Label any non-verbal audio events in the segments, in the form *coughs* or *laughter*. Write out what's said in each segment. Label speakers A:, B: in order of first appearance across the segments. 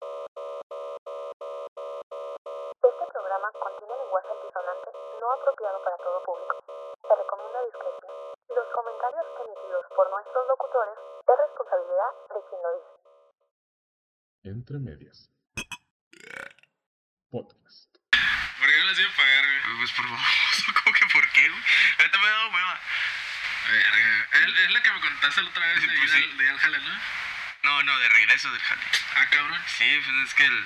A: Este programa contiene lenguaje antisonante no apropiado para todo público. Se recomienda discreción. Los comentarios emitidos por nuestros locutores es responsabilidad de quien lo dice.
B: Entre medias. Podcast.
C: ¿Por qué no las iba a pagar, güey? Pues por famoso, *laughs* ¿cómo que por qué, güey? Ahorita me he dado hueva. Verga. Es, es la que me contaste la otra vez de, ir al, de ir al jale, ¿no? pues No, no, de regreso del jale. Ah, cabrón. Sí, pues es que el.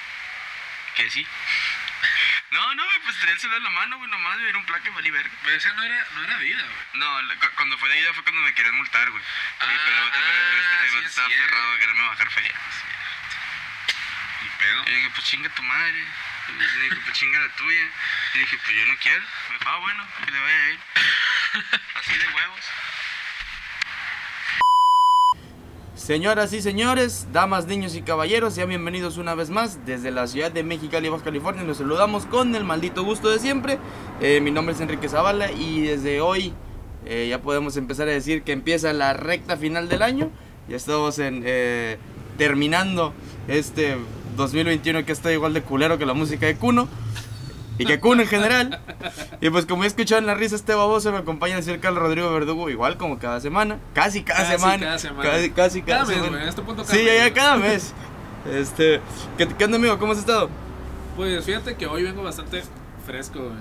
C: *laughs* ¿Qué sí? No, no, güey, pues tenía el celular en la mano, güey, nomás güey, era un plaque valí verga. Pero esa no era, no era vida, güey. No, la- cu- cuando fue de ida fue cuando me querían multar, güey. Ah, pero, pero, pero,
D: ah,
C: este-
D: sí
C: el vato estaba
D: es cierto.
C: aferrado a quererme bajar feria.
D: Ni pedo.
C: Y le dije, pues chinga tu madre. Y le dije, pues chinga la tuya. Y le dije, pues yo no quiero. Me dijo, ah, bueno, que le vaya bien. *laughs* Así de huevos.
E: Señoras y señores, damas, niños y caballeros, sean bienvenidos una vez más desde la ciudad de Mexicali, Baja California. Nos saludamos con el maldito gusto de siempre. Eh, mi nombre es Enrique Zavala y desde hoy eh, ya podemos empezar a decir que empieza la recta final del año. Ya estamos en, eh, terminando este 2021 que está igual de culero que la música de Cuno y que Cuno en general. Y pues como he escuchado en la risa este baboso, me acompaña el señor Carlos Rodrigo Verdugo, igual como cada semana, casi cada
D: Casi
E: semana.
D: cada semana.
E: Casi, casi
D: Cada
E: cada,
D: mes,
E: semana.
D: güey, en este punto cada
E: Sí, ya,
D: mes,
E: ya
D: güey.
E: cada mes. Este, ¿qué, ¿qué onda amigo? ¿Cómo has estado?
D: Pues fíjate que hoy vengo bastante fresco, güey.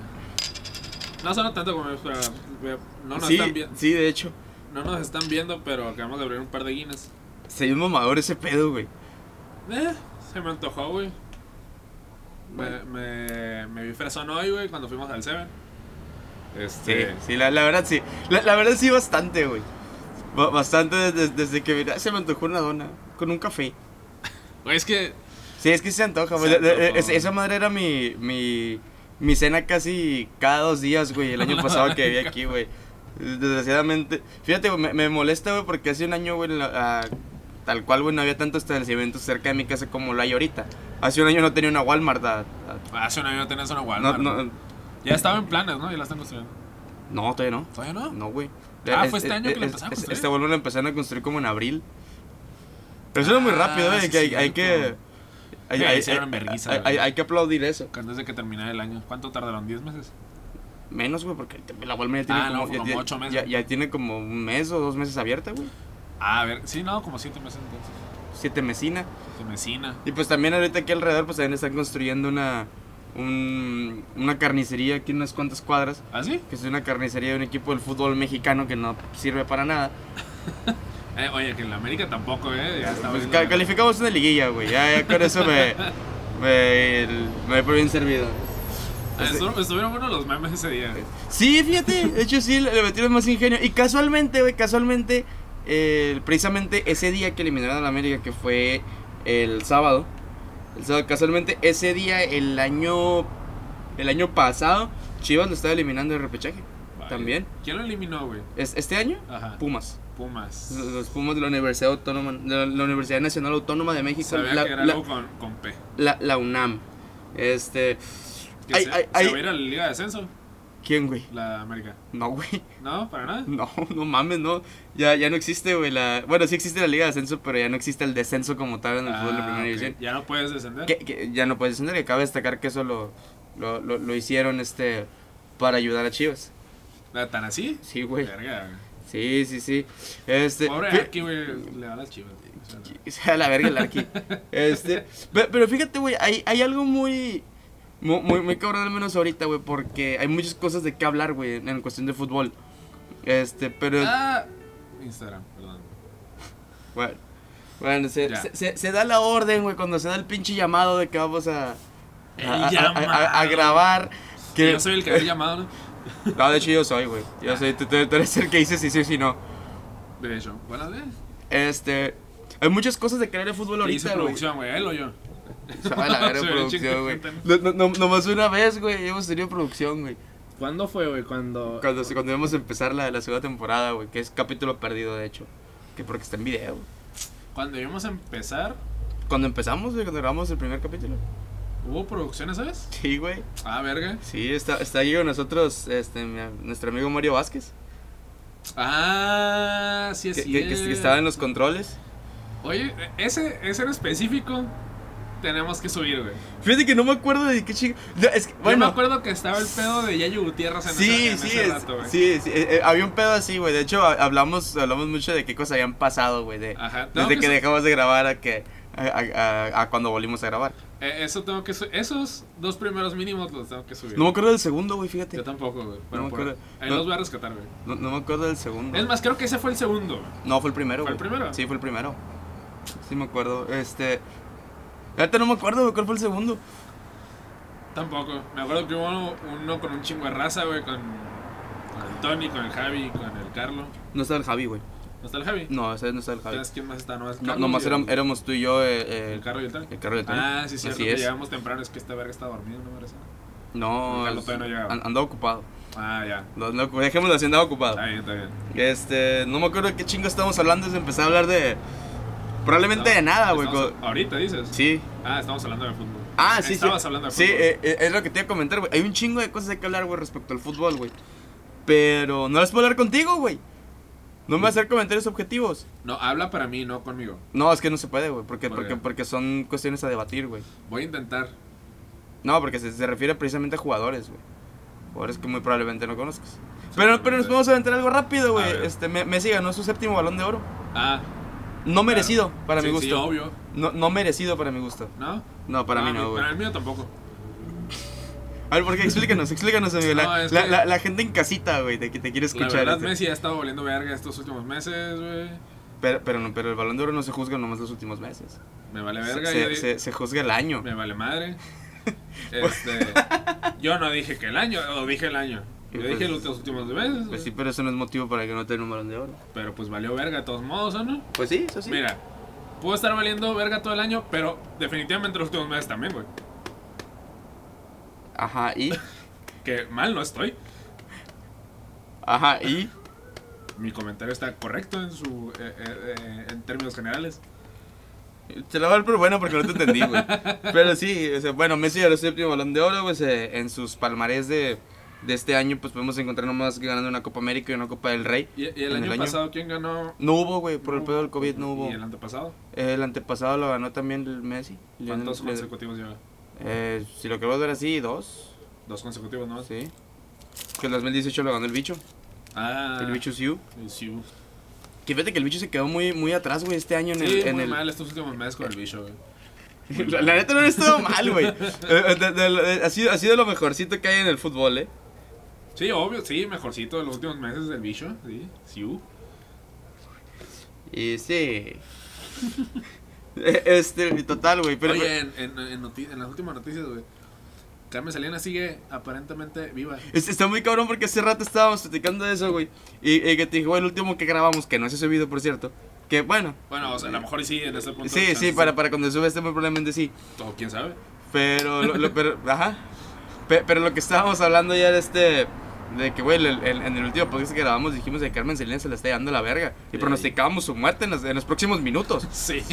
D: No suena tanto como pero, güey, no nos
E: sí,
D: están viendo.
E: sí, de hecho,
D: No nos están viendo, pero acabamos de abrir un par de guinas.
E: se dio un mamador ese pedo, güey.
D: Eh, se me antojó, güey. Me, me, me vi fresón hoy, güey, cuando fuimos al Seven.
E: Sí,
D: Este.
E: sí, la, la verdad sí. La, la verdad sí, bastante, güey. Ba- Bastante desde, desde que mira, se me antojó una dona con un café.
D: Güey, es que.
E: Sí, es que se antoja, güey.
D: Se
E: De- de- de-
D: antojó.
E: es- esa madre era mi, mi, mi cena casi cada dos días, güey. El año
D: *laughs*
E: pasado que viví aquí, güey. Desgraciadamente. Fíjate, güey, me, me molesta, güey, porque hace un año, güey, la- ah, tal cual, güey, no había tantos establecimientos cerca de mi casa como lo hay ahorita. Hace un año no tenía una Walmart. ah, ah,
D: Hace un año no tenías una
E: no,
D: Walmart. güey.
E: no,
D: Ya estaba en planes, ¿no? Ya la están construyendo.
E: no, todavía no.
D: ¿Todavía no?
E: No, güey.
D: Ah,
E: Es-
D: fue este
E: es-
D: año que la
E: es-
D: empezaron a
E: es-
D: construir.
E: Este vuelo lo empezaron a construir como en abril. Pero eso era muy
D: Ah,
E: rápido, güey.
D: sí,
E: que hay, hay que.
D: cierto.
E: Hay,
D: Sí,
E: hay-
D: hicieron
E: hay-
D: vergüenza,
E: hay-
D: güey.
E: hay que aplaudir eso.
D: Cuando es de que terminara el año. ¿Cuánto tardaron? ¿10 meses?
E: Menos, güey, porque te- la Walmart ya tiene
D: Ah, no,
E: como, ya-
D: como
E: ya,
D: ocho meses.
E: Ya, ya tiene como un mes o dos meses abierta, güey.
D: Ah, a ver, sí, no, como 7 meses entonces.
E: Siete mesina.
D: Se mecina.
E: Y pues también ahorita aquí alrededor, pues también están construyendo una, un- una carnicería aquí en unas cuantas cuadras.
D: ¿Ah, sí?
E: Que es una carnicería de un equipo del fútbol mexicano que no sirve para nada.
D: Eh, oye, que en la América tampoco, ¿eh? Ya está
E: Pues
D: abriendo
E: ca-
D: la-
E: calificamos una liguilla, güey. Ya, ya con eso me, me, me doy por bien servido.
D: Ah,
E: pues, eh.
D: estu- Estuvieron buenos los memes ese día.
E: Sí, fíjate, de hecho sí, le le metieron más ingenio. Y casualmente, güey, casualmente, eh, precisamente ese día que eliminaron a la América, que fue el sábado, el sábado, casualmente ese día, el año, el año pasado, Chivas lo estaba eliminando de repechaje.
D: Vaya.
E: También.
D: ¿Quién lo eliminó, güey?
E: Es- este año,
D: Ajá.
E: Pumas.
D: Pumas.
E: Los, los Pumas de la Universidad Autónoma, de la, la Universidad Nacional Autónoma de México,
D: Sabía
E: la,
D: que era
E: la-
D: algo con, con P.
E: la- la UNAM. Este,
D: Que
E: Ay,
D: se,
E: ay,
D: se
E: ay.
D: va a ir a la Liga de Ascenso,
E: ¿quién, güey?
D: la América.
E: No, güey.
D: No, para nada.
E: *laughs* No, no mames, no. Ya, ya no existe, güey. La... Bueno, sí existe la Liga de Ascenso, pero ya no existe el descenso como tal en el fútbol de
D: Ah,
E: primera
D: ok.
E: división.
D: Ya no puedes descender.
E: Que, que ya no puede descender. Y cabe destacar que eso lo, lo, lo- lo hicieron este para ayudar a Chivas.
D: Ah, ¿Tan así?
E: Sí, güey.
D: Verga, güey.
E: Sí, sí, sí. Este,
D: Pobre
E: fí- *laughs*
D: aquí, güey, le da las chivas. güey. O sea,
E: O sea, la verga el
D: *laughs*
E: arqui. Este, pe- pero fíjate, güey, hay, hay algo muy, mu- muy, muy cabrón, al menos ahorita, güey, porque hay muchas cosas de qué hablar, güey, en, en cuestión de fútbol. Este, pero...
D: Ah, Instagram, perdón.
E: Bueno, bueno se,
D: Ya.
E: se- se- se da la orden, güey, cuando se da el pinche llamado de que vamos a, a-
D: El
E: a- a-
D: llamado.
E: a- a grabar. que-
D: Yo soy el
E: *laughs*
D: que había llamado, ¿no?
E: No, de hecho yo soy, güey. Yo soy, tú, tú- tú eres el que dice sí, sí, sí, no.
D: De hecho, buenas ¿eh? vez.
E: Este, hay muchas cosas de crear el fútbol
D: ¿Qué hice
E: ahorita, güey. *laughs*
D: producción, güey? Él o yo.
E: Se va a la
D: *laughs*
E: verga
D: Se ve
E: producción,
D: chingón,
E: güey.
D: gente,
E: No, no- no- nomás una vez, güey, hemos tenido producción, güey.
D: ¿Cuándo fue, güey? Cuando.
E: Cuando, cuando íbamos a empezar la, la segunda temporada, güey, que es capítulo perdido, de hecho. Que porque está en video. güey.
D: Cuando íbamos a empezar,
E: Cuando empezamos, güey, cuando grabamos el primer capítulo.
D: ¿hubo producciones, sabes?
E: Sí, güey.
D: Ah, verga.
E: Sí, está, está aquí con nosotros este, mi am- nuestro amigo Mario Vázquez,
D: Ah, sí,
E: que,
D: es
E: que- que- que estaba en los controles.
D: Oye, ese, ese en específico tenemos que subir, güey.
E: Fíjate que no me acuerdo de qué chingo. Es que,
D: Yo me
E: bueno,
D: acuerdo que estaba el pedo de Yayo Gutiérrez en
E: sí,
D: ese, en
E: sí,
D: ese
E: es-
D: rato, güey.
E: sí, sí, eh, eh, había un pedo así, güey. De hecho, ha- hablamos, hablamos mucho de qué cosas habían pasado, güey. de-
D: Ajá. Tengo
E: Desde
D: Ah, que
E: que
D: su-
E: dejamos de grabar a que a, a- a- a cuando volvimos a grabar.
D: Eh, eso tengo que su- Esos dos primeros mínimos los tengo que subir.
E: No me acuerdo del segundo, güey, fíjate.
D: Yo tampoco, güey. Pero
E: me
D: por-
E: acuerdo.
D: Ahí
E: No.
D: los voy a rescatar, güey.
E: No, no me acuerdo del segundo.
D: Es más, creo que ese fue el segundo, güey.
E: No, fue el primero.
D: ¿Fue el
E: güey.
D: primero?
E: Sí, fue el primero. Sí, me acuerdo. Este. Ahorita no me acuerdo, güey, cuál fue el segundo.
D: Tampoco. Me acuerdo que hubo uno, uno con un chingo de raza, güey, con, con el Tony, con el Javi, con el Carlo.
E: No estaba el Javi, güey.
D: ¿No está el Javi?
E: No, ese no estaba el Javi.
D: ¿Sabes quién más está? No, es
E: No,
D: Carlos
E: nomás
D: y
E: éram-
D: el,
E: éramos tú y yo. eh, eh,
D: el Carlos y el Tony.
E: el carro de Tony.
D: Ah, sí, cierto.
E: Así
D: que
E: es.
D: llegamos temprano. Es que esta verga está dormido, ¿no? Parece?
E: No,
D: El Carlos todavía no llegaba.
E: an- andaba ocupado.
D: Ah, ya.
E: Lo- lo- dejémoslo así, andaba ocupado.
D: Está bien, está bien.
E: Este, no me acuerdo de qué chingo estábamos hablando. Se empezó a hablar de. Probablemente de nada, güey.
D: Estamos-
E: co-
D: Ahorita dices.
E: Sí.
D: Ah, estamos hablando de fútbol.
E: Ah, sí,
D: Estabas
E: sí.
D: hablando de
E: Sí,
D: fútbol.
E: eh, eh, es lo que te iba a comentar, güey. Hay un chingo de cosas de que hablar, güey, respecto al fútbol, güey. Pero no las puedo hablar contigo, güey. No me vas a hacer comentarios objetivos.
D: No, habla para mí, no conmigo.
E: No, es que no se puede, güey, porque,
D: Muy
E: porque,
D: bien.
E: porque son cuestiones a debatir, güey.
D: Voy a intentar.
E: No, porque se, se refiere precisamente a jugadores, güey. Jugadores que muy probablemente no conozcas. Pero, pero nos podemos aventar algo rápido,
D: A ver.
E: güey. Este, Me- Messi ganó su séptimo balón de oro.
D: Ah,
E: No merecido, para
D: sí,
E: mi
D: Sí,
E: gusto.
D: obvio,
E: no, no merecido para mi gusto.
D: ¿no?
E: No, para
D: Ah,
E: mí no,
D: mi-
E: güey.
D: Para el mío tampoco.
E: A ver, porque explícanos, explícanos, amigo. La,
D: No, es
E: la-
D: que-
E: la- la gente en casita, güey, te, te quiere escuchar.
D: la verdad,
E: este.
D: Messi ha estado volviendo verga estos últimos meses, güey.
E: Pero, pero, no- pero el balón de oro no se juzga nomás los últimos meses.
D: Me vale
E: Se-
D: verga.
E: se,
D: yo di-
E: se- se juzga el año.
D: Me
E: *laughs*
D: vale madre. Este, yo no dije que el año, o dije el año. Yo
E: Y
D: dije
E: pues-
D: los últimos meses.
E: Pues sí, pero eso no es motivo para que no tenga un balón de oro.
D: Pero pues valió verga de todos modos, ¿o no?
E: Pues sí, eso sí.
D: Mira, puedo estar valiendo verga todo el año, pero definitivamente los últimos meses también, güey.
E: Ajá, y.
D: Que mal no estoy.
E: Ajá, y.
D: Mi comentario está correcto en su eh, eh, eh, en términos generales.
E: Te la voy a dar por bueno porque no te entendí, güey. Pero sí, o sea, bueno, Messi ganó su séptimo balón de oro, pues eh, en sus palmarés de, de este año, pues podemos encontrar nomás que ganando una Copa América y una Copa del Rey.
D: ¿Y, y el
E: ¿En
D: año
E: el año?
D: pasado quién ganó?
E: No hubo, güey, por el pedo del COVID no hubo.
D: ¿Y el antepasado?
E: El antepasado lo ganó también el Messi. Lionel-
D: ¿Cuántos
E: Lionel-
D: consecutivos lleva?
E: Eh, si lo queremos ver así, dos.
D: Dos consecutivos, ¿no?
E: Sí. Que el 2018 lo ganó el bicho.
D: Ah,
E: El bicho Siu.
D: el Siu.
E: Que fíjate que el bicho se quedó muy, muy atrás, güey, este año en el.
D: Sí,
E: en
D: muy
E: el-
D: mal estos últimos meses con el bicho, güey.
E: *laughs* La, la neta no le estuvo mal, güey. Eh, eh, de- de- de- ha, sido, ha sido lo mejorcito que hay en el fútbol, eh.
D: Sí, obvio, sí, mejorcito de los últimos meses del bicho, sí, uh. Siu.
E: Y sí. *laughs* Eh, este, y total, güey. Pero.
D: Oye, en, en, en noti- en las últimas noticias, güey, Carmen Salinas sigue aparentemente viva.
E: es- está muy cabrón porque hace rato estábamos platicando de eso, güey. Y, y que te dije, güey, el último que grabamos, que no se ha subido, por cierto. Que bueno.
D: Bueno, o sea, a lo mejor sí, en ese punto.
E: Sí, sí,
D: chances,
E: para, para cuando sube este, muy probablemente sí.
D: O quién sabe. *laughs*
E: Pero, lo, lo- pero, *laughs* ajá. Pe- pero lo que estábamos hablando ya era este. De que, güey, el- el- en el último podcast que grabamos dijimos de que Carmen Salinas se la está llevando la verga. Y
D: Ey.
E: pronosticábamos su muerte en los, en los próximos minutos.
D: Sí,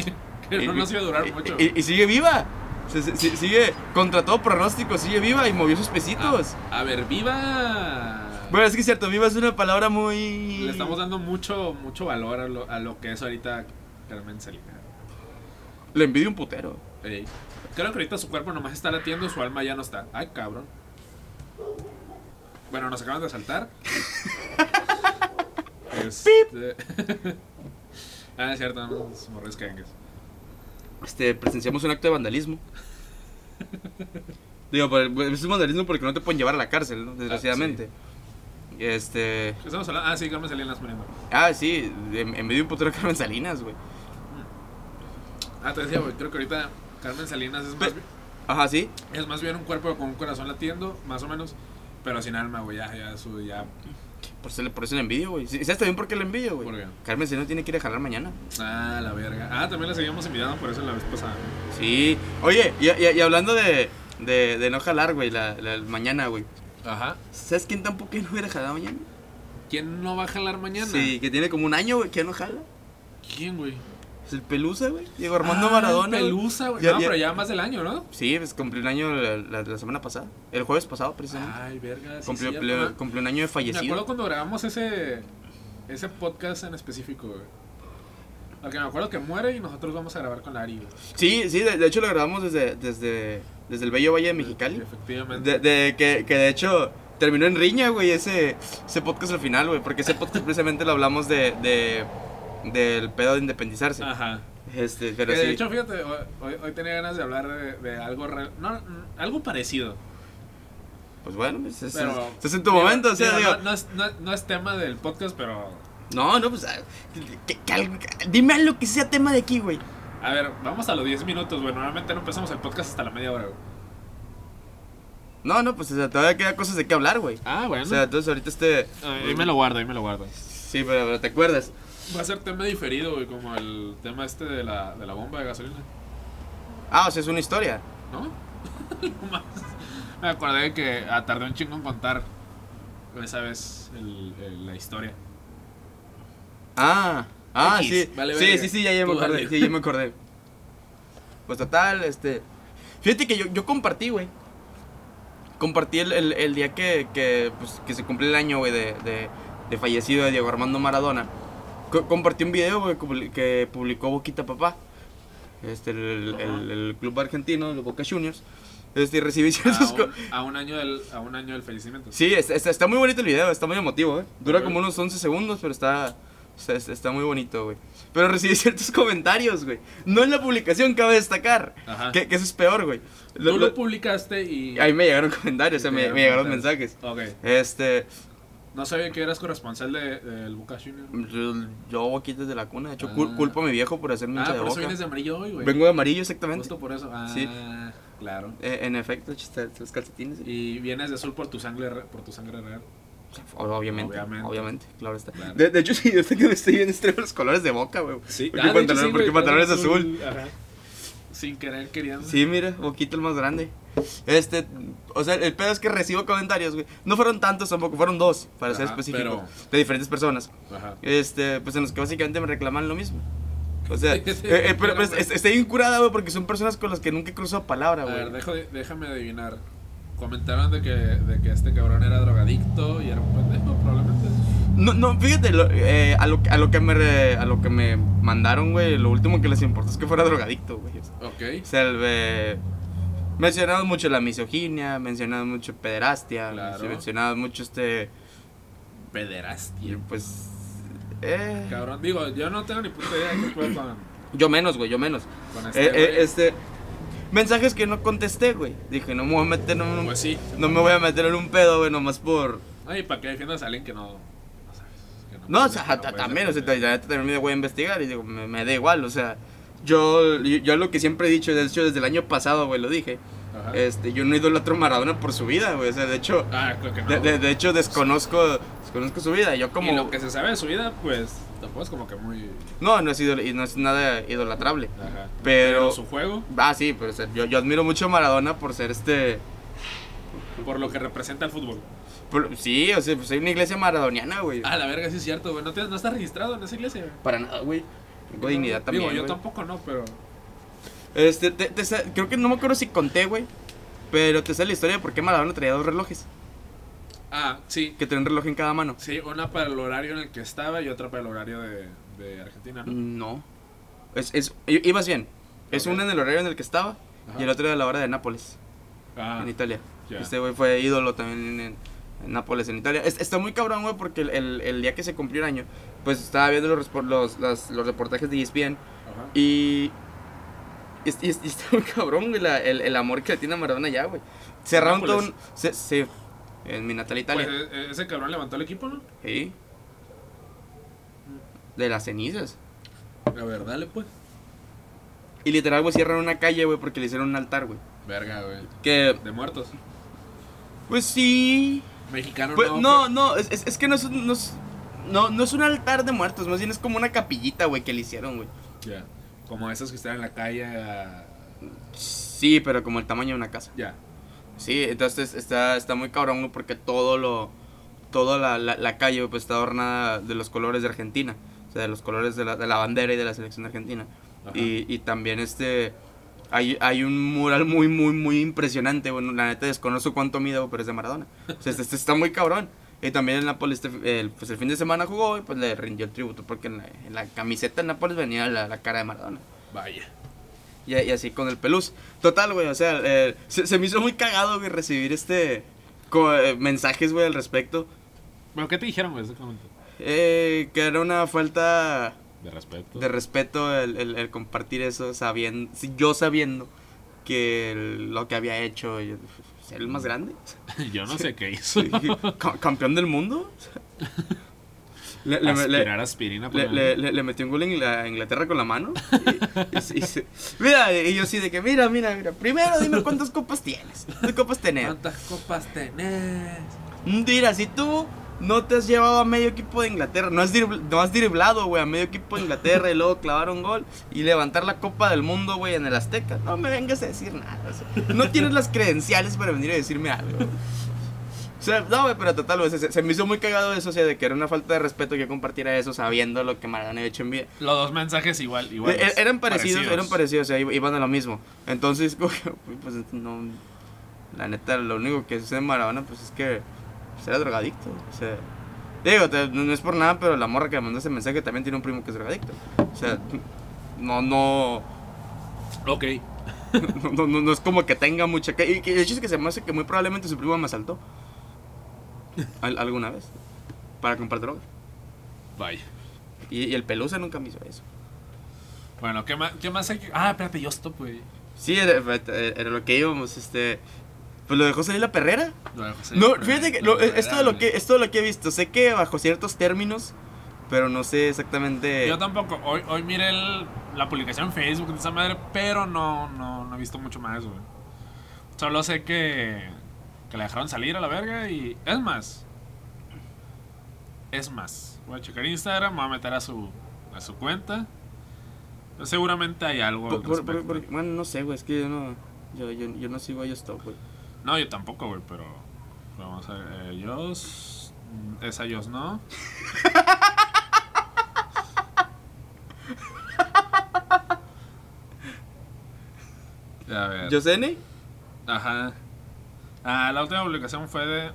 D: que no
E: Y-
D: nos iba a durar
E: y-
D: mucho.
E: Y, y sigue viva. Se- se- se- sigue contra todo pronóstico, sigue viva y movió sus
D: Ah,
E: pesitos.
D: a, ver, viva.
E: Bueno, es que es cierto, viva es una palabra muy.
D: Le estamos dando mucho, mucho valor a lo, a lo que es ahorita Carmen Salinas.
E: Le envidio un putero.
D: Ey. Creo que ahorita su cuerpo nomás está latiendo, su alma ya no está. Ay, cabrón. Bueno, nos acaban de saltar. este... *laughs* ah, es cierto, no nos morres cangues.
E: Este, presenciamos un acto de
D: *laughs*
E: vandalismo. Digo, por el- pues, es un vandalismo porque no te pueden llevar a la cárcel, ¿no? desgraciadamente.
D: Ah,
E: Este.
D: ¿Qué Estamos hablando. Ah, sí, Carmen Salinas muriendo.
E: Ah, sí, de- en medio de un putero Carmen Salinas, güey.
D: Ah, te decía, güey, creo que ahorita Carmen Salinas es más,
E: Pe- Ajá, sí.
D: es más bien un cuerpo con un corazón latiendo, más o menos, pero sin alma, güey. Ya, ya, su, ya.
E: Por eso, le- por eso le envidio, güey. Sí, ¿Sabes también por qué le envidio, güey?
D: ¿Por qué?
E: Carmen Salinas tiene que ir a jalar mañana.
D: Ah, la verga. Ah, también la seguimos invitando por eso la vez pasada. güey.
E: Sí. Oye, y, y- y hablando de, de, de no jalar, güey, la, la- mañana, güey.
D: Ajá.
E: ¿Sabes quién tampoco no hubiera jalado mañana?
D: ¿Quién no va a jalar mañana?
E: Sí, que tiene como un año, güey, que ya no jala.
D: ¿Quién, güey?
E: Es el Pelusa, güey. Diego Armando
D: Ah,
E: Maradona. güey.
D: Pelusa, güey.
E: Ya-
D: No,
E: ya-
D: pero ya más del año, ¿no?
E: Sí, pues cumplió un año la, la- la semana pasada. El jueves pasado, precisamente.
D: Ay, verga. Ah, Sí,
E: cumplió,
D: cierto,
E: cumplió-
D: ¿no?
E: cumplió un año de
D: Me acuerdo
E: fallecido.
D: cuando grabamos ese, ese podcast en específico, güey. Porque me acuerdo que muere y nosotros vamos a grabar con la Ari. güey.
E: Sí, sí, de, de hecho lo grabamos desde, desde, desde el Bello Valle de Mexicali.
D: Efectivamente.
E: De, de- que, que de hecho terminó en riña, güey, ese, ese podcast al final, güey. Porque ese podcast precisamente lo hablamos de, de- del pedo de independizarse.
D: Ajá.
E: Este, pero
D: Ah. Que
E: sí.
D: de hecho, fíjate, hoy, hoy- hoy tenía ganas de hablar de, de algo re- no, mm, algo parecido.
E: pues bueno, pues, es-
D: Pero-
E: es- estás en tu
D: Digo,
E: momento, o sea,
D: digo,
E: digo.
D: no, no es, no- no es tema del podcast, pero.
E: No, no, pues. ah, que- que algo- que- dime algo que sea tema de aquí, güey.
D: A ver, vamos a los 10 minutos, güey. Normalmente no empezamos el podcast hasta la media hora, güey.
E: No, no, pues o sea, todavía queda cosas de qué hablar, güey.
D: Ah, bueno.
E: O sea, entonces ahorita este.
D: ahí me lo guardo, ahí me lo guardo.
E: Sí, pero, pero te acuerdas.
D: Va a ser tema diferido, güey, como el tema este de la, de la bomba de gasolina.
E: Ah, o sea, es una historia.
D: ¿No? *laughs* No más. Me acordé que ah, tardé un chingo en contar esa vez el- el-
E: *laughs*
D: la historia.
E: Ah, ah,
D: X,
E: sí.
D: vale,
E: sí,
D: verga.
E: sí, sí, ya, ya me
D: Tú
E: acordé.
D: dale.
E: Sí, ya me acordé. Pues total, este. Fíjate que yo, yo compartí, güey. Compartí el, el- el día que, que, pues, que se cumple el año, güey, de, de, de fallecido de Diego Armando Maradona. Co- compartí un video, güey, que publi- que publicó Boquita Papá. Este, el, el- el- el club argentino, los Boca Juniors. Este, y recibí ciertos.
D: a,
E: co-
D: un, a un año del a un año del fallecimiento.
E: Sí, es- es- está, muy bonito el video, está muy emotivo, ¿eh? Dura
D: Ok.
E: como unos 11 segundos, pero está, está, está muy bonito, güey. Pero recibí *laughs* ciertos comentarios, güey. No en la publicación, cabe destacar.
D: Ajá.
E: Que, que eso es peor, güey. Lo-
D: Tú
E: lo-
D: lo publicaste y
E: ahí me llegaron *laughs* comentarios, o sea, me, me llegaron mensajes.
D: Ok.
E: Este,
D: No sabía que eras corresponsal de- del Boca Juniors.
E: yo yo aquí desde la cuna, de hecho, cul-
D: Ah.
E: culpo a mi viejo por hacerme hincha
D: Ah,
E: de
D: por eso
E: boca.
D: vienes de amarillo hoy, güey.
E: Vengo de amarillo, exactamente.
D: Justo por eso. Ah,
E: Sí.
D: claro.
E: Eh, en efecto, chiste, los calcetines.
D: Y vienes de azul por tu sangre re- por tu sangre real.
E: pues, Obviamente, obviamente,
D: Obviamente.
E: claro está.
D: Claro.
E: De, de hecho, sí, yo que me estoy viendo extremo los colores de boca, güey.
D: Sí.
E: Porque pantalón, porque pantalón es azul.
D: Ajá. Sin querer queriendo.
E: Sí, mira, Boquita el más grande. Este, o sea, el pedo es que recibo comentarios, güey. No fueron tantos tampoco, fueron dos, para ser
D: Ajá,
E: específico,
D: pero-
E: de diferentes personas.
D: Ajá.
E: Este, pues en los que básicamente me reclaman lo mismo. O sea,
D: *laughs* Sí,
E: eh,
D: sí,
E: eh, pero, pero
D: claro,
E: es-
D: güey.
E: es- estoy incurada, güey, porque son personas con las que nunca he cruzado palabra,
D: A ver,
E: güey.
D: dejo de- déjame adivinar. Comentaron de que, de que este cabrón era drogadicto y era un pendejo, probablemente.
E: No, no, fíjate, lo- eh, a, lo, que- a, lo que me, re- a lo que me mandaron, güey, lo último que les importó es que fuera drogadicto, güey. O
D: Ok.
E: sea, el, eh, mencionamos mucho la misoginia, mencionamos mucho pederastia,
D: Claro.
E: mencionamos mucho este... Y
D: Pederastia.
E: pues. eh,
D: Cabrón, digo, yo no tengo ni puta idea de qué fue con,
E: yo menos, güey, yo menos.
D: con
E: Eh,
D: este.
E: eh,
D: güey.
E: este. Mensajes que no contesté, güey. Dije, no me voy a meter en un.
D: Pues sí.
E: No me voy a meter en un pedo, güey, nomás por.
D: Ay, ¿para qué defiendas a alguien que no. no sabes, que
E: No, o
D: puedes-
E: sea,
D: que no
E: ta-
D: puedes
E: también, o sea,
D: defender?
E: ta- ta- también me voy a investigar y digo, me, me da igual, o sea. Yo, yo, yo lo que siempre he dicho, de hecho, desde el año pasado, güey, lo dije.
D: Ajá.
E: Este, yo no idolatro a Maradona por su vida, güey. O sea, de hecho,
D: Ah, creo que no.
E: de, de-
D: güey.
E: de hecho desconozco, desconozco su vida. Yo como.
D: Y lo que se sabe de su vida, pues tampoco es como que muy.
E: No, no es, idol- y no es nada idolatrable.
D: Ajá.
E: Pero-
D: su juego,
E: Ah, sí, pero o sea, yo, yo admiro mucho a Maradona por ser este.
D: por lo que representa el fútbol.
E: por- sí, o sea, pues hay una iglesia maradoniana, güey.
D: Ah, la verga, sí es cierto, güey. No, te- no estás registrado en esa iglesia, güey.
E: Para nada, güey. Tengo dignidad
D: Digo,
E: también.
D: yo
E: güey.
D: tampoco no, pero.
E: Este, te- te sa- creo que no me acuerdo si conté, güey. Pero te sale la historia de por qué Maradona traía dos relojes.
D: Ah, sí.
E: Que tenía un reloj en cada mano.
D: Sí, una para el horario en el que estaba y otra para el horario de, de Argentina,
E: Mm,
D: ¿no?
E: No. Es, es, i- ibas bien. Es
D: Ok.
E: una en el horario en el que estaba. Y el otro de la hora de Nápoles,
D: Ah,
E: en Italia.
D: ya.
E: Este güey fue ídolo también en, en- en Nápoles, en Italia. Es- está muy cabrón, güey, porque el, el- el día que se cumplió el año, pues estaba viendo los, respo- los, las- los reportajes de E ESPN
D: Ajá.
E: Y. Y, y- y está muy cabrón, güey, la- el, el amor que le tiene a Maradona ya, güey. Cerraron todo un.
D: Nápoles.
E: se- se- en mi natal Italia.
D: Pues eh, ese cabrón levantó el equipo, ¿no?
E: Sí. De las cenizas.
D: La verdad, dale, pues.
E: Y literal, güey, cierran una calle, güey, porque le hicieron un altar, güey.
D: Verga, güey.
E: Que.
D: De muertos.
E: Pues sí.
D: Mexicano,
E: Pues no, no, es, es- es que no es, un- no es. No, no es un altar de muertos, más bien es como una capillita, güey, que le hicieron, güey.
D: pero- Ya. Como esos que están en la calle. ah,
E: Sí, pero como el tamaño de una casa.
D: Ya.
E: Sí, entonces está, está muy cabrón güey, porque todo lo, toda la, la, la calle güey, pues, está adornada de los colores de Argentina, o sea, de los colores de la, de la bandera y de la selección argentina.
D: Ajá.
E: Y, y también este, hay, hay un mural muy, muy, muy impresionante, bueno, la neta desconozco cuánto mide, güey, pero es de Maradona. O sea, este, este está muy cabrón. Y también el Nápoles, este- el, pues el fin de semana jugó y pues le rindió el tributo porque en la, en la camiseta del Nápoles venía la, la cara de Maradona.
D: Vaya.
E: Y, y así con el pelús. Total, güey, o sea, eh, se, se me hizo muy cagado, güey, recibir este co- eh, mensajes, güey, al respecto.
D: Bueno, ¿qué te dijeron, güey? exactamente?
E: Eh, que era una falta
B: De respeto.
E: de respeto el, el- el compartir eso, sabiendo, si- yo sabiendo que el- lo que había hecho, yo, ser el más grande,
D: *laughs*
E: *laughs*
D: Yo no sé qué hizo.
E: Ca- campeón del mundo. *laughs* Le, le- le-
D: Aspirar aspirina. por
E: le-
D: la
E: le- le- le metió un gol en la- a Inglaterra con la mano. Y, y- y se- mira, y yo sí de que, mira, mira, mira, primero dime cuántas copas tienes. ¿Cuántas copas tenés?
D: ¿Cuántas copas tenés?
E: Mira, si tú no te has llevado a medio equipo de Inglaterra, no has, dribl- no has driblado, güey, a medio equipo de Inglaterra y luego clavar un gol y levantar la Copa del Mundo, güey, en el Azteca, no me vengas a decir nada. o sea, no tienes las credenciales para venir a decirme algo. O sea, no, güey, pero total, güey, se- se, se me hizo muy cagado eso, o sea, de que era una falta de respeto que yo compartiera eso sabiendo lo que Maradona había hecho en vida.
D: Los dos mensajes igual, igual.
E: Eh, eran parecidos,
C: parecidos.
E: eran parecidos, o sea, i- iban a lo mismo. Entonces, *laughs* como que, pues no. La neta, lo único que sé de Maradona, pues es que pues, era drogadicto. O sea, digo, te- no no es por nada, pero la morra que me mandó ese mensaje también tiene un primo que es drogadicto. O sea, no, no.
D: Ok.
E: *laughs* No, no- no- no es como que tenga mucha. que- Y que el hecho es que se me hace que muy probablemente su primo me asaltó. Al- alguna vez. Para comprar droga.
D: Vaya.
E: Y, y el pelusa nunca me hizo eso.
D: Bueno, ¿qué más, qué más hay que.? Ah, espérate, yo stop, güey.
E: Sí, era, era lo que íbamos, este. Pues lo dejó salir la perrera.
D: Lo de José
E: no,
D: Ferrer,
E: fíjate que
D: lo
E: lo-
D: de
E: es, es todo
D: Ferrer,
E: lo que es todo lo que he visto. Sé que bajo ciertos términos, pero no sé exactamente.
D: Yo tampoco. Hoy, hoy miré el- la publicación en Facebook de esa madre, pero no, no, no he visto mucho más, güey. Solo sé que, que la dejaron salir a la verga y. Es más. Es más. Voy a checar Instagram, me voy a meter a su, a su cuenta. Seguramente hay algo.
E: Por-
D: al
E: por- por-
D: respecto.
E: por- bueno, no sé, güey, es que yo no. Yo, yo, yo no sigo a Yostop, güey.
D: No, yo tampoco, güey, pero. Vamos a ver. Ellos. Esa ellos no. *laughs* a ver.
E: ¿Yosene?
D: Ajá. Ah, la última publicación fue de.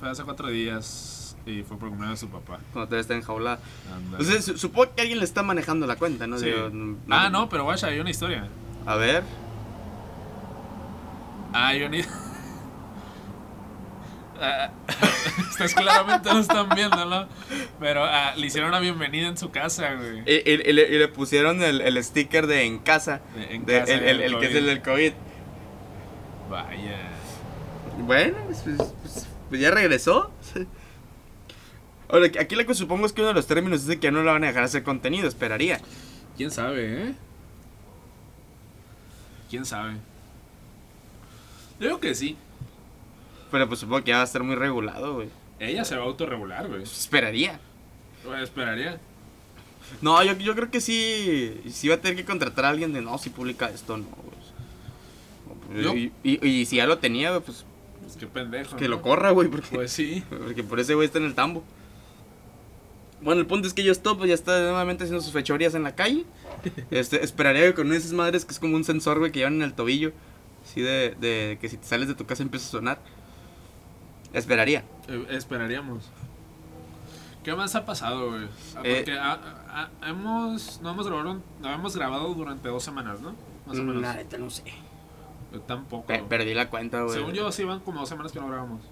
D: Fue hace cuatro días. Y fue por cumpleaños de su papá.
E: Cuando todavía está enjaulada.
D: Ándale.
E: O sea, su- supongo que alguien le está manejando la cuenta, ¿no?
D: Sí.
E: Digo, n-
D: Ah, no, pero vaya, hay una historia.
E: A ver.
D: Ah, yo ni. *laughs* Ah, *laughs* Ustedes claramente no están viéndolo. Pero ah, le hicieron una bienvenida en su casa, güey.
E: Y, y- y le, y le pusieron el, el sticker de en casa.
D: De- en
E: de-
D: casa,
E: el, el-
D: del
E: el que es
D: COVID.
E: el del COVID.
D: Vaya.
E: Bueno, pues, pues, pues, pues ya regresó. Ahora, aquí lo que supongo es que uno de los términos es de que ya no le van a dejar hacer contenido, esperaría.
D: ¿Quién sabe, eh? ¿Quién sabe? Yo digo que sí.
E: Pero pues supongo que ya va a estar muy regulado, güey.
D: Ella se va a autorregular, güey.
E: Pues, esperaría.
D: Bueno, esperaría.
E: No, yo, yo creo que sí, sí va a tener que contratar a alguien de no, si publica esto, no. güey.
D: Yo-
E: Y, y- y si ya lo tenía, güey, pues
D: Pues qué pendejo.
E: que
D: ¿no?
E: lo corra, güey, porque,
D: Pues sí.
E: porque por ese güey está en el tambo. Bueno, el punto es que yo stop, pues, ya está nuevamente haciendo sus fechorías en la calle. Este, esperaría que con esas madres que es como un sensor, güey, que llevan en el tobillo. Así de, de que si te sales de tu casa empieza a sonar. Esperaría.
D: Eh, esperaríamos. ¿Qué más ha pasado, güey? Ah,
E: Eh,
D: Porque ah, ah, hemos, no, hemos grabado, no hemos grabado durante dos semanas, ¿no? Más o menos.
E: Mm, La neta, no sé.
D: Yo tampoco.
E: Pe- perdí la cuenta, güey.
D: Según yo, sí van como dos semanas que no grabamos.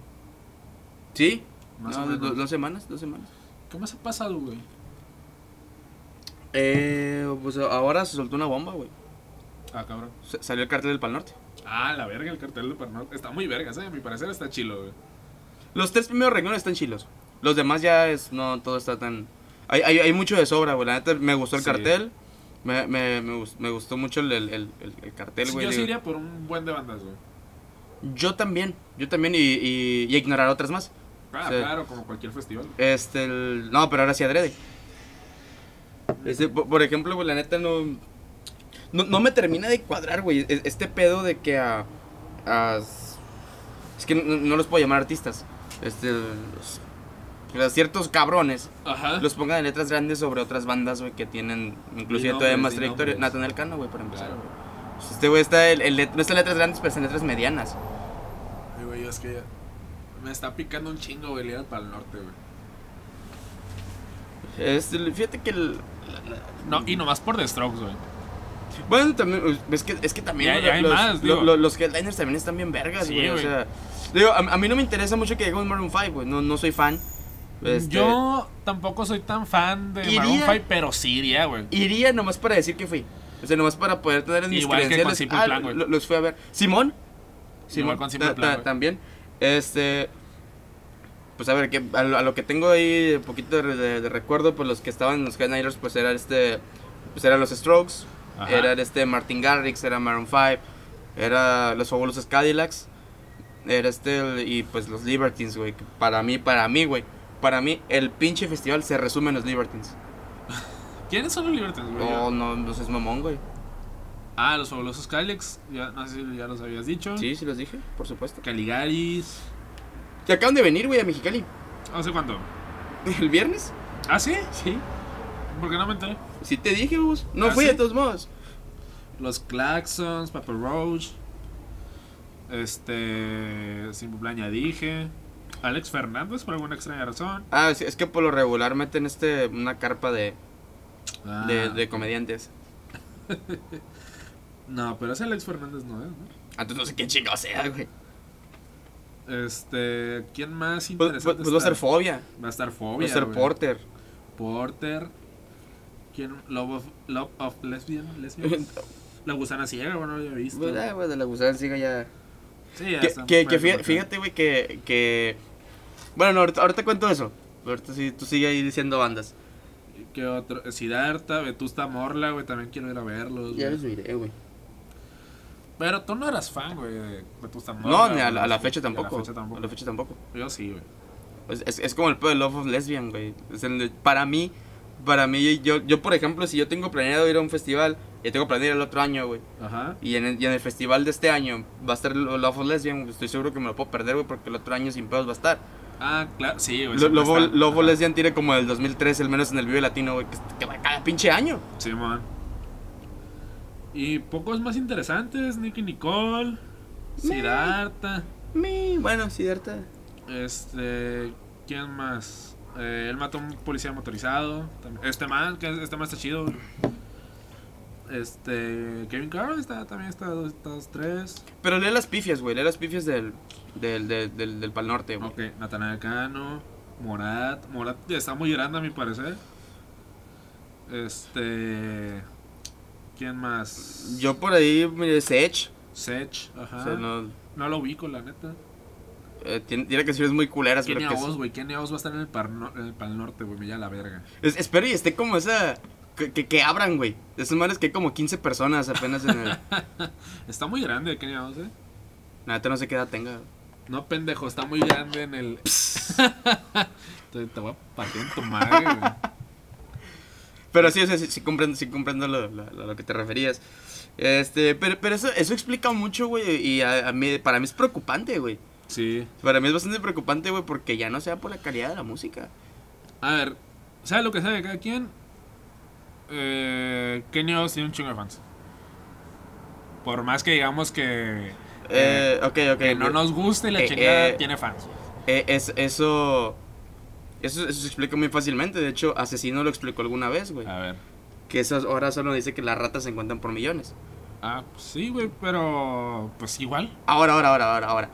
E: ¿Sí?
D: Más
E: No,
D: o
E: do-
D: menos.
E: dos semanas, dos semanas.
D: ¿Qué más ha pasado, güey?
E: Eh, pues ahora se soltó una bomba, güey.
D: Ah, cabrón.
E: Sa- Salió el cartel del Pal Norte.
D: Ah, la verga, el cartel de Parnal. Está muy vergas, eh. A mi parecer está chilo, güey.
E: Los tres primeros renglones están chilos. Los demás ya es. No, todo está tan. Hay, hay, hay mucho de sobra, güey. La neta me gustó el
D: Sí.
E: cartel. Me, me, me, gust- me gustó mucho el, el, el- el- el cartel,
D: Sí,
E: güey.
D: yo sí
E: digo.
D: iría por un buen de bandas, güey.
E: Yo también. Yo también. Y, y- y ignorar otras más.
D: Ah,
E: Sí.
D: claro, como cualquier festival.
E: Este. el- no, pero ahora sí adrede. Este, po- por, ejemplo, güey, la neta no. No, no me termina de cuadrar, güey. e- Este pedo de que a. a- es que no, no los puedo llamar artistas. Este. los- a ciertos cabrones
D: Ajá.
E: los pongan en letras grandes sobre otras bandas, güey, que tienen inclusive
D: Y
E: todavía
D: nombres,
E: más
D: y
E: trayectoria.
D: nombres.
E: Natanael Cano, güey, por empezar.
D: Claro.
E: güey. Este güey está el, el let- no está en letras grandes, pero está en letras medianas.
D: Ay, güey, es que ya. me está picando un chingo, güey, el ir para el norte, güey.
E: Este, fíjate que el. la- la-
D: No, y nomás por The Strokes, güey.
E: Bueno, también, es que, es que también
D: Ya-
E: los,
D: ya hay
E: los-
D: más,
E: lo-
D: digo.
E: lo- los headliners también están bien vergas,
D: Sí,
E: güey. O
D: güey.
E: sea, digo, a, a mí no me interesa mucho que llegue un Maroon 5, güey. No, no soy fan. Este,
D: Yo tampoco soy tan fan de
E: Iría-
D: Maroon 5, pero sí iría, güey.
E: Iría nomás para decir que fui. O sea, nomás para poder tener mis
D: Igual que con
E: credenciales. Ah,
D: Simple Plan, güey.
E: lo- los fui a ver. Simón. Simón.
D: con Simple
E: ta-
D: Plan,
E: ta-
D: güey.
E: también. Este. Pues a ver, que a, lo, a lo que tengo ahí un poquito de, de- de recuerdo, pues los que estaban en los Headliners, pues era este. Pues eran los Strokes.
D: Ajá.
E: Era este Martin Garrix, era Maroon 5. Era los fabulosos Cadillacs. Era este. el- Y pues los Libertines, güey. que Para mí, para mí, güey. Para mí, el pinche festival se resume en los Libertines.
D: ¿Quiénes son los Libertines, güey?
E: Oh, No, no, no seas mamón, güey.
D: Ah, los fabulosos Calex, ya, no sé si ya los habías dicho.
E: Sí, sí los dije, por supuesto.
D: Caligaris.
E: Que acaban de venir, güey, a Mexicali. *laughs*
D: ¿Hace cuánto?
E: ¿El viernes?
D: ¿Ah, sí?
E: Sí.
D: ¿Por qué no me enteré?
E: Sí te dije, vos. No
D: ¿Ah,
E: fui
D: sí?
E: de todos modos.
D: Los Claxons, Papa Roach. Este. Simple Plan ya dije. Alex Fernández, por alguna extraña razón.
E: Ah, sí, es que por lo regular meten este, una carpa de,
D: Ah,
E: de, de comediantes.
D: No, pero ese Alex Fernández no es, ¿no?
E: Ah, entonces no sé qué chingado sea, güey.
D: Este. ¿Quién más
E: Pues,
D: interesante?
E: pues- pues va a
D: está?
E: ser fobia.
D: Va a estar
E: Va
D: Fobia.
E: a ser
D: güey.
E: porter.
D: Porter. ¿Quién? Love of, Love of Lesbian. lesbian.
E: *laughs*
D: La gusana ciega, bueno, ya he visto.
E: Pues, ah, güey, de la gusana siga ya.
D: Sí, ya
E: Que,
D: está.
E: que- que fíjate,
D: Bueno, porque-
E: fíjate, güey, que, que. Bueno, no, ahorita, ahorita cuento eso. Ahorita sí, tú sigue ahí diciendo bandas.
D: ¿Qué otro? Sidarta, Vetusta Morla, güey, también quiero ir a verlos. güey.
E: diré, güey.
D: Pero tú no eras fan, güey, de Vetusta Morla.
E: No, ni a, la- a la
D: güey,
E: fecha
D: ni
E: tampoco.
D: A la fecha tampoco.
E: A la fecha tampoco.
D: Yo sí, güey.
E: Pues, Es, es como el pedo de Love of Lesbian, güey. Es el- para mí, para mí, yo, yo, por ejemplo, si yo tengo planeado ir a un festival, y tengo planeado ir el otro año, güey.
D: Ajá.
E: Y en, el, y en el festival de este año va a estar Lo- Love of Lesbian, güey, estoy seguro que me lo puedo perder, güey, porque el otro año sin pedos va a estar.
D: Ah, claro, sí, güey.
E: Lo-
D: siempre
E: Love,
D: está.
E: Love of
D: Ajá.
E: Lesbian tiene como el 2003, al menos en el Vive Latino, güey, que, que va cada pinche año.
D: Simón. Y pocos más interesantes, Nicky Nicole, Sidarta,
E: Mi, bueno, cierta.
D: este, ¿quién más? Eh, él mató a un policía motorizado, tam- este man, que este man está chido. Este, Kevin Carroll está, también está dos, dos, tres.
E: Pero lee las pifias, güey, lee las pifias del, del, del, del, del Pal Norte, güey.
D: Ok, Natanael Cano, Morat, Morat ya está muy grande a mi parecer. Este, ¿quién más?
E: Yo por ahí, mire, Sech,
D: Sech, ajá.
E: o sea, no,
D: No lo ubico, la neta.
E: eh, tiene, tiene canciones muy culeras, pero
D: Kenia
E: que es-
D: Oz, güey. Kenia Oz va a estar en el, par no- en el Pal Norte, güey. Me ya la verga.
E: Es- espero y esté como esa. Que, que, que abran, güey. De Esos manes que hay como 15 personas apenas en
D: *laughs*
E: el.
D: Está muy grande Kenia Oz, eh.
E: Nada, no sé qué edad tenga.
D: No, pendejo, está muy grande en el. *laughs* te, te voy a patear en tu madre, güey.
E: Pero sí, o sea, sí, sí comprendo, sí comprendo lo, lo- lo- lo que te referías. Este, pero, pero eso, eso explica mucho, güey. Y a, a mí, para mí es preocupante, güey.
D: Sí.
E: Para mí es bastante preocupante, güey, porque ya no sea por la calidad de la música.
D: A ver, ¿sabes lo que sabe cada quien? Eh, Kenia Oz tiene un chingo de fans. Por más que digamos que.
E: Eh, ok, ok.
D: que no
E: güey.
D: nos guste y la
E: eh,
D: chingada
E: eh.
D: tiene fans.
E: Eh, es, eso, eso. Eso se explica muy fácilmente. De hecho, Asesino lo explicó alguna vez, güey.
D: A ver.
E: Que esas horas solo dice que las ratas se encuentran por millones.
D: Ah, pues sí, güey, pero. Pues igual.
E: Ahora, ahora, ahora, ahora, ahora.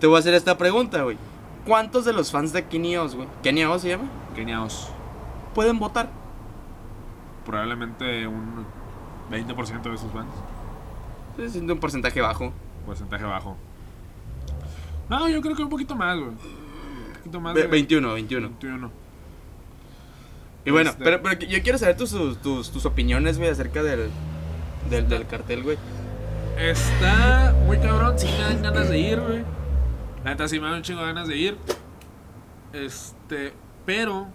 E: Te voy a hacer esta pregunta, güey. ¿Cuántos de los fans de Kenny Oz, güey? ¿Kenny Oz se llama?
D: Kenia Oz.
E: Pueden votar.
D: Probablemente un 20% de sus fans.
E: Estoy haciendo un porcentaje bajo.
D: Porcentaje bajo. No, yo creo que un poquito más, güey. Un poquito más.
E: Ve-
D: de-
E: 21, 21.
D: 21.
E: Y bueno,
D: Este-
E: pero, pero yo quiero saber tus, tus, tus opiniones, güey, acerca del, del, del cartel, güey.
D: Está muy cabrón. Sí me dan ganas de ir, güey. La neta sí me dan un chingo de ganas de ir. Este, pero.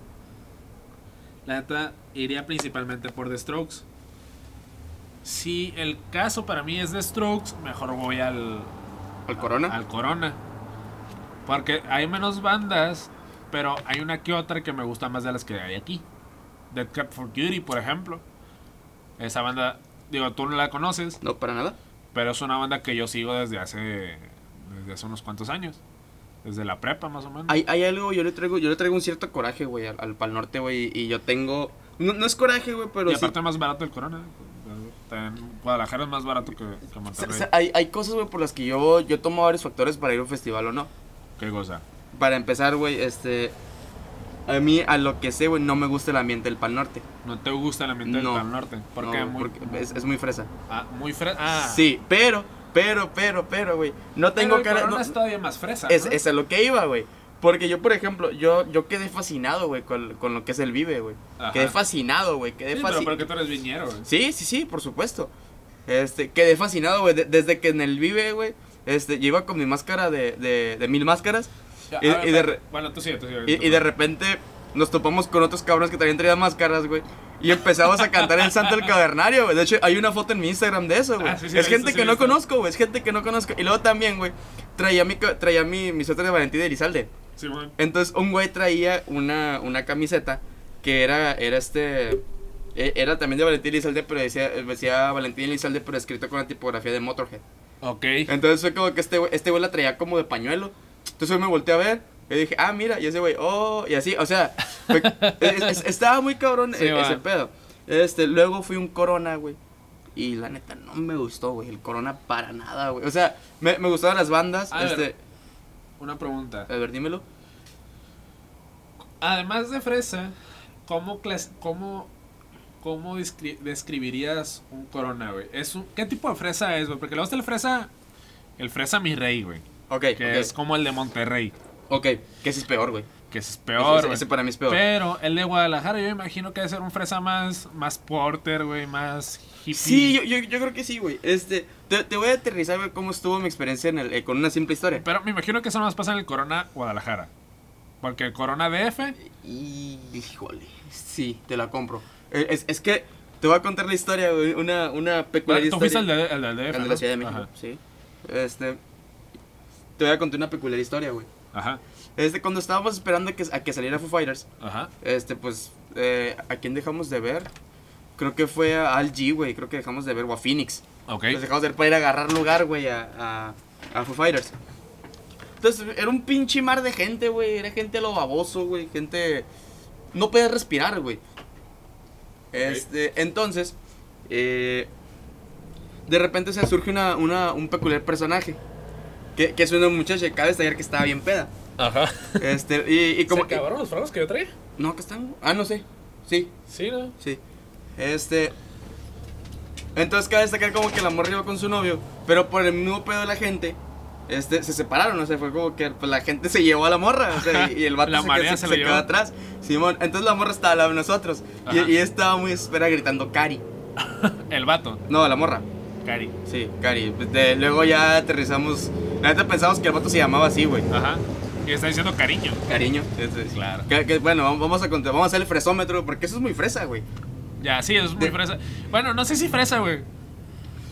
D: La neta iría principalmente por The Strokes. Si el caso para mí es The Strokes, mejor voy al,
E: ¿Al Corona?
D: Al Corona. Porque hay menos bandas, pero hay una que otra que me gusta más de las que hay aquí. Dead Cat for Cutie, por ejemplo. Esa banda, digo, tú no la conoces,
E: No, para nada.
D: pero es una banda que yo sigo desde hace, desde hace unos cuantos años. Desde la prepa, más o menos.
E: Hay, hay algo, yo le traigo, yo le traigo un cierto coraje, güey, al, al Pal Norte, güey, y yo tengo... No, no es coraje, güey, pero
D: y
E: sí-
D: aparte, más barato el corona. eh. También Guadalajara es más barato que, que
E: o sea, o
D: Monterrey.
E: sea, hay, hay cosas, güey, por las que yo, yo tomo varios factores para ir a un festival o no.
D: Qué cosa.
E: Para empezar, güey, este... A mí, a lo que sé, güey, no me gusta el ambiente del Pal Norte.
D: ¿No te gusta el ambiente
E: No.
D: del Pal Norte?
E: No,
D: Porque muy,
E: porque es, es muy fresa.
D: ah, muy fre- Ah,
E: Sí, pero, pero, pero, pero, güey. No tengo
D: Pero el
E: cara...
D: Corona
E: no-
D: es todavía más fresa.
E: Es,
D: ¿no?
E: es a lo que iba, güey. Porque yo, por ejemplo, yo, yo quedé fascinado, güey, con, con lo que es el Vive, güey.
D: Ajá.
E: Quedé fascinado, güey.
D: Sí,
E: Quedé
D: pero
E: fasci-
D: porque tú eres viñero, güey.
E: Sí, sí, sí, por supuesto. Este, quedé fascinado, güey. de- desde que en el Vive, güey, este, yo iba con mi máscara de, de, de mil máscaras.
D: Ya, a
E: Y-
D: ver,
E: y de re-
D: Bueno, tú sí, tú sí.
E: Y, y de repente nos topamos con otros cabrones que también traían máscaras, güey. Y empezamos a cantar el santo del cavernario, güey. De hecho, hay una foto en mi Instagram de eso, güey.
D: Ah, sí, sí,
E: es
D: la he
E: gente
D: visto, sí,
E: que
D: la
E: no
D: he visto.
E: conozco, güey. Es gente que no conozco. Y luego también, güey, traía mi, ca- traía mi, mi suéter de Valentín de Elizalde.
D: Sí, bueno.
E: Entonces un güey traía una, una camiseta que era, era este... e- Era también de Valentín Elizalde, pero decía, decía Valentín Elizalde, pero escrito con la tipografía de Motorhead.
D: Ok.
E: Entonces fue como que este güey, este güey la traía como de pañuelo. Entonces yo me volteé a ver y dije, ah, mira, y ese güey, oh, y así, o sea, fue- *laughs* es- es- estaba muy cabrón
D: Sí,
E: e-
D: va.
E: ese pedo. Este, luego fui un Corona, güey. Y la neta no me gustó, güey, el Corona para nada, güey. O sea, me, me gustaban las bandas,
D: A ver.
E: este,
D: Una pregunta.
E: a ver, dímelo.
D: Además de fresa, ¿cómo, clas- cómo, cómo descri- describirías un corona, güey? Es un- ¿Qué tipo de fresa es, güey? Porque luego está el fresa... El fresa mi rey, güey.
E: Ok,
D: Que
E: ok.
D: es como el de Monterrey.
E: Ok, que ese es peor, güey.
D: Que ese es peor,
E: ese,
D: güey.
E: ese para mí es peor.
D: Pero el de Guadalajara yo me imagino que debe ser un fresa más, más porter, güey, más hippie.
E: Sí, yo, yo, yo creo que sí, güey. Este, te, te voy a aterrizar, güey, cómo estuvo mi experiencia en el, eh, con una simple historia.
D: Pero me imagino que eso más pasa en el Corona Guadalajara. Porque el Corona DF...
E: Y, híjole, sí, te la compro. Eh, Es, es que te voy a contar la historia, güey, una, una peculiar
D: Bueno, tú fuiste
E: historia.
D: al de, al del
E: al
D: DF,
E: de
D: ¿no?
E: la Ciudad de México,
D: Ajá.
E: sí. Este, te voy a contar una peculiar historia, güey.
D: Ajá,
E: Este, cuando estábamos esperando que, a que saliera Foo Fighters,
D: ajá.
E: este, pues, eh, ¿a quién dejamos de ver? Creo que fue a Al G, güey, creo que dejamos de ver, o a Phoenix.
D: Ok.
E: Nos dejamos Pues de ir para ir a agarrar lugar, güey, a, a, a Foo Fighters. Entonces, era un pinche mar de gente, güey. Era gente a lo baboso, güey. Gente. No podía respirar, güey. Este, entonces, eh, de repente se surge una, una- un peculiar personaje. Que, que es una muchacha, cabe destacar que estaba bien peda. *laughs*
D: Ajá.
E: Este, y, y como.
D: los frangos que yo traía?
E: No, que están. Ah, no sé. Sí,
D: Sí, ¿no?
E: Sí. Este. Entonces cabe destacar como que la morra iba con su novio, pero por el mismo pedo de la gente, este, se separaron, o sea, fue como que pues, la gente se llevó a la morra, o sea,
D: *laughs*
E: y y el vato
D: La
E: se,
D: marea
E: quedó-
D: se
E: se,
D: la
E: quedó
D: llevó.
E: atrás. Simón, entonces la morra estaba al lado de nosotros, y,
D: Ajá.
E: y estaba muy espera gritando Cari.
D: El vato,
E: No, la morra,
D: Cari.
E: sí, Cari. De- luego ya aterrizamos, la neta pensamos que el vato se llamaba así, güey.
D: Ajá. Y está diciendo cariño.
E: Cariño, este,
D: Ah. Claro.
E: que- que, bueno, vamos a, cont- vamos a hacer el fresómetro, porque eso es muy fresa, güey.
D: Ya, sí, es muy
E: De-
D: fresa. Bueno, no sé si fresa, güey.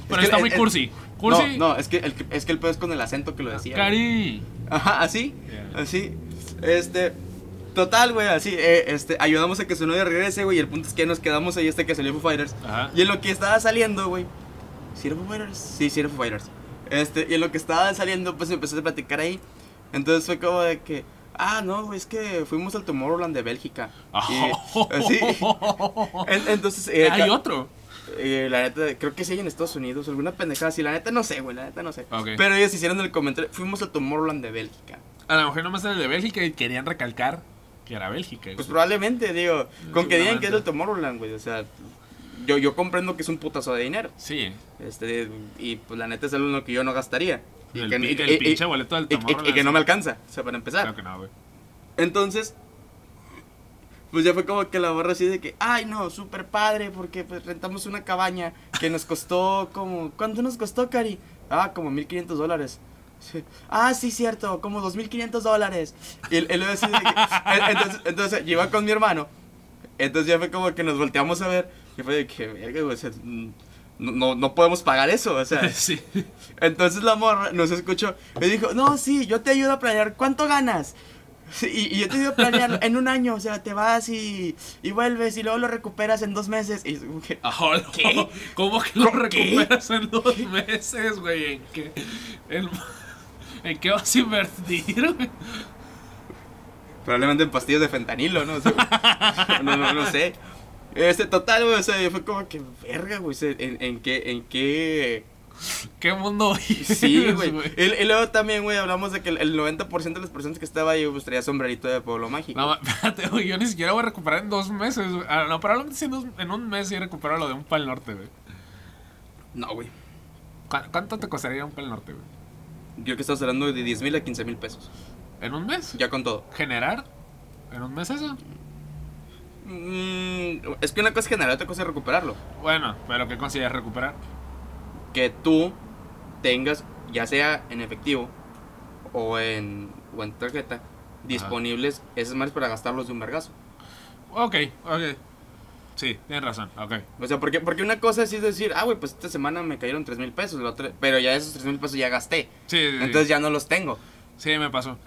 D: Pero
E: que
D: está
E: el-
D: muy
E: el-
D: cursi. Cursi.
E: No, no, es que el, es que el pedo es con el acento que lo decía. güey.
D: Cari.
E: Ajá, así,
D: Yeah.
E: así. Este, total, güey, así, eh, este, ayudamos a que su novia regrese, güey, y el punto es que nos quedamos ahí hasta que salió Foo Fighters.
D: Ajá.
E: Y en lo que estaba saliendo, güey, ¿sí era Foo Fighters? Sí, sí era Foo Fighters. Este, y en lo que estaba saliendo, pues empezó a platicar ahí. Entonces fue como de que, ah, no, güey, es que fuimos al Tomorrowland de Bélgica.
D: *laughs*
E: Y, así, en- entonces... eh,
D: Ah. Hay
E: ca-
D: otro.
E: eh, la neta, creo que sí en Estados Unidos, alguna pendejada así, la neta no sé, güey, la neta no sé.
D: Ok.
E: Pero ellos hicieron el comentario, fuimos al Tomorrowland de Bélgica.
D: A lo mejor nomás era el de Bélgica y querían recalcar que era Bélgica.
E: Pues probablemente, digo, con que digan que es el
D: Mm, Seguramente.
E: Tomorrowland, güey, o sea, yo, yo comprendo que es un putazo de dinero.
D: Sí.
E: Este, y pues la neta es algo en lo que yo no gastaría. Y
D: El,
E: que-
D: pi-
E: y-
D: el
E: y-
D: pinche
E: y-
D: boleto del
E: y- y-
D: Tomorrowland.
E: y que no me alcanza, o sea, para empezar.
D: Claro que no, güey. *laughs*
E: Entonces, pues ya fue como que la barra así de que, ay no, súper padre, porque pues rentamos una cabaña que nos costó como, ¿cuánto nos costó, Cari? Ah, como 1500 dólares. Sí. Ah, sí, cierto, como 2500 dólares. Y él, él así de que- en- entonces, entonces, yo iba con mi hermano, entonces ya fue como que nos volteamos a ver, y fue de que, verga, güey, o sea, mm, no, no, no podemos pagar eso, o sea.
D: Sí.
E: Entonces la morra nos escuchó y dijo, no, sí, yo te ayudo a planear cuánto ganas. Sí, Y, y yo te ayudo a planearlo en un año, o sea, te vas y, y vuelves y luego lo recuperas en dos meses. Y es como que,
D: Ahora,
E: ¿Qué?
D: ¿Cómo que lo
E: ¿Qué?
D: recuperas en *laughs* dos meses, güey? ¿En qué? El- ¿En qué vas a invertir, güey?
E: Probablemente en pastillas de fentanilo, ¿no? O sea, *laughs* no, no, no sé. Este, total, güey, o sea, fue como que, verga, güey, o sea, ¿en, en qué, en *laughs* qué...
D: ¿Qué mundo vives,
E: Sí, güey. Y, y luego también, güey, hablamos de que el, el 90% de las personas que estaba ahí, pues, traía sombrerito de pueblo mágico.
D: No, ma- *laughs* espérate, güey, yo ni siquiera voy a recuperar en dos meses, güey. Ah, No, probablemente sí en, dos- en un mes sí recupero lo de un pal norte, güey.
E: No, güey.
D: ¿Cu- ¿Cuánto te costaría un pal norte, güey?
E: Yo que estaba hablando de 10 mil a 15 mil pesos.
D: ¿En un mes?
E: Ya con todo.
D: ¿Generar? ¿En un mes eso?
E: Mm, es que una cosa es generar, otra cosa es recuperarlo.
D: Bueno, pero ¿qué consideras recuperar?
E: Que tú tengas, ya sea en efectivo o en, o en tarjeta, disponibles esas madres para gastarlos de un vergazo.
D: Ok, ok. Sí, tienes razón, ok.
E: O sea, porque, porque una cosa sí es decir, ah, güey, pues esta semana me cayeron 3 mil pesos, la otra- pero ya esos 3 mil pesos ya gasté.
D: Sí, sí, sí.
E: Entonces ya no los tengo.
D: Sí, me pasó.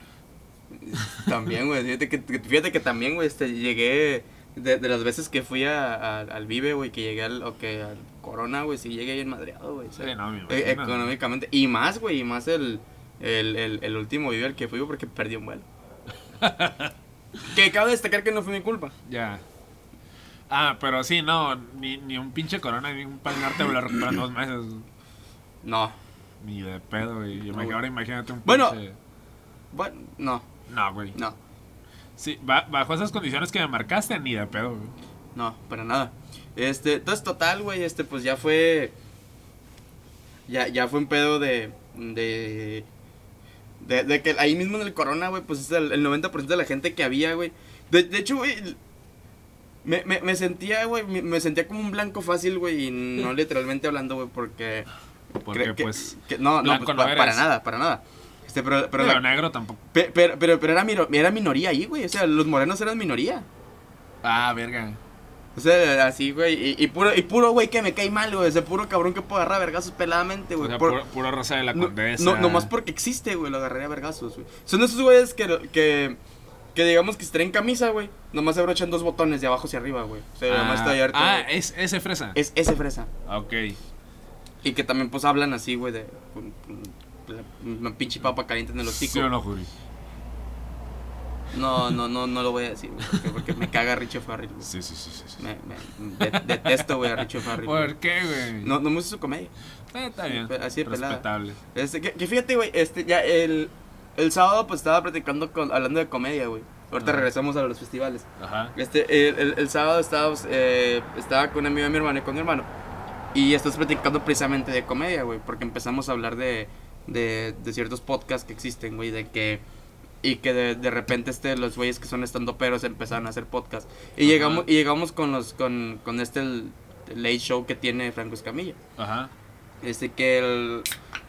E: También, güey. Fíjate que, que- fíjate que también, güey, este, llegué. De, de las veces que fui a, a- al Vive, güey, que llegué al, o que al Corona, güey, sí llegué bien madreado, güey. o sea,
D: Sí, no, me
E: e-
D: imagino.
E: económicamente. Y más, güey, y más el, el, el, el último Vive al que fui, güey, porque perdí un
D: *laughs*
E: vuelo. que cabe destacar que no fue mi culpa.
D: Ya. Ah, pero sí, no, ni, ni un pinche corona ni un pal norte me lo recuperan en dos meses.
E: No.
D: Ni de pedo, güey. Yo
E: No,
D: me
E: güey.
D: ahora imagínate un
E: Bueno.
D: pinche-
E: Bueno, no,
D: No, güey.
E: no,
D: Sí, ba- bajo esas condiciones que me marcaste, ni de pedo, güey.
E: no, para nada. Este, entonces, total, güey, este, pues ya fue. Ya, ya fue un pedo de. de De, de que ahí mismo en el corona, güey, pues es el, el 90% de la gente que había, güey. De, de hecho, güey, l- me, me, me sentía, güey, me, me sentía como un blanco fácil, güey, y
D: *laughs*
E: no literalmente hablando, güey, porque...
D: Porque,
E: cre- que-
D: pues,
E: que- no, no,
D: blanco
E: pues,
D: no
E: pa-
D: eres.
E: para nada, para nada. Este, pero, pero,
D: pero
E: la-
D: negro tampoco.
E: pe- pero, pero, pero era, miro- era minoría ahí, güey, o sea, los morenos eran minoría.
D: Ah, verga.
E: O sea, así, güey, y, y puro, y puro, güey, que me cae mal, güey, ese puro cabrón que puedo agarrar a vergazos peladamente,
D: O
E: güey.
D: sea,
E: por-
D: puro, puro rosa de la
E: no,
D: condesa.
E: no, nomás porque existe, güey, lo agarraría a vergazos, güey. Son esos güeyes que, que, que digamos que traen camisa, güey. Nomás se abrochan dos botones de abajo hacia arriba, güey. O sea, nomás está
D: Ah,
E: abierto.
D: ah,
E: güey.
D: es ese fresa.
E: es ese fresa.
D: Ok.
E: Y que también, pues, hablan así, güey, de con- con la- una pinche papa caliente en el hocico.
D: Sí o no, Juri.
E: no, no, no, no lo voy a decir, güey, porque, porque me caga Richo Farrell,
D: *laughs*
E: güey.
D: Sí, sí, sí, sí. sí.
E: Me, me- de- detesto, güey, a Richo Farrell. güey.
D: ¿Por qué, güey?
E: No, no me gusta su comedia.
D: Eh, está bien.
E: Pe- así de pelada.
D: Respetable.
E: Este, que, que fíjate, güey, este, ya el, el sábado pues estaba platicando con, hablando de comedia, güey. Ahorita
D: Ajá.
E: regresamos a los festivales.
D: Ajá.
E: Este, el, el- el sábado estábamos, eh, estaba con un amigo de mi hermano y con mi hermano. Y estás platicando precisamente de comedia, güey, porque empezamos a hablar de, de, de ciertos podcasts que existen, güey, de que... Y que de, de repente este, los güeyes que son estando peros empezaron a hacer podcast. Y
D: Ajá.
E: llegamos, y llegamos con los, con, con este el, el late show que tiene Franco Escamilla.
D: Ajá.
E: Este que el...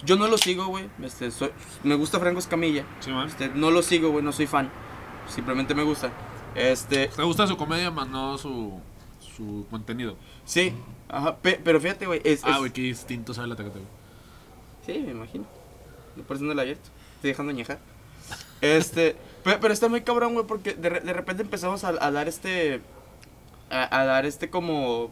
E: Yo no lo sigo, güey. Este, soy- me gusta Franco Escamilla.
D: Sí, man.
E: Este, no lo sigo, güey, no soy fan. Simplemente me gusta. Este,
D: Te gusta su comedia, más no su, su contenido.
E: sí. Ajá, pe- pero fíjate, güey, es,
D: Ah,
E: es-
D: güey, qué distinto sabe la tecate, güey.
E: Sí, me imagino. No por eso no lo he abierto. Estoy dejando añejar. Este, pe- pero está muy cabrón, güey, porque de, re- de repente empezamos a, a dar este a, a dar este como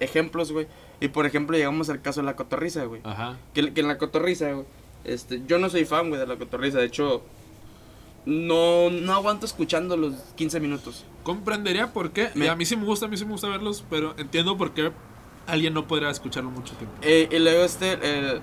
E: ejemplos, güey. Y por ejemplo, llegamos al caso de la cotorriza, güey.
D: Ajá.
E: Que, que en la cotorriza, güey. Este, yo no soy fan, güey, de la cotorriza. De hecho, no, no aguanto escuchando los 15 minutos.
D: Comprendería por qué.
E: Me-
D: y a mí sí me gusta, a mí sí me gusta verlos, pero entiendo por qué alguien no podrá escucharlo mucho tiempo.
E: Eh, y luego este, el-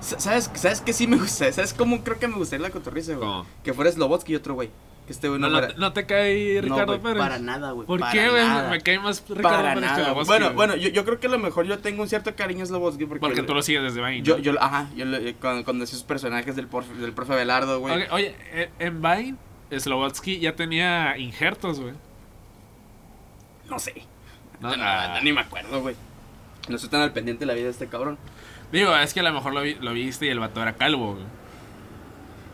E: sa- ¿sabes, ¿sabes qué sí me gusta? *laughs* ¿Sabes cómo creo que me gustaría la cotorriza, güey?
D: ¿Cómo?
E: Que fuera Slobotsky y otro güey. Que este güey
D: No,
E: no,
D: no,
E: fuera-
D: te- no te cae
E: No,
D: Ricardo
E: güey,
D: Pérez.
E: Para nada, güey.
D: ¿Por
E: para
D: qué, güey?
E: nada.
D: Me cae más Ricardo
E: Para
D: Pérez
E: nada.
D: que
E: güey.
D: Lebowski,
E: Bueno,
D: güey.
E: bueno, yo, yo creo que a lo mejor yo tengo un cierto cariño a Slobotsky porque...
D: Porque tú lo sigues desde Vine.
E: Yo,
D: ¿no?
E: yo, ajá, yo lo- eh, cuando, cuando hacía sus personajes del, porf- del profe Velardo, güey.
D: Ok, oye, eh, en Vine, Slobotsky ya tenía injertos, güey.
E: No sé.
D: No,
E: No,
D: ah.
E: no, ni me acuerdo, güey. No estoy tan al pendiente de la vida de este cabrón.
D: Digo, es que a lo mejor lo, vi- lo viste y el vato era calvo, güey.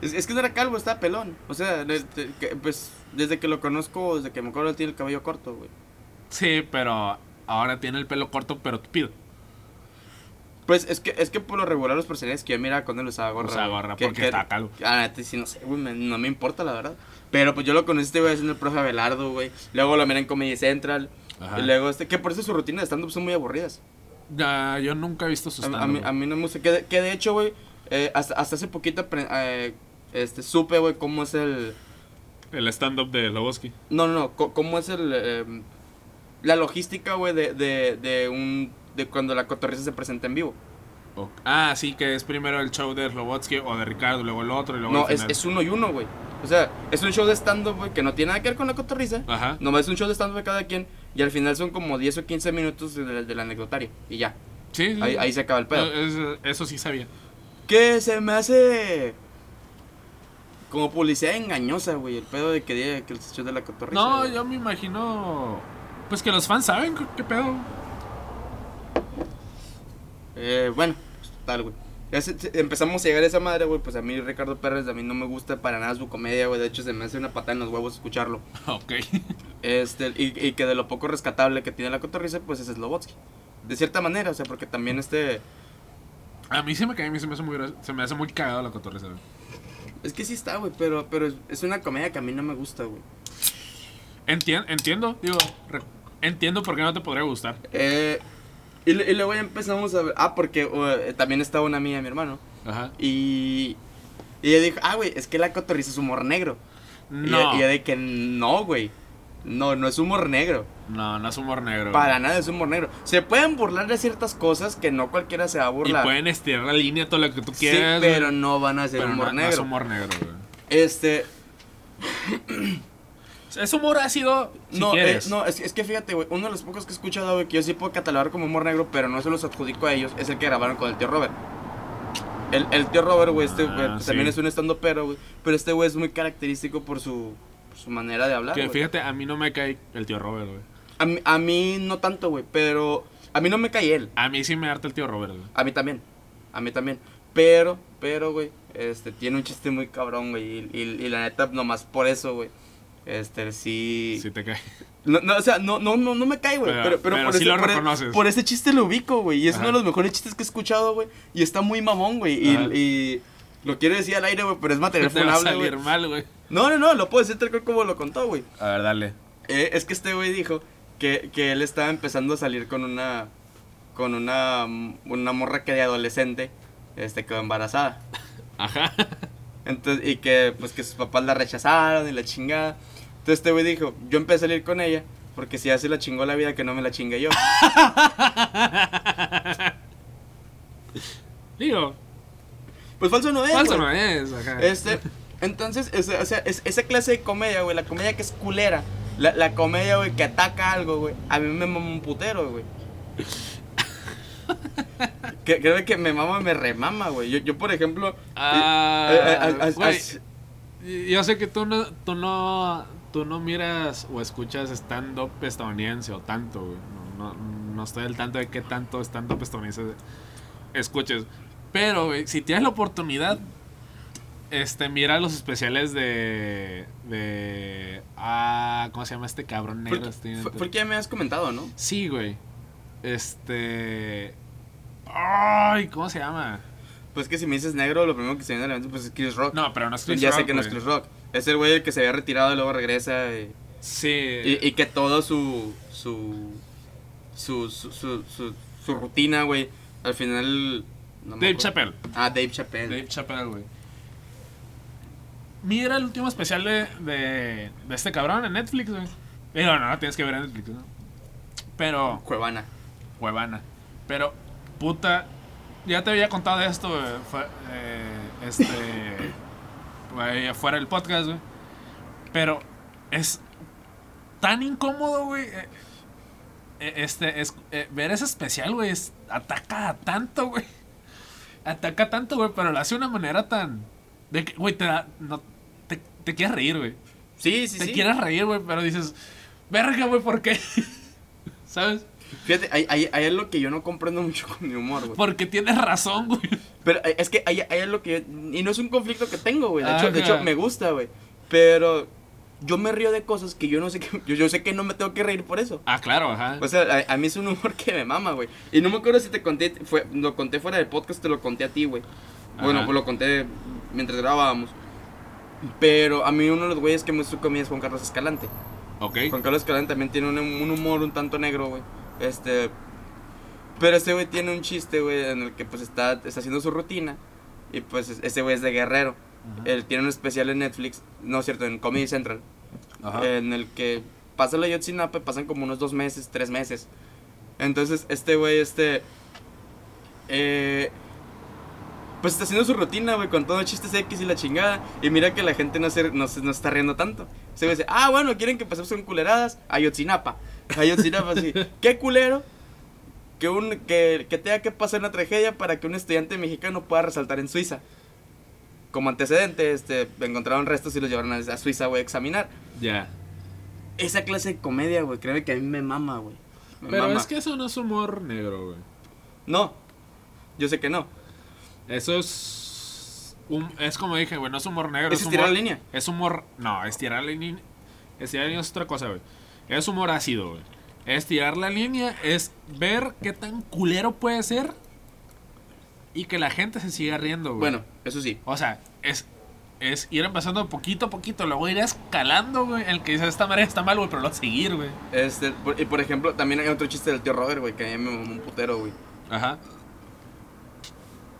E: Es, es que no era calvo, estaba pelón. O sea, de- de- que, pues desde que lo conozco, desde que me acuerdo, él tiene el cabello corto, güey.
D: Sí, pero ahora tiene el pelo corto, pero tupido.
E: Pues es que, es que por lo regular los personajes que yo miraba con él usaba gorra.
D: Usaba
E: güey.
D: gorra
E: Que-
D: porque
E: que-
D: estaba calvo.
E: Ah, la neta, sí, no sé, güey, me- no me importa la verdad. Pero pues yo lo conocí, este güey, haciendo el profe Abelardo, güey. Luego lo miré en Comedy Central.
D: Ajá.
E: Y luego este, que por eso sus rutinas de stand-up son muy aburridas.
D: Ya, yo nunca he visto su
E: A, a
D: stand
E: mí, a mí no me gusta. Que, de- que de hecho, güey, eh, hasta, hasta hace poquito apre- eh, este, supe, güey, cómo es el...
D: El stand-up de Loboski.
E: No, no, no, co- cómo es el... eh, la logística, güey, de, de, de un... De cuando la cotorriza se presenta en vivo.
D: Ah, sí, que es primero el show de Lobotsky o de Ricardo, luego el otro y luego
E: No,
D: el
E: es,
D: final.
E: es uno y uno, güey. O sea, es un show de stand-up, güey, que no tiene nada que ver con la cotorriza.
D: Ajá.
E: Nomás es un show de stand-up de cada quien. Y al final son como 10 o 15 minutos de- del anecdotario. Y ya.
D: Sí, sí,
E: Ahí,
D: sí.
E: ahí se acaba el pedo.
D: Eh, es- eso sí sabía.
E: Que se me hace. Como publicidad engañosa, güey. El pedo de que diga que el show de la cotorriza.
D: No,
E: güey.
D: yo me imagino. Pues que los fans saben qué-
E: *laughs*
D: qué pedo.
E: Eh, bueno, pues, tal, güey. Ya se- se- empezamos a llegar a esa madre, güey. Pues a mí, Ricardo Pérez, a mí no me gusta para nada su comedia, güey. De hecho, se me hace una patada en los huevos escucharlo.
D: Ok.
E: Este, y, y que de lo poco rescatable que tiene la cotorriza, pues es Slobotsky. De cierta manera, o sea, porque también este.
D: A mí se me cae, a mí se me hace muy, gra- se me hace muy cagado la cotorreza. güey.
E: Es que sí está, güey, pero, pero es, es una comedia que a mí no me gusta, güey.
D: Entien- entiendo, digo, re- entiendo por qué no te podría gustar.
E: Eh, y, le- y luego ya empezamos a ver. Ah, porque eh, también estaba una amiga de mi hermano.
D: Ajá.
E: Y. Y ella dijo, ah, güey, es que la cotorriza es humor negro. Y
D: No,
E: ella- Y ella de que no, güey. No, no es humor negro.
D: no, no es humor negro.
E: Para
D: güey.
E: nada es humor negro. Se pueden burlar de ciertas cosas que no cualquiera se va a
D: Y
E: burlar.
D: pueden estirar la línea todo lo que tú
E: sí,
D: quieras. güey,
E: pero no van a ser
D: pero no-
E: humor
D: no
E: negro.
D: es humor negro, güey.
E: Este,
D: Es humor ácido, si
E: no, eh,
D: quieres.
E: no, es, es que fíjate, güey, uno de los pocos que he escuchado, güey, que yo sí puedo catalogar como humor negro, pero no se los adjudico a ellos, es el que grabaron con el tío Robert. El, el tío Robert, güey, este,
D: Ah,
E: güey,
D: sí.
E: también es un estando pero, güey, pero este güey es muy característico por su, por su manera de hablar,
D: que
E: güey.
D: fíjate, a mí no me cae el tío Robert, güey.
E: A, mí- a mí no tanto, güey, pero a mí no me cae él,
D: A mí sí me harta el tío Robert, güey.
E: a mí también, a mí también, pero, pero, güey, este, tiene un chiste muy cabrón, güey, y, y- y la neta, nomás por eso, güey, este, sí...
D: Si te cae. *laughs*
E: No, no, o sea, no, no, no, no me cae, güey.
D: Pero-
E: Pero, pero,
D: pero
E: por,
D: sí
E: ese,
D: lo
E: por, e-
D: reconoces.
E: por ese chiste lo ubico, güey. Y es
D: Ajá.
E: uno de los mejores chistes que he escuchado, güey. Y está muy mamón, güey. Y,
D: Ajá.
E: y lo quiero decir al aire, güey, pero
D: *laughs*
E: es material
D: Te va a
E: funable,
D: salir
E: güey.
D: mal, güey.
E: No, no, no, lo puedo decir tal cual como lo contó, güey.
D: A ver, dale.
E: Eh, es que este güey dijo que, que él estaba empezando a salir con una. con una. mm, una morra que de adolescente este, quedó embarazada.
D: Ajá. *laughs*
E: Entonces, y que pues que sus papás la rechazaron y la chingada. Entonces este güey dijo, yo empecé a salir con ella porque si así la chingó la vida que no me la chingue yo.
D: Digo,
E: Pues falso no es.
D: falso
E: güey.
D: no es. Ajá.
E: Este, entonces, ese- o sea, es- esa clase de comedia, güey, la comedia que es culera, la, la comedia, güey, que ataca algo, güey, a mí me mama un putero,
D: *laughs*
E: güey. Que, creo que me mama, me remama, güey. Yo, yo, por ejemplo...
D: Ah,
E: eh, eh, as- as-
D: güey.
E: as-
D: Yo sé que tú no, tú no, tú no miras o escuchas stand-up estadounidense o tanto, güey. No, no, no estoy al tanto de qué tanto stand-up estadounidense escuches. Pero, güey, si tienes la oportunidad, este, mira los especiales de, de, ah, ¿cómo se llama este cabrón negro?
E: porque,
D: Este-
E: fue- porque ya me has comentado, ¿no?
D: Sí, güey. Este, ay, ¿cómo se llama?
E: Pues que si me dices negro, lo primero que se viene a la mente pues es Chris Rock.
D: No, pero no es Chris
E: ya sé
D: Rock,
E: que no es
D: güey.
E: Chris Rock. Es el güey que se había retirado y luego regresa. Y,
D: Sí.
E: y- y que todo su. su. su. su, su, su- su rutina, güey. Al final. no me
D: Dave
E: acuerdo.
D: Chappelle.
E: Ah, Dave Chappelle.
D: Dave Chappelle, güey. Mira el último especial de, de, de este cabrón en Netflix, güey. Pero no, no tienes que ver en Netflix, ¿no? Pero,
E: Cuevana.
D: huevana. Pero, puta. Ya te había contado de esto, güey. Fue, eh, este. *coughs* güey, afuera del podcast, güey. Pero es tan incómodo, güey. eh, eh, Este, es, eh, ver ese especial, güey, es- ataca tanto, güey. Ataca tanto, güey, pero lo hace de una manera tan. De que, güey, te da. No, te, te quieres reír, güey.
E: Sí, sí,
D: te
E: sí.
D: quieres reír, güey, pero dices, verga, güey, ¿por qué? *laughs* ¿Sabes?
E: Fíjate, ahí, ahí, ahí es lo que yo no comprendo *laughs* mucho con mi humor, güey.
D: Porque tienes razón, güey.
E: Pero eh, es que ahí, ahí es lo que. yo- y no es un conflicto que tengo, güey. De, hecho, de
D: Ajá.
E: hecho, me gusta, güey. Pero. Yo me río de cosas que yo no sé que. *laughs* Yo, yo sé que no me tengo que reír por eso.
D: Ah, claro, ajá.
E: O sea, a, a mí es un humor que me mama, güey. Y no me acuerdo si te conté, fue, lo conté fuera del podcast, te lo conté a ti, güey. Bueno,
D: Ajá.
E: pues lo conté mientras grabábamos. Pero a mí uno de los güeyes que me su comida es Juan Carlos Escalante.
D: ok.
E: Juan Carlos Escalante también tiene un, un humor un tanto negro, güey. Este. Pero este güey tiene un chiste, güey, en el que pues está, está haciendo su rutina. Y pues es- ese güey es de Guerrero.
D: Ajá.
E: Él tiene un especial en Netflix, no es cierto, en Comedy Central,
F: Ajá.
E: en el que pasa la Yotzinapa, pasan como unos dos meses, tres meses. Entonces, este güey, este. eh, pues está haciendo su rutina, güey, con todo chistes X y la chingada. Y mira que la gente no se, no se- no está riendo tanto. Se dice, ah, bueno, quieren que pasemos con culeradas. Ayotzinapa. Ayotzinapa, sí. Qué culero que, un, que, que tenga que pasar una tragedia para que un estudiante mexicano pueda resaltar en Suiza. Como antecedente, este, encontraron restos y los llevaron a, a Suiza, güey, a examinar.
D: Ya.
E: Esa clase de comedia, güey, créeme que a mí me mama, güey. Me
D: Pero
E: mama.
D: es que eso no es humor negro, güey.
E: No, yo sé que no.
D: Eso es. un- es como dije, güey, no es humor negro.
E: Es
D: humor,
E: estirar la línea.
D: Es humor. No, estirar la línea. Estirar la línea es otra cosa, güey. Es humor ácido, güey. Estirar la línea es ver qué tan culero puede ser y que la gente se siga riendo, güey.
E: Bueno, eso sí.
D: O sea, es, es ir empezando poquito a poquito, luego ir escalando, güey. El que dice, esta madre está mal, güey, pero lo vas a seguir, güey.
E: Este, por- y por ejemplo, también hay otro chiste del tío Robert, güey, que a mí me mamó un putero, güey.
D: Ajá.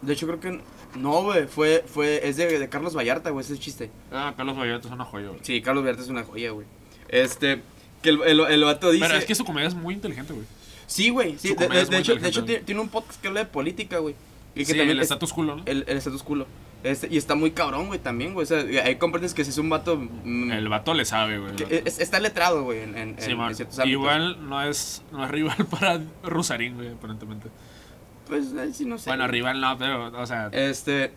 E: De hecho, creo que. No, güey, fue, fue, es de, de Carlos Vallarta, güey, ese chiste.
D: Ah, Carlos Vallarta es una joya, güey.
E: Sí, Carlos Vallarta es una joya, güey. Este, que el, el, el vato dice.
D: Pero es que su comedia es muy inteligente, güey.
E: Sí, güey, sí.
D: su
E: De,
D: comedia
E: de-
D: es muy
E: de hecho, de hecho,
D: inteligente.
E: ti- tiene un podcast que habla de política, güey. Y que
D: Sí,
E: también
D: el
E: es- eh,
D: status culo, ¿no?
E: el, el status culo. Este, y está muy cabrón, güey, también, güey. O sea, ahí comprendes que si es un vato. mm,
D: El vato le sabe, güey.
E: que es- está letrado, güey, en, en-
D: Sí,
E: en-
D: man.
E: en ciertos ámbitos.
D: Igual no es, no es rival *laughs* para Rusarín, güey, aparentemente.
E: Pues, ahí sí, no sé.
D: Bueno,
E: güey.
D: rival no, pero, o sea,
E: Este.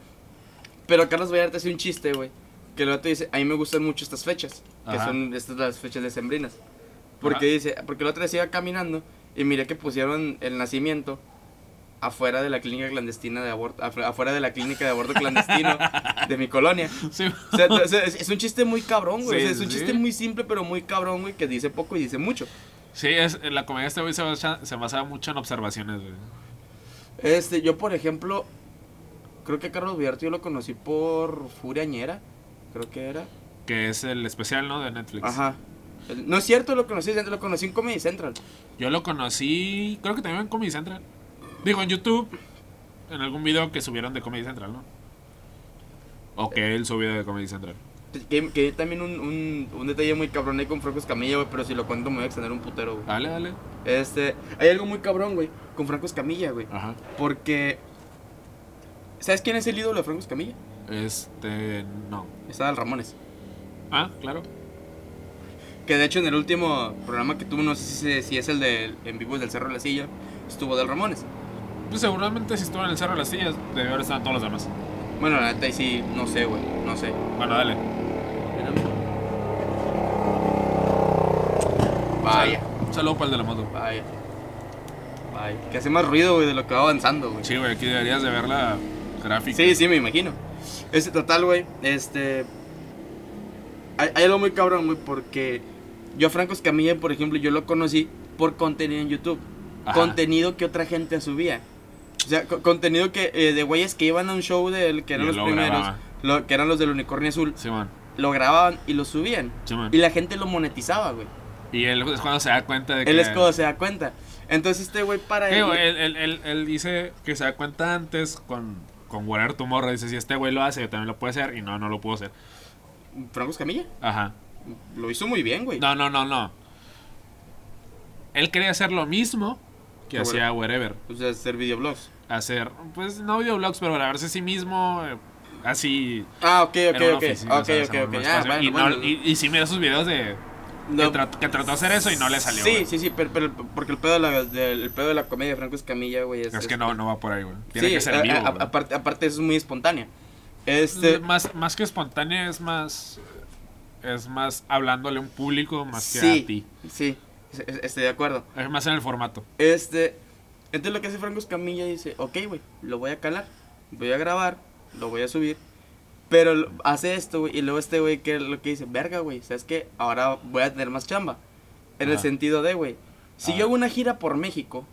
E: Pero Carlos Vallarta hace un chiste, güey. Que el vato dice: A mí me gustan mucho estas fechas. Que
D: Ajá.
E: son estas las fechas decembrinas. Porque
D: Ajá.
E: dice: Porque el otro día iba caminando y miré que pusieron el nacimiento afuera de la clínica clandestina de aborto. afu- Afuera de la clínica de aborto
D: *laughs*
E: clandestino de mi colonia.
D: sí,
E: O
D: *laughs*
E: sea, o sea, es, es un chiste muy cabrón, güey.
D: Sí,
E: O sea, es un
D: sí.
E: chiste muy simple, pero muy cabrón, güey. Que dice poco y dice mucho.
D: sí, es, la comedia de este güey se basa, se basa mucho en observaciones, güey.
E: Este, yo, por ejemplo, creo que a Carlos Vallarta yo lo conocí por Furiañera. Creo que era.
D: Que es el especial, ¿no? De Netflix.
E: Ajá. No es cierto, lo conocí, lo conocí en Comedy Central.
D: Yo lo conocí, creo que también en Comedy Central. Digo, en YouTube, en algún video que subieron de Comedy Central, ¿no? O que él subió de Comedy Central.
E: Que, que hay también un, un, un detalle muy cabrón ahí con Franco Escamilla, güey, pero si lo cuento me voy a extender un putero, güey.
D: Dale, dale.
E: Este, hay algo muy cabrón, güey, con Franco Escamilla, güey.
D: Ajá.
E: Porque, ¿sabes quién es el ídolo de Franco Escamilla?
D: Este, no.
E: Es Adal Ramones.
D: Ah, claro.
E: Que de hecho en el último programa que tuvo, no sé si, se- si es el de En Vivo del Cerro de la Silla, estuvo Adal Ramones.
D: Pues seguramente si estuvo en el Cerro de las Sillas, debió haber estado en todos los demás.
E: Bueno, la neta ahí sí, no sé, güey, no sé.
D: Bueno, dale.
E: Vaya,
D: Un saludo para el de la moto.
E: vaya. Vaya. Que hace más ruido, güey, de lo que va avanzando, güey.
D: Sí, güey, aquí deberías de ver la gráfica.
E: Sí, sí, me imagino. Este, total, güey, este... Hay, hay algo muy cabrón, güey, porque yo a Franco Escamilla, por ejemplo, yo lo conocí por contenido en YouTube.
D: Ajá.
E: Contenido que otra gente subía. O sea, co- contenido que eh, de güeyes que iban a un show de él, que eran
D: Y
E: los
D: lo
E: primeros,
D: grababa.
E: lo- que eran los del Unicornio Azul,
D: Simón,
E: lo grababan y lo subían.
D: Simón.
E: Y la gente lo monetizaba, güey.
D: Y él es cuando se da cuenta de que.
E: Él es cuando se da cuenta. Entonces este güey para
D: Sí,
E: él...
D: güey, él, él- él- él dice que se da cuenta antes con, con Warrior Tomorrow. Dice: Si este güey lo hace, yo también lo puedo hacer. Y no, no lo puedo hacer.
E: Franco Escamilla
D: Ajá.
E: lo hizo muy bien, güey.
D: No, no, no, no. Él quería hacer lo mismo que
E: Qué
D: hacía Wherever.
E: O sea, hacer videoblogs.
D: Hacer, pues no videoblogs, pero grabarse a sí mismo. eh, Así.
E: Ah, ok, ok,
D: en una
E: ok.
D: oficina,
E: ok,
D: ¿sabes?
E: ok,
D: En
E: ok.
D: un
E: Ah,
D: espacio.
E: bueno,
D: y, no-
E: bueno.
D: y- y sí mira sus videos de.
E: No.
D: Que, trat- que trató de hacer eso y no le salió.
E: Sí,
D: güey.
E: sí, sí, pero, pero- porque el pedo de la, del- el pedo de la comedia de Franco Escamilla, güey, es...
D: Es que no, no va por ahí, güey. Tiene
E: sí,
D: que ser
E: a-
D: en vivo.
E: a-
D: güey.
E: aparte, aparte es muy espontánea. Este...
D: Es más, más que espontánea, es más. Es más hablándole a un público más que
E: sí,
D: a ti.
E: sí, es- es- estoy de acuerdo.
D: Es más en el formato.
E: Este... Entonces lo que hace Franco Escamilla dice, ok, güey, lo voy a calar, voy a grabar, lo voy a subir. Pero lo- hace esto, güey, y luego este güey que lo que dice, verga, güey, ¿sabes qué? Ahora voy a tener más chamba. En el
D: Ajá.
E: sentido de, güey, si
D: Ah.
E: yo hago una gira por México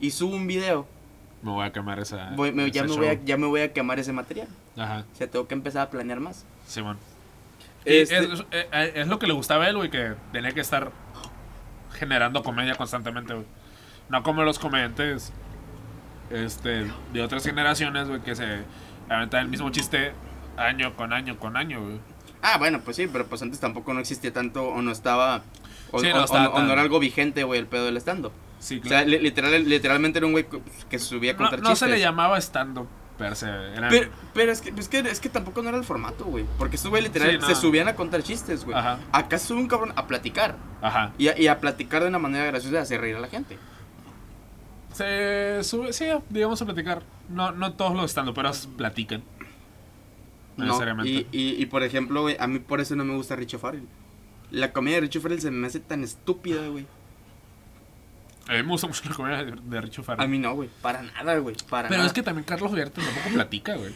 E: y subo un video,
D: Me voy a quemar esa.
E: voy- me- ya,
D: Ah, ese
E: me voy a,
D: show.
E: ya me voy a quemar ese material.
D: Ajá,
E: O sea, tengo que empezar a planear más.
D: Simón. Y
E: Este,
D: es, eh, eh, es lo que le gustaba a él, güey, que tenía que estar generando comedia constantemente, güey. No como los comediantes este, de otras generaciones, güey, que se aventar el mismo chiste año con año con año, güey.
E: Ah, bueno, pues sí, pero pues antes tampoco no existía tanto o no estaba. O,
D: Sí, no
E: o- o-
D: estaba
E: o
D: tan-
E: no era algo vigente, güey, el pedo del stand-up.
D: Sí,
E: O sea,
D: claro.
E: li- literal, literalmente era un güey que subía a
D: No,
E: contar
D: no se
E: chistes.
D: le llamaba estando per se. Era,
E: Pero, pero es, que, es, que, es que tampoco no era el formato, güey. Porque estos güey literal
D: Sí, no.
E: se subían a contar chistes, güey.
D: Ajá.
E: Acá sube un cabrón a platicar.
D: Ajá.
E: Y a, y a platicar de una manera graciosa de hacer reír a la gente.
D: Se sube, sí, digamos a platicar. No, no todos los estando, pero platican. No
E: No,
D: necesariamente.
E: y, y, y por ejemplo, güey, a mí por eso no me gusta Richo Farrell. La comedia de Richo Farrell se me hace tan
D: Ah,
E: estúpida, güey.
D: A mí me gusta mucho la comedia de, de Richo Farrell.
E: A mí no, güey. Para nada, güey. Para
D: Pero
E: nada.
D: es que también Carlos Berto tampoco platica, güey.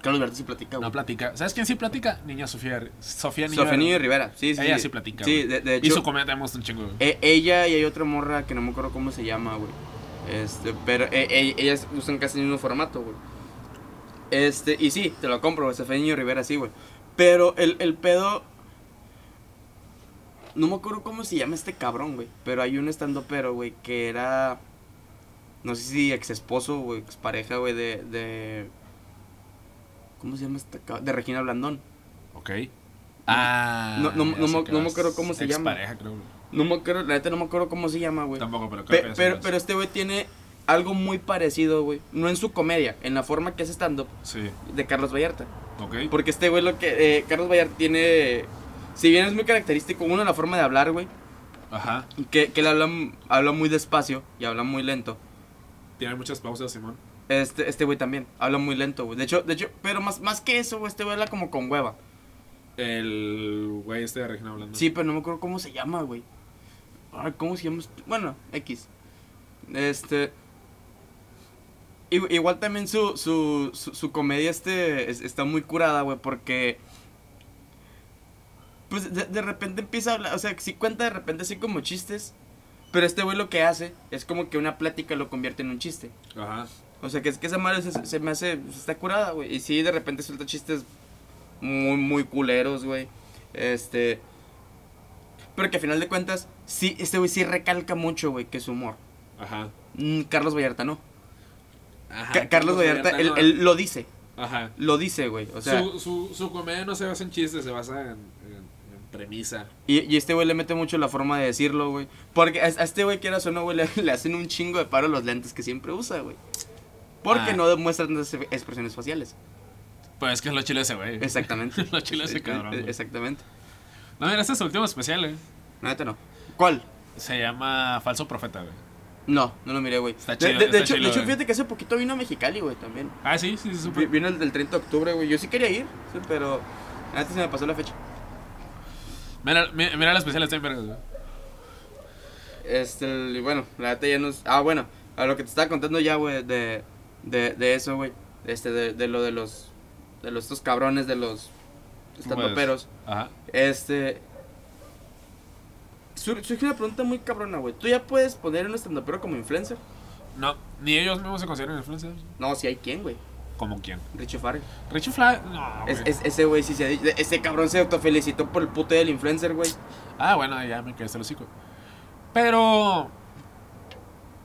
E: Carlos Berto sí platica, güey.
D: No platica. ¿Sabes quién sí platica? Niña Sofía. Sofía Niño.
E: Sofía Niño y Rivera. Sí, sí.
D: Ella sí platica.
E: Sí,
D: güey.
E: de, de
D: Y
E: hecho.
D: su comedia también me gusta un chingo, güey.
E: e- ella y hay otra morra que no me acuerdo cómo se llama, güey. Este, pero e- e- ellas usan casi el mismo formato, güey. Este, y sí, te lo compro, güey. Sofía Niño y Rivera sí, güey. Pero el, el pedo. No me acuerdo cómo se llama este cabrón, güey. Pero hay un estando pero, güey, que era. No sé si ex esposo o ex pareja, güey, de, de. ¿Cómo se llama esta cabrón? De Regina Blandón.
D: Ok. Ah.
E: no- no-
D: ya
E: no
D: sé
E: me-
D: qué
E: no me
D: vas.
E: acuerdo cómo se llama.
D: Expareja, creo. güey.
E: No me acuerdo, la neta no me acuerdo cómo se llama, güey.
D: Tampoco, pero creo
E: Pe-
D: que ya sé
E: pero,
D: qué
E: pero
D: vas.
E: este güey tiene algo muy parecido, güey. No en su comedia, en la forma que hace stand-up
D: Sí.
E: de Carlos Vallarta.
D: Ok.
E: Porque este güey lo que... eh, Carlos Vallarta tiene... Si bien es muy característico, uno, la forma de hablar, güey.
D: Ajá.
E: Que, que él habla, m- habla muy despacio y habla muy lento.
D: Tiene muchas pausas, Simón.
E: Este este güey también habla muy lento, güey. De hecho, de hecho pero más, más que eso, güey, este güey habla como con hueva.
D: El güey este de Regina hablando.
E: Sí, pero no me acuerdo cómo se llama, güey. Ay, ¿Cómo se llama? este? Bueno, X. Este. i- Igual también su, su, su, su comedia este es- está muy curada, güey, porque. Pues de, de repente empieza a hablar, o sea, sí cuenta de repente así como chistes, pero este güey lo que hace es como que una plática lo convierte en un chiste.
D: Ajá.
E: O sea, que es que esa madre se, se me hace. Está curada, güey. Y sí, de repente suelta chistes muy, muy culeros, güey. Este. Pero que a final de cuentas, sí, este güey sí recalca mucho, güey, que es su humor.
D: Ajá.
E: Mm, Carlos Vallarta no.
D: Ajá.
E: Ca- Carlos, Vallarta, él,
D: Ah, no.
E: él lo dice.
D: Ajá.
E: Lo dice, güey. O sea,
D: su, su, su comedia no se basa en chistes, se basa en, en- en premisa.
E: y, y este güey le mete mucho la forma de decirlo, güey. Porque a, a este güey, quieras o no, güey, le, *laughs* le hacen un chingo de paro los lentes que siempre usa, güey. Porque
D: Ah.
E: no demuestran las expresiones
D: *laughs*
E: faciales.
D: Pues es que es lo chile ese, güey.
E: Exactamente.
D: Lo chila ese cabrón, güey.
E: Exactamente.
D: No, mira, este es su último especial, eh.
E: No, neta no. ¿Cuál?
D: Se llama Falso Profeta, güey.
E: No, no lo miré, güey.
D: Está
E: De-
D: chido,
E: de, de
D: está
E: hecho,
D: chido,
E: de hecho,
D: güey.
E: fíjate que hace poquito vino a Mexicali, güey, también.
D: Ah, sí, sí, sí,
E: Vi-
D: súper.
E: Vino el del 30 de octubre, güey. Yo sí quería ir, sí, pero antes se me pasó la fecha.
D: Mira, mi- mira, el especial está en vergas, güey.
E: Este, y bueno, la neta ya nos... Ah, bueno, a lo que te estaba contando ya, güey, de, de, de eso, güey. Este, de, de lo de los... De los estos cabrones, de los... Estandoperos.
D: Ajá.
E: Este... sur- Surge una pregunta muy cabrona, güey. ¿Tú ya puedes poner un estandopero como influencer?
D: No, ni ellos mismos se consideran influencers.
E: No, si hay quien, güey.
D: ¿Como quién?
E: Richo Farrell.
D: Richie Fly. No, güey.
E: Es- es- ese güey sí se ha dicho. Ese cabrón se autofelicitó por el puto del influencer, güey.
D: Ah, bueno, ya me quedé el hocico. Pero.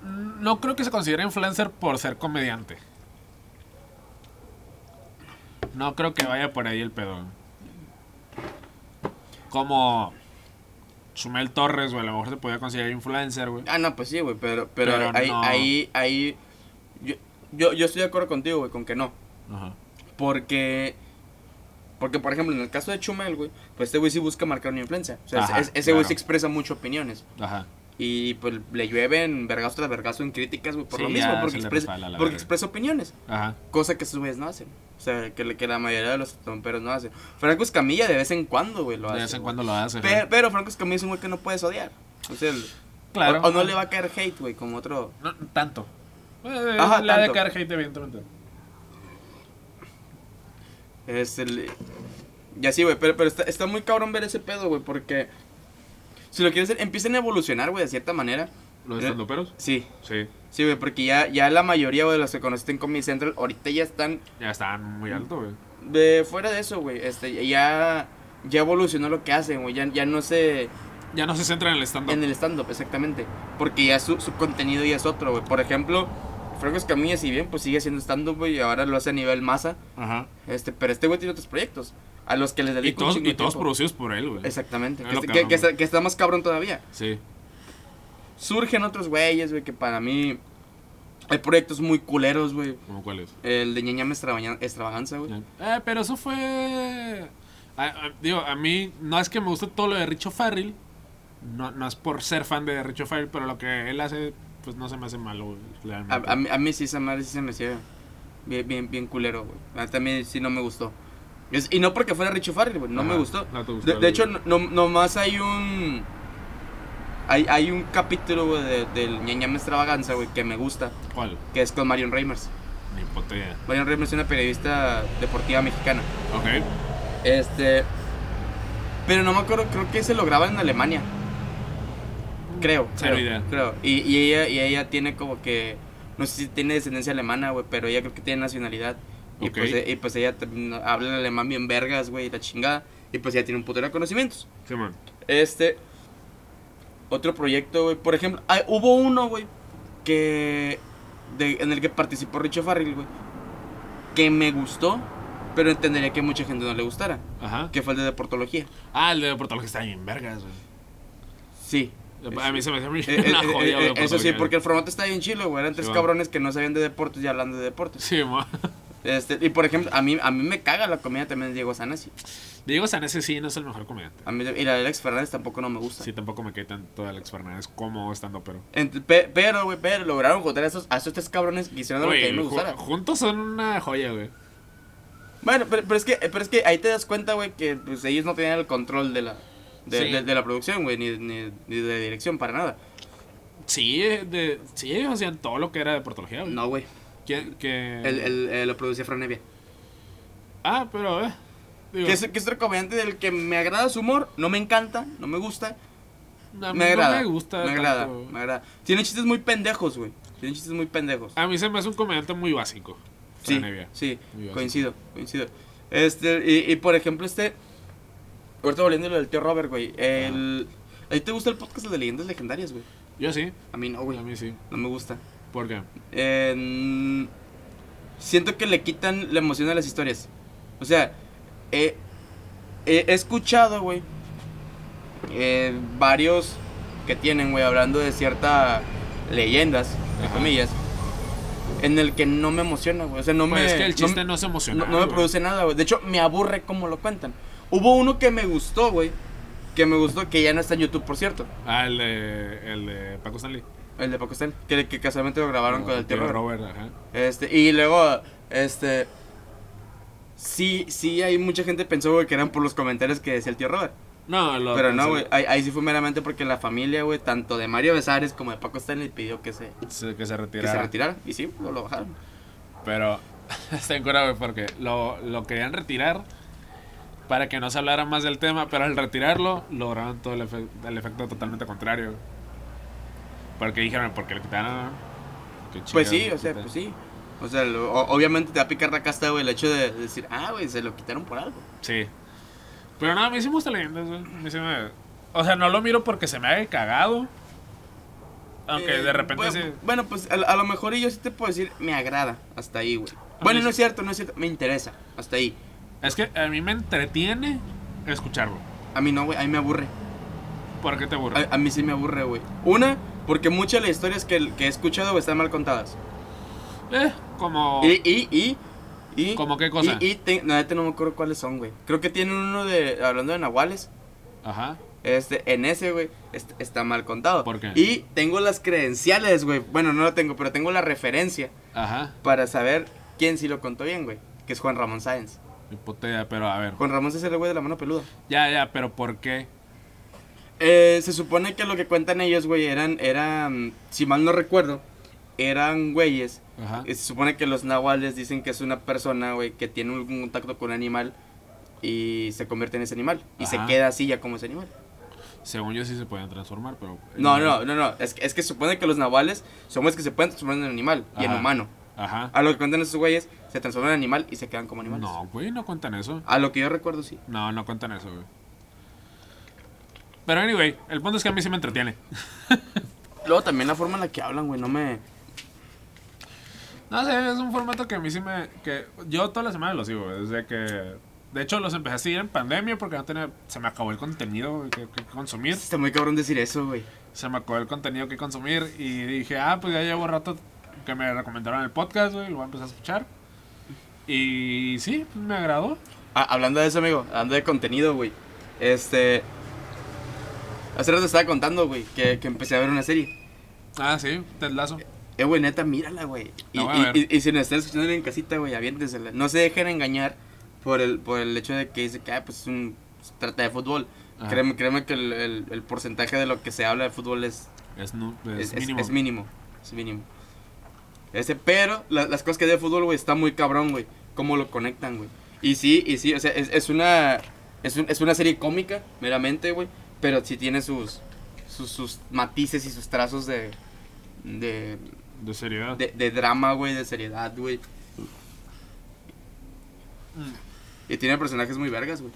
D: mm, No creo que se considere influencer por ser comediante. No creo que vaya por ahí el pedo. Como. Chumel Torres, güey, a lo mejor se podía considerar influencer, güey.
E: Ah, no, pues sí, güey, pero, pero,
D: Pero
E: ahí,
D: no.
E: ahí, ahí. Yo, yo, yo estoy de acuerdo contigo, güey, con que no.
D: Ajá.
E: Porque. Porque, por ejemplo, en el caso de Chumel, güey, pues este güey sí busca marcar una influencia. O sea,
D: Ajá,
E: es- ese güey
D: claro.
E: sí expresa mucho opiniones.
D: Ajá.
E: Y pues le llueven vergazo tras vergazo en críticas, güey, por
D: Sí,
E: lo
D: ya
E: mismo,
D: se
E: porque
D: le
E: expresa,
D: resbala la
E: porque
D: verga.
E: expresa opiniones.
D: Ajá.
E: Cosa que esos güeyes no hacen. O sea, que, que la mayoría de los tromperos no hacen. Franco Escamilla de vez en cuando, güey, lo
D: De
E: hace.
D: vez en
E: güey.
D: cuando lo hace. güey.
E: Pero, pero Franco Escamilla es un güey que no puedes odiar. O sea, el-
D: claro.
E: o, o no le va a caer hate, güey, como otro.
D: No, tanto. Eh,
E: Ajá,
D: le ha de
E: tanto.
D: caer hate, evidentemente.
E: Es el. Y así, güey, pero, pero está, está muy cabrón ver ese pedo, güey, porque. Si lo quieres hacer, empiecen a evolucionar, güey, de cierta manera.
D: ¿Los
E: Eh,
D: estandoperos?
E: Sí,
D: Sí.
E: sí, güey, porque ya, ya la mayoría, güey, de los que conociste en Comedy Central, ahorita ya están
D: Ya están
E: Mm.
D: muy alto, güey.
E: de fuera de eso, güey. Este, ya, ya evolucionó lo que hacen, güey, ya, ya no se.
D: Ya no se centran en el stand-up.
E: En el stand-up, exactamente. Porque ya su, su contenido ya es otro, güey. Por ejemplo, Franco Escamilla, si bien, pues sigue haciendo stand-up, güey, y ahora lo hace a nivel masa.
F: Ajá.
E: Este, pero este güey tiene otros proyectos a los que les
F: Y
E: dedica un
F: todos,
E: chingo de
F: y todos
E: tiempo.
F: producidos por él, güey.
E: Exactamente.
F: Es
E: Que, este,
F: lo
E: que-
F: cabrón,
E: que está,
F: güey.
E: que está más cabrón todavía.
F: Sí.
E: Surgen otros güeyes, güey, que para mí hay proyectos muy culeros, güey.
F: ¿Cómo cuál es?
E: El de Ñañame Extravaña- Extravaganza, güey.
D: Eh, pero eso fue. a- a- digo, a mí no es que me guste todo lo de Richo Farrell. No, no es por ser fan de Richo Farrell, pero lo que él hace, pues no se me hace malo, güey,
E: A,
D: realmente.
E: a mí- a mí sí, esa madre sí se me hacía bien, bien, bien culero, güey. A también sí no me gustó. Es- y no porque fuera Richie Farrell, güey, no
D: Ajá,
E: me gustó.
D: no te gustó
E: de,
D: el-
E: de hecho, no, no- nomás hay un. Hay, hay un capítulo, güey, de- del Ñañame Extravaganza, güey, que me gusta,
D: ¿Cuál?
E: que es con Marion Reimers.
D: Ni puta idea.
E: Marion Reimers es una periodista deportiva mexicana.
D: Ok.
E: Este. Pero no me acuerdo, creo que se lo graban en Alemania. Creo.
D: Cero
E: creo,
D: idea.
E: creo. Y, y ella, y ella tiene como que. No sé si tiene descendencia alemana, güey, pero ella creo que tiene nacionalidad. Y,
F: Ok.
E: pues, e- y pues ella también habla el alemán bien vergas, güey, y la chingada. Y pues ella tiene un putero de conocimientos.
D: Simón.
E: Este. Otro proyecto, güey. Por ejemplo, ah, hubo uno, güey, que. de- en el que participó Richo Farrell, güey. Que me gustó, pero entendería que mucha gente no le gustara.
D: Ajá.
E: Que fue el de deportología.
D: Ah, el de Portal que está bien vergas, güey.
E: Sí.
D: A mí se me hace
E: *laughs*
D: muy-
E: Eh, eh,
D: *laughs* una
E: eh,
D: joya,
E: eh,
D: güey,
E: eso sí,
D: Portal.
E: porque el formato está bien chilo, güey. Eran tres
D: Sí, va.
E: cabrones que no sabían de deportes y hablando de deportes.
D: Sí, mo. *laughs*
E: Este, y por ejemplo, a mí, a mí me caga la comida también de Diego Sanasi.
D: Diego Sanese sí no es el mejor comediante.
E: A mí, y la de Alex Fernández tampoco no me gusta.
D: Sí, tampoco me cae tanto Alex Fernández como estando, pero.
E: Ent- pe- pero, güey, pero lograron juntar a esos, a esos tres cabrones que hicieron lo que a
D: Güey,
E: mí me
D: ju-
E: gustara.
D: juntos son una joya, güey.
E: Bueno, pero, pero es que, pero es que ahí te das cuenta, güey, que pues, ellos no tenían el control de la, de,
D: Sí.
E: de- de la producción, güey, ni, ni- ni de dirección para nada.
D: Sí, eh, de, sí, ellos hacían todo lo que era de portología, güey.
E: No, güey.
D: Que, que-
E: El, el- eh, lo producía Fran Evia.
D: Ah, pero, eh. digo,
E: Que es, que es otro comediante del que me agrada su humor, no me encanta, no me gusta.
D: a mí
E: Me agrada.
D: No me gusta.
E: Me agrada,
D: tanto.
E: me agrada. Tiene chistes muy pendejos, güey. Tiene chistes muy pendejos.
D: A mí se me hace un comediante muy básico.
E: sí,
D: Fran Evia.
E: sí,
D: Muy básico.
E: coincido, coincido. Este, y, y por ejemplo, este. Ahorita volviendo a lo del tío Robert, güey. El. ¿A ti te gusta el podcast de leyendas legendarias, güey?
D: Yo sí.
E: A mí no, güey.
D: A mí sí.
E: No me gusta.
D: ¿Por qué?
E: Eh, siento que le quitan la emoción a las historias. O sea, eh, eh, he escuchado, güey, eh, varios que tienen, güey, hablando de ciertas leyendas, entre
D: Ajá.
E: comillas, en el que no me emociona, güey. O sea, no
D: Pues
E: me.
D: es que el chiste
E: me-
D: no, es
E: no,
D: emocionante.
E: no me produce nada, güey. De hecho, me aburre como lo cuentan. Hubo uno que me gustó, güey. Que me gustó, que ya no está en YouTube, por cierto.
D: Ah, el de, el de Paco Stanley.
E: El de Pakistán. Que, que casualmente lo grabaron con el tío Robert.
D: ajá.
E: Este, y luego, este. Sí, sí, hay mucha gente pensó, güey, que eran por los comentarios que decía el tío Robert.
D: No, pues lo
E: Pero no,
D: se-
E: güey. Ahí, ahí sí fue meramente porque la familia, güey, tanto de Mario Besares como de Paco Stanley pidió que se,
D: se- que se
E: que
D: retirara.
E: se retirara. Y sí, lo, lo bajaron.
D: Pero *laughs* está en cura, güey, porque lo, lo querían retirar para que no se hablara más del tema, pero al retirarlo lograron todo el, efe- el efecto totalmente contrario. güey. Porque dijeron, porque le quitaron. Qué
E: pues
D: chingados
E: sí,
D: le
E: o sea,
D: quitan.
E: pues sí. O sea, lo- o- obviamente te va a picar la casta, güey, el hecho de decir, ah, güey, se lo quitaron por algo.
D: Sí. Pero no, a mí sí me gusta leyendas, güey. A mí sí me- O sea, no lo miro porque se me haga el cagado. Aunque
E: Eh,
D: de repente
E: bueno,
D: sí.
E: Bueno, pues a, a lo mejor yo sí te puedo decir, me agrada, hasta ahí, güey.
D: A
E: Bueno,
D: mí
E: no
D: sí.
E: es cierto, no es cierto, me interesa, hasta ahí.
D: Es que a mí me entretiene escucharlo.
E: A mí no, güey, a mí me aburre.
D: ¿Por qué te aburre?
E: A, a mí sí me aburre, güey. Una, porque muchas de las historias que, que he escuchado güey, están mal contadas.
D: Eh, como.
E: Y, y, y, y.
D: ¿Cómo qué cosa?
E: Y, y te- no, neta, no me acuerdo cuáles son, güey. Creo que tienen uno de. Hablando de nahuales.
D: Ajá.
E: Este, en ese, güey, est- está mal contado.
D: ¿Por qué?
E: Y tengo las credenciales, güey. Bueno, no lo tengo, pero tengo la referencia
D: Ajá.
E: para saber quién sí lo contó bien, güey. Que es Juan Ramón Sáenz.
D: Ni puta idea, pero a ver.
E: Juan Ramón Sáenz es el güey de la mano peluda.
D: Ya, ya, pero ¿por qué?
E: Eh, se supone que lo que cuentan ellos, güey, eran, eran, si mal no recuerdo, eran güeyes
D: Ajá.
E: Eh, Se supone que los nahuales dicen que es una persona, güey, que tiene un contacto con un animal y se convierte en ese animal. Y
D: Ajá.
E: se queda así ya como ese animal.
D: Según yo sí se pueden transformar, pero...
E: No, no, no, no. Es, que- es que se supone que los nahuales son los que se pueden transformar en animal y en
D: Ajá.
E: humano.
D: Ajá.
E: A lo que cuentan esos güeyes, se transforman en animal y se quedan como animales.
D: No, güey, no cuentan eso.
E: A lo que yo recuerdo, sí.
D: No, no cuentan eso, güey. Pero anyway, el punto es que a mí sí me entretiene. *laughs*
E: Luego también la forma en la que hablan, güey, no me...
D: No sé, es un formato que a mí sí me. Que yo todas las semanas lo sigo, güey, desde que. De hecho, los empecé a seguir en pandemia porque no tenía, se me acabó el contenido güey, que, que consumir.
E: Está muy cabrón decir eso, güey.
D: Se me acabó el contenido que consumir y dije, ah, pues ya llevo rato que me recomendaron el podcast, güey, lo voy a empezar a escuchar. Y sí, pues me agradó.
E: Ah, hablando de eso, amigo, hablando de contenido, güey. Este. Hace rato estaba contando, güey, que, que empecé a ver una serie.
D: Ah, sí, Ted Lasso.
E: Eh, güey, neta, mírala, güey. Y,
D: La voy a
E: y-
D: ver.
E: y- y si nos están escuchando en casita, güey, aviéntensela. No se dejen engañar por el, por el hecho de que dice que, ah, pues, es un, se trata de fútbol.
D: Ajá.
E: Créeme, créeme que el, el- el porcentaje de lo que se habla de fútbol es,
D: Es, nu- es
E: es, es-
D: mínimo.
E: es mínimo. Es mínimo. Este, pero la- las cosas que hay de fútbol, güey, está muy cabrón, güey. Cómo lo conectan, güey. Y sí, y sí, o sea, es, es una es, un- es una serie cómica, meramente, güey. Pero sí tiene sus, sus, sus matices y sus trazos de- de,
D: de seriedad.
E: de, de drama, güey, de seriedad, güey.
D: Mm.
E: Y tiene personajes muy vergas, güey.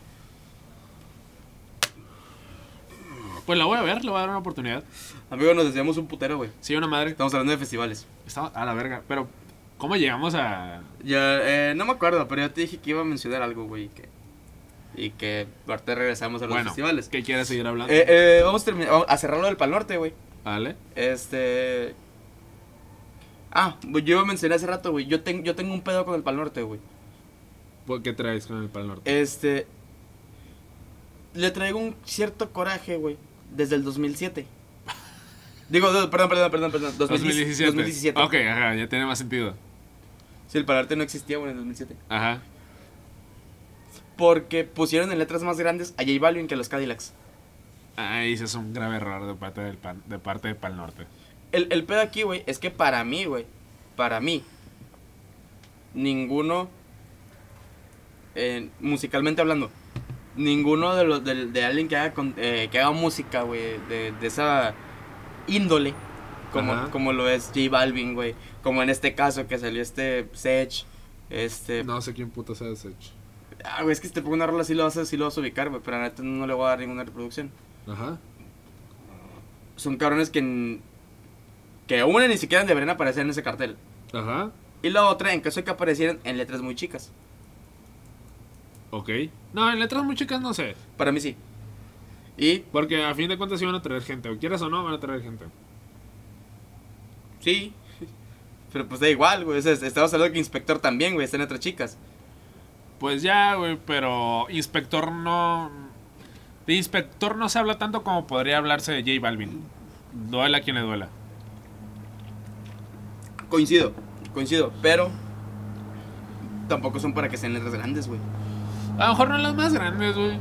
D: Pues la voy a ver, le voy a dar una oportunidad.
E: Amigo, nos desviamos un putero, güey.
D: Sí, una madre.
E: Estamos hablando de festivales.
D: Estamos a la verga. Pero, ¿cómo llegamos a.?
E: Ya, eh, no me acuerdo, pero yo te dije que iba a mencionar algo, güey. y Que, y que ahorita regresamos a los
D: bueno,
E: festivales.
D: ¿qué quieres seguir hablando?
E: Eh, eh, vamos a, terminar, vamos a cerrarlo del Pal Norte, güey.
D: Vale.
E: Este. Ah, güey, yo mencioné hace rato, güey. Yo, ten- yo tengo un pedo con el Pal Norte, güey.
D: ¿Por ¿Qué traes con el Pal Norte?
E: Este. Le traigo un cierto coraje, güey. Desde el 2007. Digo, do- perdón, perdón, perdón, perdón. 2017. 2017.
D: Ok, ajá, ya tiene más sentido.
E: Sí, el pararte no existía, güey, en el 2007.
D: Ajá.
E: Porque pusieron en letras más grandes a J Balvin que a los Cadillacs.
D: Ahí se hace un grave error de parte, del pan, de parte de Pal Norte.
E: El, el pedo aquí, güey, es que para mí, güey. Para mí. Ninguno. eh, musicalmente hablando. Ninguno de los del- de, alguien que haga con- eh, que haga música, güey. De, de esa índole. Como,
D: Ajá.
E: como lo es J Balvin, güey. Como en este caso que salió este Sech. Este.
D: No sé quién puta se ha deshecho.
E: Ah, güey, es que si te pongo una rola sí lo vas a, sí lo vas a ubicar, güey. Pero la neta no le voy a dar ninguna reproducción.
D: Ajá.
E: Son cabrones que. n- Que una ni siquiera deberían aparecer en ese cartel.
D: Ajá.
E: Y la otra, en caso de que aparecieran en letras muy chicas.
D: Ok. No, en letras muy chicas no sé.
E: Para mí sí. Y
D: Porque a fin de cuentas sí van a traer gente. O quieras o no, van a traer gente.
E: sí. Pero pues da igual, güey. O sea, estamos hablando que Inspector también, güey. Está en letras chicas.
D: Pues ya, güey, pero Inspector no. De Inspector no se habla tanto como podría hablarse de J Balvin. Duela a quien le duela.
E: Coincido, coincido. Pero tampoco son para que sean letras grandes, güey.
D: A lo mejor no las más grandes, güey.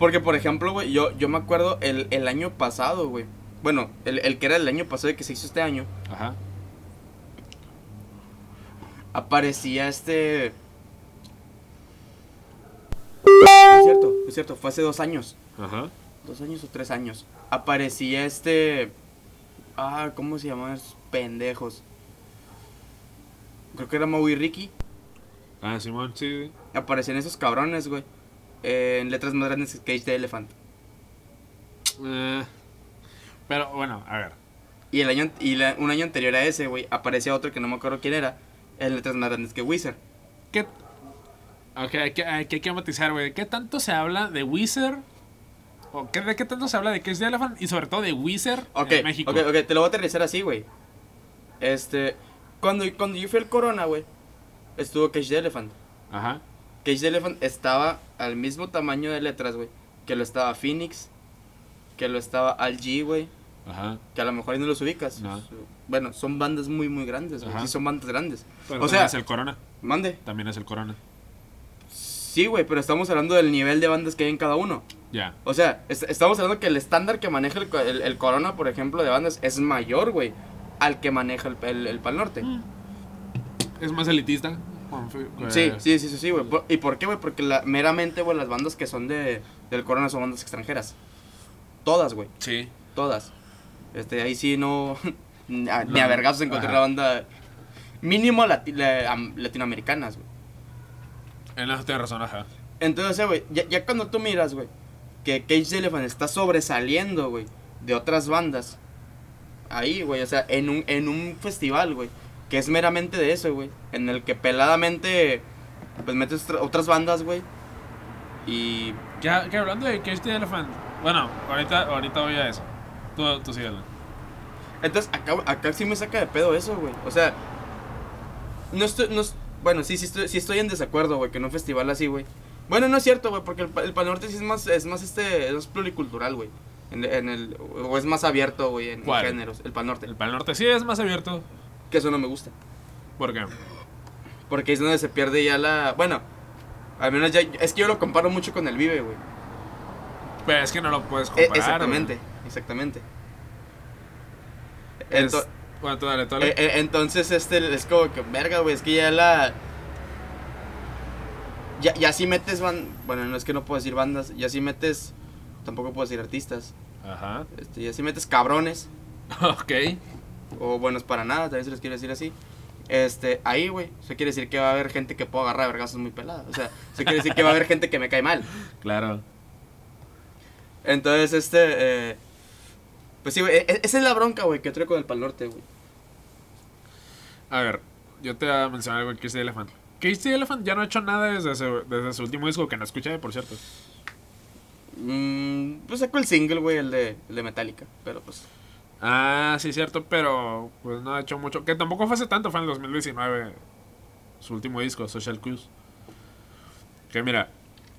E: Porque, por ejemplo, güey, yo, yo me acuerdo el, el año pasado, güey. Bueno, el, el que era el año pasado y que se hizo este año.
D: Ajá.
E: Aparecía este. No es cierto, no es cierto. Fue hace dos años.
D: Ajá.
E: dos años o tres años, aparecía este. Ah, ¿cómo se llamaban esos pendejos? Creo que era Maui y Ricky.
D: Ah, Simón, sí.
E: Aparecían esos cabrones, güey. eh, en letras más grandes que Cage the Elephant.
D: Eh, pero bueno, a ver.
E: Y, el año, y la- un año anterior a ese, güey, aparecía otro que no me acuerdo quién era. En letras más grandes que Wizard.
D: ¿Qué. Ok, hay que, hay que, hay que matizar, güey. ¿Qué tanto se habla de Wizard? ¿O qué, ¿De qué tanto se habla de Case the Elephant? Y sobre todo de Wizard
E: Ok,
D: en México.
E: ok, ok, te lo voy a aterrizar así, güey. Este. Cuando, cuando yo fui al Corona, güey, estuvo Cage the Elephant.
D: Ajá.
E: Cage the Elephant estaba al mismo tamaño de letras, güey. Que lo estaba Phoenix, que lo estaba Al G, güey.
D: Ajá.
E: Que a lo mejor ahí no los ubicas.
D: No.
E: Bueno, son bandas muy, muy grandes, güey.
D: Ajá.
E: Sí, son bandas grandes.
D: Pero
E: o
D: también
E: sea,
D: es el Corona.
E: mande.
D: También es el Corona.
E: Sí, güey, pero estamos hablando del nivel de bandas que hay en cada uno.
D: Ya.
E: O sea, es- estamos hablando que el estándar que maneja el, co- el- el Corona, por ejemplo, de bandas es mayor, güey, al que maneja el, el- el Pal Norte.
D: Es más elitista. con- con-
E: Sí, sí, sí, sí, sí, güey. Por- ¿Y por qué, güey? Porque la- meramente, güey, las bandas que son de, del Corona son bandas extranjeras. Todas, güey.
D: Sí.
E: Todas. Este, ahí sí no. *laughs* ni a ni
D: No,
E: a vergazos encontré
D: ajá.
E: una banda. Mínimo lati- la- am- latinoamericanas, güey.
D: En eso tienes razón, ajá.
E: Entonces, eh, güey, ya, ya cuando tú miras, güey, que Cage the Elephant está sobresaliendo, güey, de otras bandas. Ahí, güey, o sea, en un, en un festival, güey. que es meramente de eso, güey. En el que peladamente, pues metes tra- otras bandas, güey. Y
D: Que, que hablando de Cage the Elephant. Bueno, ahorita, ahorita voy a eso. Tú, tú síguelo.
E: Entonces, acá, acá sí me saca de pedo eso, güey. O sea, no estoy. No, es- bueno, sí, sí estoy, sí estoy en desacuerdo, güey, que en un festival así, güey. Bueno, no es cierto, güey, porque el, pa- el Panorte sí es más, es más este, es más pluricultural, güey. En, en el, o es más abierto, güey, en
D: ¿Cuál?
E: géneros. El Panorte.
D: El Pal Norte sí es más abierto.
E: Que eso no me gusta.
D: ¿Por qué?
E: Porque es donde se pierde ya la. Bueno, al menos ya. Es que yo lo comparo mucho con el Vive, güey.
D: Pero es que no lo puedes
E: E-
D: comparar. güey.
E: exactamente, exactamente.
D: Es-
E: Ento-
D: bueno, tú dale, tú dale.
E: Eh, eh, entonces, este es como que, verga, güey, es que ya la. Ya, ya si metes ban- Bueno, no es que no puedo decir bandas, ya si metes. Tampoco puedo decir artistas.
D: Ajá. *laughs*
E: Este, ya si metes cabrones,
D: Ok.
E: o buenos para nada, tal vez se les quiero decir así. Este, ahí, güey. Eso quiere decir que va a haber gente que puedo agarrar a vergazos muy pelada. O sea, eso quiere decir que va a haber gente que me cae mal.
D: Claro.
E: Entonces, este. eh, pues sí, güey. e- e- Esa es la bronca, güey, que traigo con el Pal Norte, güey.
D: A ver, yo te voy a mencionar algo de Cage the Elephant. Cage the Elephant ya no ha hecho nada desde su, desde su último disco que no escuché, por cierto.
E: Mm, pues sacó el single, güey, el de, el de Metallica. Pero pues.
D: Ah, sí, cierto, pero pues no ha hecho mucho. Que tampoco fue hace tanto, fue en el 2019 su último disco, Social Cues. Que mira,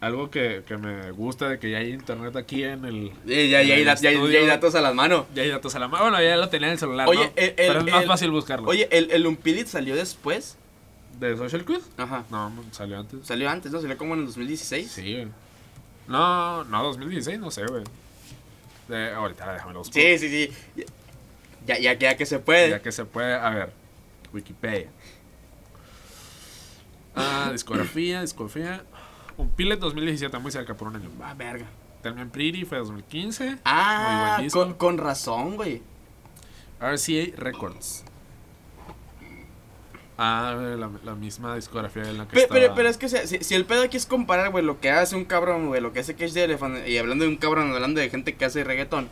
D: algo que, que me gusta de que ya hay internet aquí en el.
E: Sí, ya, ya, hay
D: en el
E: dat- ya hay- ya hay
D: estudio.
E: datos a las manos.
D: Ya hay datos a la mano. Bueno, ya lo tenía en el celular.
E: Oye,
D: ¿no?
E: el- el-
D: pero es más
E: el-
D: fácil buscarlo.
E: Oye, ¿el, el Unpillit salió después?
D: ¿De Social Cues?
E: Ajá.
D: No, pues, salió antes.
E: Salió antes, ¿no? Salió como en el 2016.
D: Sí, güey. No, no, 2016, no sé, güey. De- ahorita déjame los
E: Sí, sí, sí. Ya, ya, ya que se puede.
D: Ya que se puede, a ver, Wikipedia. Ah, discografía, discografía. Un Pilot 2017, muy cerca por un año.
E: Ah, verga.
D: También Pretty fue 2015. muy
E: Ah,
D: buen disco.
E: con, con razón, güey.
D: RCA Records. Ah, la, la misma discografía en la que
E: Pero, pero,
D: estaba.
E: pero es que o sea, si, si el pedo aquí es comparar, güey, lo que hace un cabrón, güey, lo que hace Cage the Elephant, y hablando de un cabrón, hablando de gente que hace reggaetón,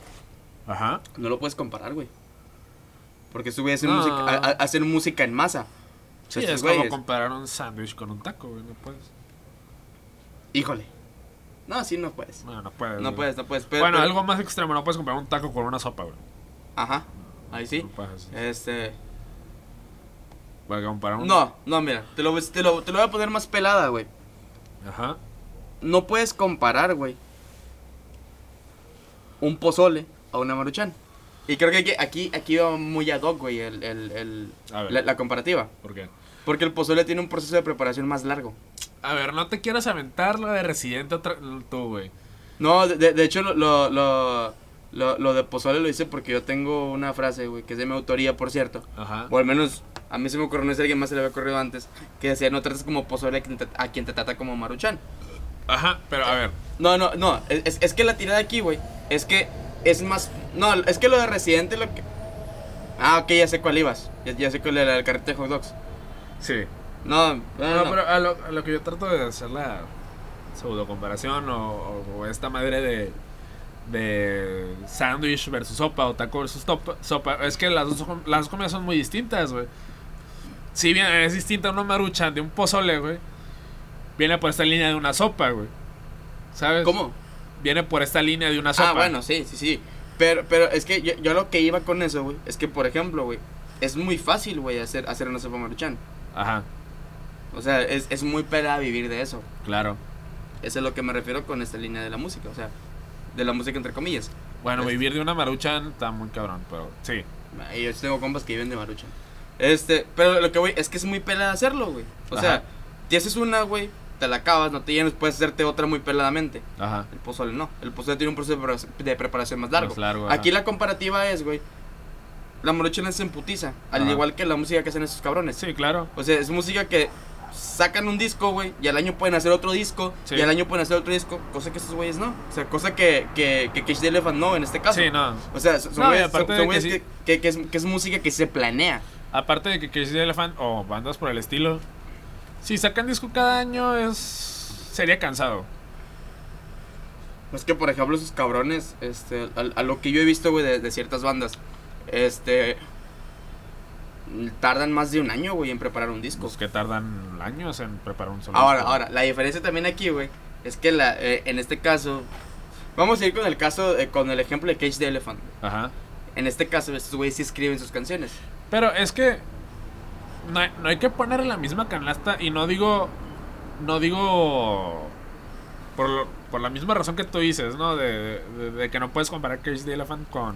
D: Ajá.
E: no lo puedes comparar, güey. Porque estos güeyes hacen,
D: No.
E: música, a- a- hacen música en masa. O
D: Sí,
E: sea, estos
D: es como
E: güeyes-
D: comparar un sándwich con un taco, güey. No puedes.
E: Híjole. No, así no puedes.
D: No, no puedes.
E: No
D: güey.
E: puedes, no puedes. pero-
D: Bueno,
E: pero-
D: algo más extremo, no puedes comparar un taco con una sopa, güey.
E: Ajá. Ahí sí.
D: No puedes.
E: Este.
D: Para comparar un.
E: No, no, mira. Te lo, te lo, te lo voy a poner más pelada, güey.
D: Ajá.
E: No puedes comparar, güey. Un pozole a una maruchan. Y creo que aquí, aquí, aquí va muy ad hoc, güey, el, el- el-
D: A ver.
E: la, la comparativa.
D: ¿Por qué?
E: Porque el pozole tiene un proceso de preparación más largo.
D: A ver, no te quieras aventar la de Residente otra- tú, güey.
E: No, de, de- de hecho, lo, lo, lo, lo- lo de pozole lo hice porque yo tengo una frase, güey, que es de mi autoría, por cierto.
D: Ajá.
E: O al menos a mí se me ocurrió, no sé si a alguien más se le había ocurrido antes, que decía, no trates como pozole a quien te, a quien te trata como maruchan.
D: Ajá, pero a ver.
E: No, no, no, es, es que la tirada aquí, güey, es que es más... No, es que lo de Residente lo que... Ah, ok, ya sé cuál ibas, ya, ya sé cuál era el carrete de hot dogs.
D: Sí.
E: No, no, no,
D: No,
E: no.
D: pero a lo, a lo que yo trato de hacer la pseudo comparación o, o- o esta madre de de sándwich versus sopa o taco versus topa- sopa, es que las dos, las dos comidas son muy distintas, güey. Si bien es distinta una maruchan de un pozole, güey, viene por esta línea de una sopa, güey. ¿Sabes?
E: ¿Cómo?
D: Viene por esta línea de una sopa.
E: Ah, bueno, sí, sí, sí. Pero, pero es que yo, yo lo que iba con eso, güey, es que, por ejemplo, güey, es muy fácil, güey, hacer, hacer una sopa maruchan.
D: Ajá,
E: O sea, es, es muy peda vivir de eso.
D: claro.
E: Eso es lo que me refiero con esta línea de la música, o sea, de la música entre comillas.
D: Bueno,
E: Este-
D: vivir de una maruchan está muy cabrón, pero sí.
E: Y yo tengo compas que viven de marucha. Este, pero lo que voy es que es muy pelada hacerlo, güey. O sea,
D: Ajá.
E: te haces una, güey, te la acabas, no te llenas, puedes hacerte otra muy peladamente.
D: Ajá.
E: El pozole no. El pozole tiene un proceso de preparación- de preparación más largo.
D: Más largo, ajá.
E: Aquí la comparativa es, güey, la marucha se emputiza, al
D: Ajá.
E: igual que la música que hacen esos cabrones.
D: Sí, claro.
E: O sea, es música que sacan un disco, güey, y al año pueden hacer otro disco,
D: Sí.
E: y al año pueden hacer otro disco, cosa que estos güeyes no. O sea, cosa que, que, que Cage the Elephant no, en este caso.
D: Sí, no.
E: O sea, son
D: No, y
E: güeyes,
D: aparte
E: son-
D: de
E: son
D: que
E: güeyes
D: sí.
E: que, que- que es, que es música que se planea.
D: Aparte de que Cage the Elephant o bandas por el estilo, si sacan disco cada año es sería cansado.
E: Es que, por ejemplo, esos cabrones, este, a, a lo que yo he visto, güey, de, de ciertas bandas, este, tardan más de un año, güey, en preparar un disco.
D: Pues que tardan años en preparar un solo
E: Ahora,
D: disco.
E: ahora, la diferencia también aquí, güey, es que la, eh, en este caso, vamos a ir con el caso, eh, con el ejemplo de Cage the Elephant.
D: Ajá.
E: En este caso, estos güeyes sí escriben sus canciones.
D: Pero es que no hay, no hay que poner en la misma canasta y no digo no digo por, lo- por la misma razón que tú dices, ¿no? De, de- de que no puedes comparar Cage the Elephant con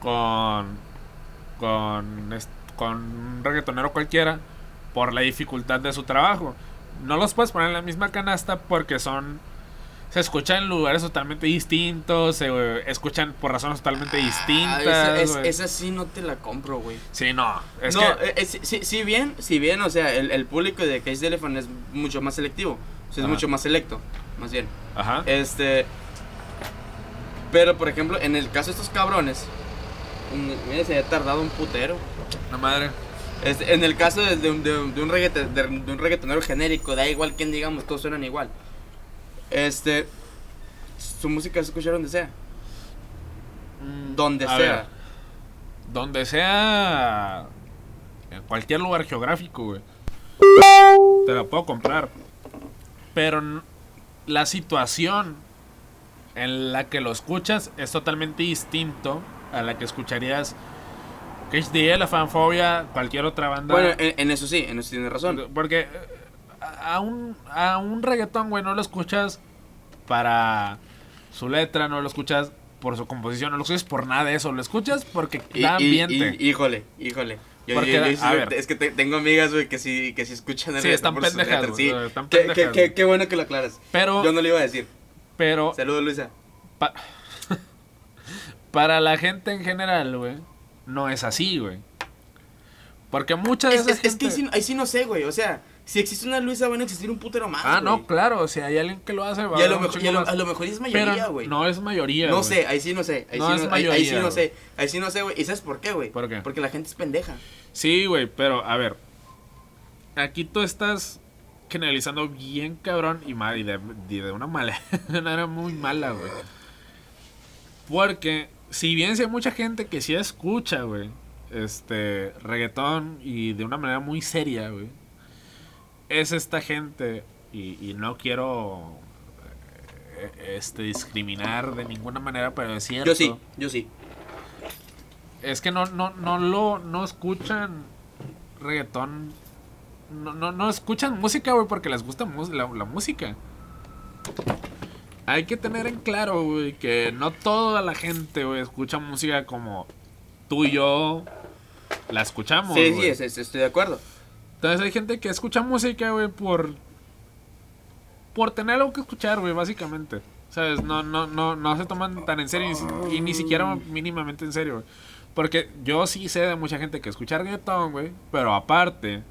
D: con con est- con un reggaetonero cualquiera por la dificultad de su trabajo. No los puedes poner en la misma canasta porque son se escuchan en lugares totalmente distintos, se eh, escuchan por razones totalmente
E: Ah,
D: distintas.
E: esa, es-
D: güey.
E: esa sí no te la compro, güey.
D: Sí, no. Es
E: no,
D: que,
E: eh, eh, si, si- si bien, si bien, o sea, el, el público de Cage the Elephant es mucho más selectivo, o sea, es
D: Ajá.
E: mucho más selecto, más bien.
D: ajá.
E: Este. Pero, por ejemplo, en el caso de estos cabrones, mm, mira, se ha tardado un putero.
D: La madre.
E: Este, en el caso de, de un- de un- de un reggaete- de de un reggaetonero genérico, da igual quién digamos, todos suenan igual. Este. Su música se escucha donde sea. Donde
D: A
E: sea.
D: ver, donde sea. En cualquier lugar geográfico, güey. Te la puedo comprar. Pero n- la situación en la que lo escuchas es totalmente distinto a la que escucharías Cage the Elephant, Fobia, cualquier otra banda.
E: Bueno, en, en eso sí, en eso tienes razón.
D: Porque eh, a a un, a un reggaetón, güey, no lo escuchas para su letra, no lo escuchas por su composición, no lo escuchas por nada de eso, lo escuchas porque
E: Y-
D: da
E: y-
D: ambiente.
E: y- híjole, híjole. Yo-
D: Porque
E: yo- yo
D: da-
E: sí-
D: a ver.
E: es que te- tengo amigas, güey, que sí, que sí escuchan el
D: Sí,
E: reggaetón
D: están
E: por sus
D: pendejas,
E: letras,
D: güey,
E: sí.
D: están
E: Qué- qué-
D: pendejas,
E: qué-
D: güey.
E: qué bueno que lo aclaras.
D: pero,
E: Yo no lo iba a decir.
D: pero
E: Saludos, Luisa.
D: pa- para la gente en general, güey, no es así, güey. Porque muchas
E: Es,
D: veces.
E: es- es que ahí sí, ahí sí no sé, güey. O sea, si existe una Luisa, van a existir un putero más.
D: Ah, no,
E: güey.
D: claro, si hay alguien que lo hace, va
E: Y a
D: haber
E: lo,
D: un
E: mejor, y
D: chingo
E: a lo-
D: más.
E: a lo mejor es mayoría,
D: Pero
E: güey.
D: no es mayoría,
E: No
D: güey.
E: sé, ahí sí no sé. Ahí
D: No,
E: sí
D: es
E: no, ahí- ahí sí
D: mayoría,
E: no
D: güey.
E: sé. Ahí sí no sé, güey. ¿Y sabes por qué, güey?
D: ¿Por qué?
E: Porque la gente es pendeja.
D: Sí, güey, pero a ver. Aquí tú estás generalizando bien cabrón y mal y de, y de una mala. *laughs* una manera muy mala, güey. Porque si bien sí hay mucha gente que sí escucha, güey, este reggaetón y de una manera muy seria, güey. Es esta gente y, y no quiero eh, este discriminar de ninguna manera, pero es cierto
E: Yo sí, yo sí.
D: es que no, no, no lo no escuchan reggaetón. No, no, no escuchan música, güey, porque les gusta mus- la, la música. Hay que tener en claro, güey, que no toda la gente, güey, escucha música como tú y yo la escuchamos.
E: Sí, sí,
D: güey.
E: es- es- estoy de acuerdo.
D: Entonces hay gente que escucha música, güey, por. Por tener algo que escuchar, güey, básicamente. ¿Sabes? No, no, no, no se toman tan en serio y ni si- y ni siquiera mínimamente en serio, güey. Porque yo sí sé de mucha gente que escucha reggaetón, güey, pero aparte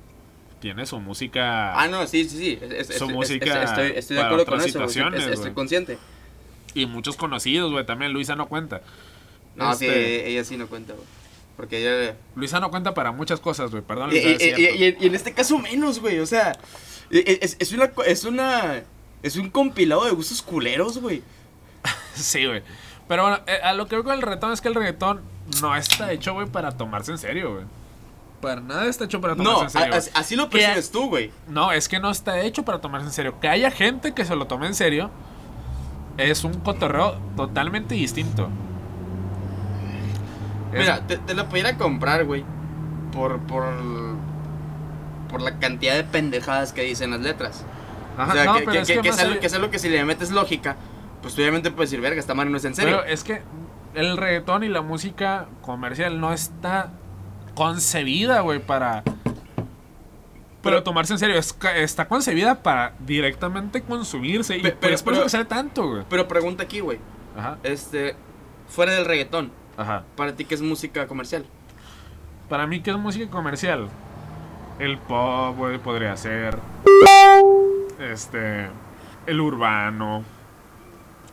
D: tiene su música.
E: Ah, no, sí, sí, sí. Es- es-
D: Su
E: es-
D: música
E: es- estoy, estoy de
D: para
E: acuerdo con
D: otras
E: eso. güey. Sí,
D: situaciones,
E: es- estoy
D: güey.
E: consciente.
D: Y muchos conocidos, güey, también. Luisa no cuenta.
E: No, sí,
D: Este,
E: ella sí no cuenta, güey. Porque ella.
D: Luisa no cuenta para muchas cosas, güey. Perdón,
E: Y,
D: Luisa,
E: y-
D: es
E: y-
D: cierto.
E: y- y en este caso menos, güey. O sea, e, es, es una, co- es una. Es un compilado de gustos culeros, güey.
D: Sí, güey. Pero bueno, eh, a lo que veo con el reggaetón es que el reggaetón no está hecho, güey, para tomarse en serio, güey. Para nada está hecho para tomarse
E: No,
D: en serio.
E: a-
D: güey.
E: as- así lo percibes tú, güey.
D: No, es que no está hecho para tomarse en serio. Que haya gente que se lo tome en serio es un cotorreo totalmente distinto. Es-
E: Mira, te, te la pudiera comprar, güey. Por, por. Por la cantidad de pendejadas que dicen las letras.
D: Ajá,
E: o sea,
D: no,
E: que,
D: pero
E: que,
D: es
E: que- que es
D: más
E: algo,
D: allá-
E: que es algo que si le metes lógica, pues obviamente puedes decir, verga, esta mano no es en serio.
D: Pero es que el reggaetón y la música comercial no está concebida, güey, para. Pero
E: Pero-
D: tomarse en serio, es ca- está concebida para directamente consumirse. Y
E: Pe-
D: pero,
E: pero-
D: es por eso
E: pero-
D: que sale tanto, güey.
E: Pero pregunta aquí, güey.
D: Ajá,
E: Este. Fuera del reggaetón,
D: ajá.
E: ¿para ti qué es música comercial?
D: Para mí, ¿qué es música comercial? El pop, güey, podría ser. Este. El urbano.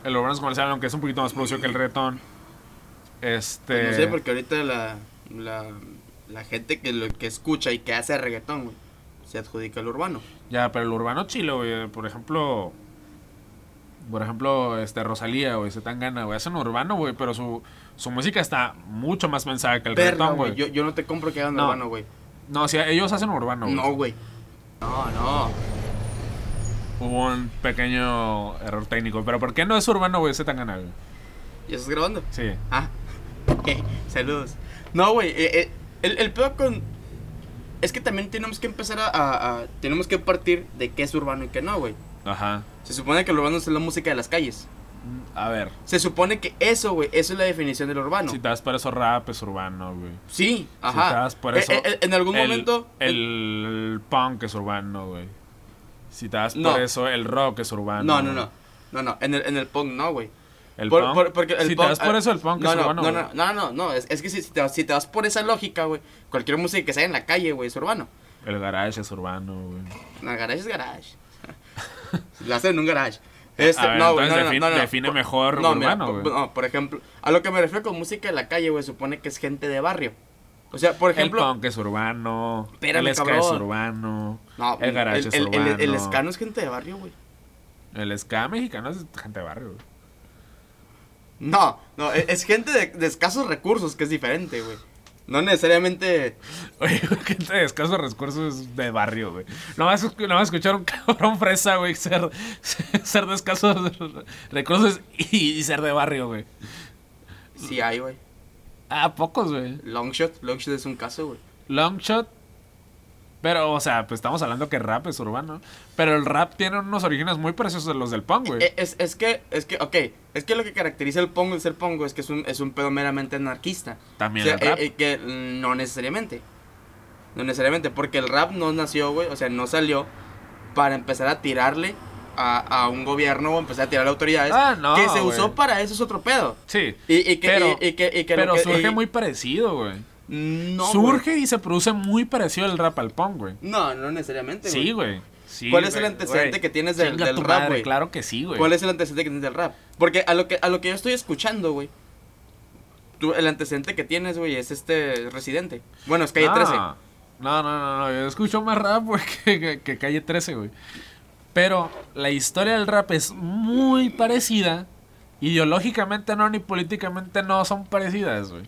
D: El urbano es comercial, aunque es un poquito más producido que el reggaetón. Este.
E: Pues No sé, porque ahorita la, la, la gente que, lo, que escucha y que hace reggaetón, güey, se adjudica al urbano.
D: Ya, pero el urbano chilo, güey. Por ejemplo, Por ejemplo, este Rosalía, güey, se tan gana, güey. Es un urbano, güey, pero su, su música está mucho más pensada que el
E: Perla,
D: reggaetón,
E: güey.
D: güey.
E: Yo, yo no te compro que hagan
D: No.
E: urbano, güey.
D: No, o sea, ellos hacen urbano, güey.
E: No, güey. No, no.
D: Hubo un pequeño error técnico. Pero ¿por qué no es urbano, güey? Se tan gana, güey.
E: ¿Ya estás grabando?
D: Sí.
E: Ah, ok, saludos. No, güey, eh, eh, el, el pedo con... Es que también tenemos que empezar a, a- a- Tenemos que partir de qué es urbano y qué no, güey.
D: Ajá. Mm,
E: Se supone que lo urbano es la música de las calles.
D: A ver,
E: Se supone que eso, güey, eso es la definición del urbano.
D: si te das por eso rap es urbano, güey.
E: Sí,
D: Si te
E: ajá.
D: das por
E: Eh,
D: eso...
E: eh, eh, en algún
D: el-
E: momento...
D: El, punk es urbano, güey. Si te das por
E: No.
D: eso, el rock es urbano.
E: No, no,
D: güey.
E: no. No, no, en el, en el punk no, güey.
D: El
E: Por-
D: punk.
E: por- porque el
D: si
E: punk- ah, eh,
D: te das por eso, el punk
E: no,
D: es
E: no,
D: urbano.
E: No,
D: güey.
E: no, no, no, no, es, es que si te, si te vas por esa lógica, güey, cualquier música que sea en la calle, güey, es urbano.
D: El garage es urbano, güey.
E: No, garage es garage.
D: *laughs*
E: La hacen en un garage. Este,
D: A ver,
E: no, güey,
D: entonces
E: no, no,
D: defin-
E: no, no.
D: define
E: Por-
D: mejor
E: no, mira,
D: urbano,
E: por-
D: güey.
E: no, por ejemplo, a lo que me refiero con música de la calle, güey, supone que es gente de barrio. O sea, por
D: El
E: ejemplo,
D: punk es urbano.
E: Espérame,
D: el ska
E: cabrón.
D: es urbano.
E: no,
D: el garage es
E: el,
D: urbano.
E: el, el ska no es gente de barrio, güey.
D: El ska mexicano es gente de barrio, güey.
E: No, no, e, es, es gente de, de escasos recursos, que es diferente, güey. No necesariamente
D: Oye, gente de escasos recursos de barrio, güey. No vas, a escu- no vas a escuchar a un *laughs* cabrón fresa, güey, ser, *laughs* ser de escasos *laughs* recursos y, y ser de barrio, güey.
E: sí hay, güey.
D: Ah, pocos, güey.
E: Longshot, Longshot es un caso, güey.
D: Long shot. Pero, o sea, pues estamos hablando que rap es urbano. Pero el rap tiene unos orígenes muy preciosos de los del punk, güey.
E: Eh, Es, es que, es que, ok, es que lo que caracteriza el pongo, el ser pongo, es que es un, es un pedo meramente anarquista.
D: También
E: O sea,
D: el rap.
E: eh, eh, que mm, no necesariamente. No necesariamente, porque el rap no nació, güey, o sea, no salió para empezar a tirarle a, a un gobierno o empezar a tirar a autoridades.
D: Ah, no,
E: que se
D: güey.
E: usó para eso es otro pedo.
D: sí.
E: Y, y que,
D: Pero-
E: y, y que, y que lo
D: Pero
E: que-
D: surge
E: y-
D: muy parecido, güey.
E: No,
D: surge y se produce muy parecido el rap al punk, güey.
E: Este, güey. No, no necesariamente,
D: Sí, güey. Sí,
E: ¿Cuál es el
D: güey.
E: antecedente
D: Güey,
E: que tienes del-
D: chinga
E: del
D: tu
E: rap,
D: madre,
E: güey?
D: Claro que sí, güey.
E: ¿Cuál es el antecedente que tienes del rap? Porque a lo que, a lo que yo estoy escuchando, güey. Tú, el antecedente que tienes, güey, es este residente. Bueno, es calle
D: Ah.
E: 13.
D: No, no, no, no. Yo escucho más rap, güey, *laughs* que, que- que calle 13, güey. Pero la historia del rap es muy parecida. Ideológicamente no, ni políticamente no son parecidas, güey.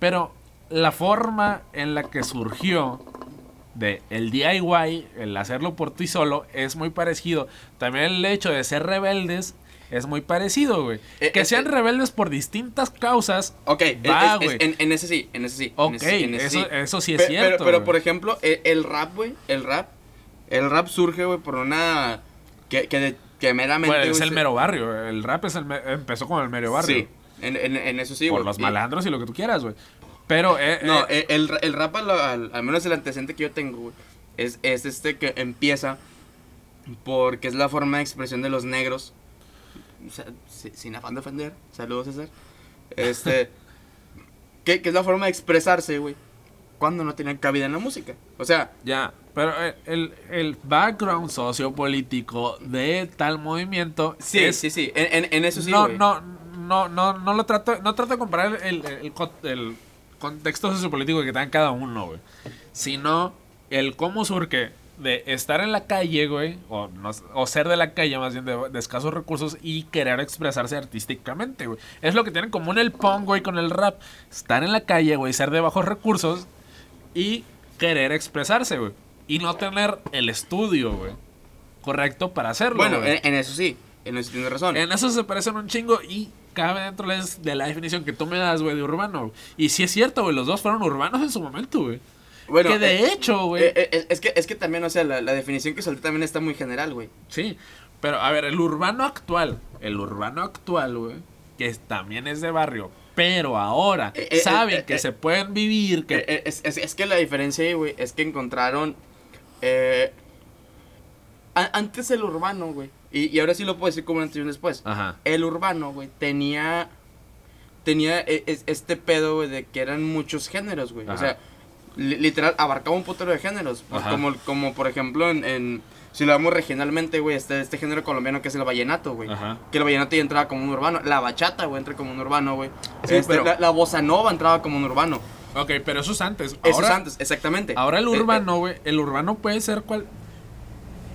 D: Pero la forma en la que surgió de el DIY, el hacerlo por ti solo, es muy parecido. También el hecho de ser rebeldes es muy parecido, güey.
E: Eh,
D: que
E: eh,
D: sean
E: eh.
D: rebeldes por distintas causas.
E: Ok, es-
D: Va,
E: es- es-
D: güey.
E: en, en ese sí, en ese sí. en
D: Ok,
E: ese sí, en ese
D: eso,
E: sí.
D: eso sí es
E: Pe- pero,
D: cierto.
E: Pero,
D: güey.
E: por ejemplo, e- el, rap, güey, el rap, el rap surge, güey, por una... Que, que, de- que meramente...
D: Bueno, es
E: güey,
D: el
E: se-
D: mero barrio. El rap es el me- empezó con el mero barrio.
E: Sí, en, en- en eso sí,
D: por
E: güey.
D: los
E: Y-
D: malandros y lo que tú quieras, güey. Pero, eh,
E: No,
D: eh,
E: eh, el, el rap, al, al- al menos el antecedente que yo tengo, güey, es, es este que empieza porque es la forma de expresión de los negros. O sea, si- sin afán de ofender, saludos César.
D: *laughs*
E: Este, que, que es la forma de expresarse, güey, cuando no tenían cabida en la música. O sea,
D: ya. Pero eh, el, el background sociopolítico de tal movimiento
E: sí,
D: es-
E: sí, sí, en, en- en eso sí,
D: no,
E: güey.
D: no, no, no, no lo trato, no trato de comparar el, el co- el contexto sociopolítico que tengan cada uno, güey. Sino el cómo surge de estar en la calle, güey, o, no s- o ser de la calle, más bien de, de escasos recursos y querer expresarse artísticamente, güey. Es lo que tienen en común el punk, güey, con el rap. Estar en la calle, güey, ser de bajos recursos y querer expresarse, güey. Y no tener el estudio, güey, correcto para hacerlo.
E: Bueno, eh,
D: güey.
E: en, en eso sí, en eso sí tienes razón.
D: En eso se parecen un chingo y cabe dentro de las- de la definición que tú me das, güey, de urbano. Y sí es cierto, güey, los dos fueron urbanos en su momento, güey.
E: Bueno,
D: que de
E: eh,
D: hecho, güey.
E: eh, eh, es, que, es que también, o sea, la, la definición que solté también está muy general, güey.
D: Sí, pero a ver, el urbano actual, el urbano actual, güey, que es- también es de barrio, pero ahora
E: Eh, eh,
D: saben
E: eh,
D: que
E: eh,
D: se pueden vivir, que...
E: Eh, Es, es- es que la diferencia ahí, güey, es que encontraron. eh, a- antes el urbano, güey. Y, y ahora sí lo puedo decir como antes y un después.
D: Ajá.
E: El urbano, güey, tenía. Tenía e- es- este pedo, güey, de que eran muchos géneros, güey. O
D: Ajá.
E: sea, li- literal, abarcaba un putero de géneros. Pues,
D: Ajá.
E: como, como por ejemplo, en. en- si lo vemos regionalmente, güey, este, este género colombiano que es el vallenato, güey.
D: Ajá.
E: Que el vallenato ya entraba como un urbano. La bachata, güey, entra como un urbano, güey.
D: Sí,
E: Este,
D: pero-
E: la, la bossa nova entraba como un urbano.
D: Ok, pero eso es antes.
E: Eso es
D: ahora,
E: antes, exactamente.
D: Ahora el
E: Eh, eh,
D: urbano, güey, el urbano puede ser cual...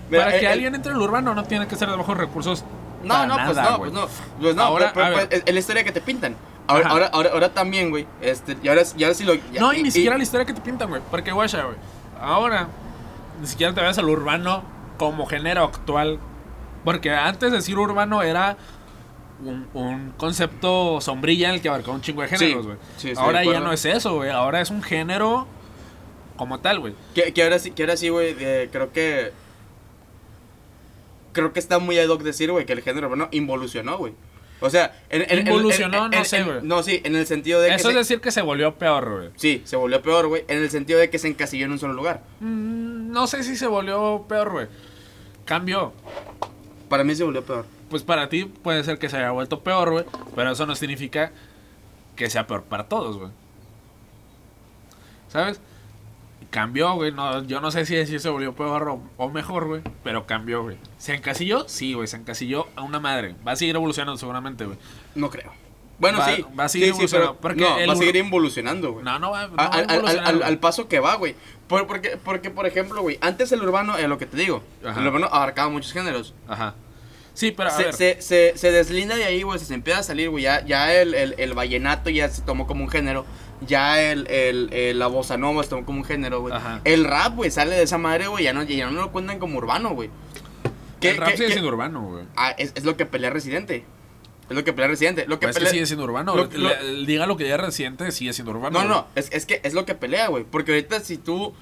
E: mira,
D: Para
E: eh,
D: que
E: eh,
D: alguien entre el urbano no tiene que ser de bajos recursos
E: No,
D: para
E: no, pues
D: nada,
E: no,
D: güey.
E: pues no. Pues no,
D: Ahora,
E: ahora,
D: a ver.
E: es, es la historia que te pintan. Ahora,
D: Ajá.
E: ahora, ahora, ahora también, güey. Este, y ahora, y ahora sí lo. ya-
D: No, y,
E: y-
D: ni
E: y-
D: siquiera la historia que te pintan, güey. Porque, guacha, güey. Ahora, ni siquiera te veas al urbano como género actual. Porque antes decir urbano era un, un concepto sombrilla en el que abarcaba un chingo de géneros,
E: Sí,
D: güey.
E: sí, estoy
D: ahora
E: de
D: ya
E: acuerdo.
D: no es eso, güey. Ahora es un género como tal, güey.
E: Que, que ahora sí, que ahora sí, güey, eh, creo que. Creo que está muy ad hoc decir, güey, que el género urbano involucionó, güey. O sea, en, en- en- en-
D: Involucionó,
E: en-
D: no
E: en-
D: sé,
E: en-
D: güey.
E: No, sí, en el sentido de que.
D: Eso es
E: se-
D: decir que se volvió peor, güey.
E: Sí, se volvió peor, güey. En el sentido de que se encasilló en un solo lugar.
D: Mm, No sé si se volvió peor, güey. Cambió.
E: Para mí se volvió peor.
D: Pues para ti puede ser que se haya vuelto peor, güey. Pero eso no significa que sea peor para todos, güey. ¿Sabes? Cambió, güey. No, yo no sé si decir se volvió peor o, o mejor, güey. Pero cambió, güey. ¿Se encasilló? Sí, güey. Se encasilló a una madre. Va a seguir evolucionando seguramente, güey.
E: No creo. Bueno,
D: Va-
E: sí.
D: va a seguir
E: sí, sí, pero-
D: evolucionando, porque
E: no,
D: el
E: va a
D: ur-
E: seguir involucionando, güey.
D: No, no va, no
E: A-
D: va a
E: Ah, al, al-
D: evolucionar,
E: al-
D: güey.
E: al paso que va, güey. Por- porque, porque, por ejemplo, güey, antes el urbano, es lo que te digo,
D: Ajá.
E: el urbano abarcaba muchos géneros.
D: Ajá. Sí, pero a
E: Se,
D: ver.
E: se, se, se deslinda de ahí, güey, se empieza a salir, güey. Ya, ya el, el, el vallenato ya se tomó como un género. Ya el, el, el- la bossa nova se tomó como un género, güey.
D: Ajá.
E: El rap, güey, sale de esa madre, güey. Ya no, ya no lo cuentan como urbano, güey. ¿Qué-
D: el rap
E: qué-
D: sigue
E: qué-
D: siendo urbano, güey.
E: Ah, es, es lo que pelea Residente. Es lo que pelea Residente. Lo que
D: Pues es que
E: pelea-
D: sigue siendo urbano.
E: lo- lo-
D: Le- diga lo que diga reciente, sigue siendo urbano.
E: No,
D: güey.
E: no, es, es que es lo que pelea, güey. Porque ahorita si tú...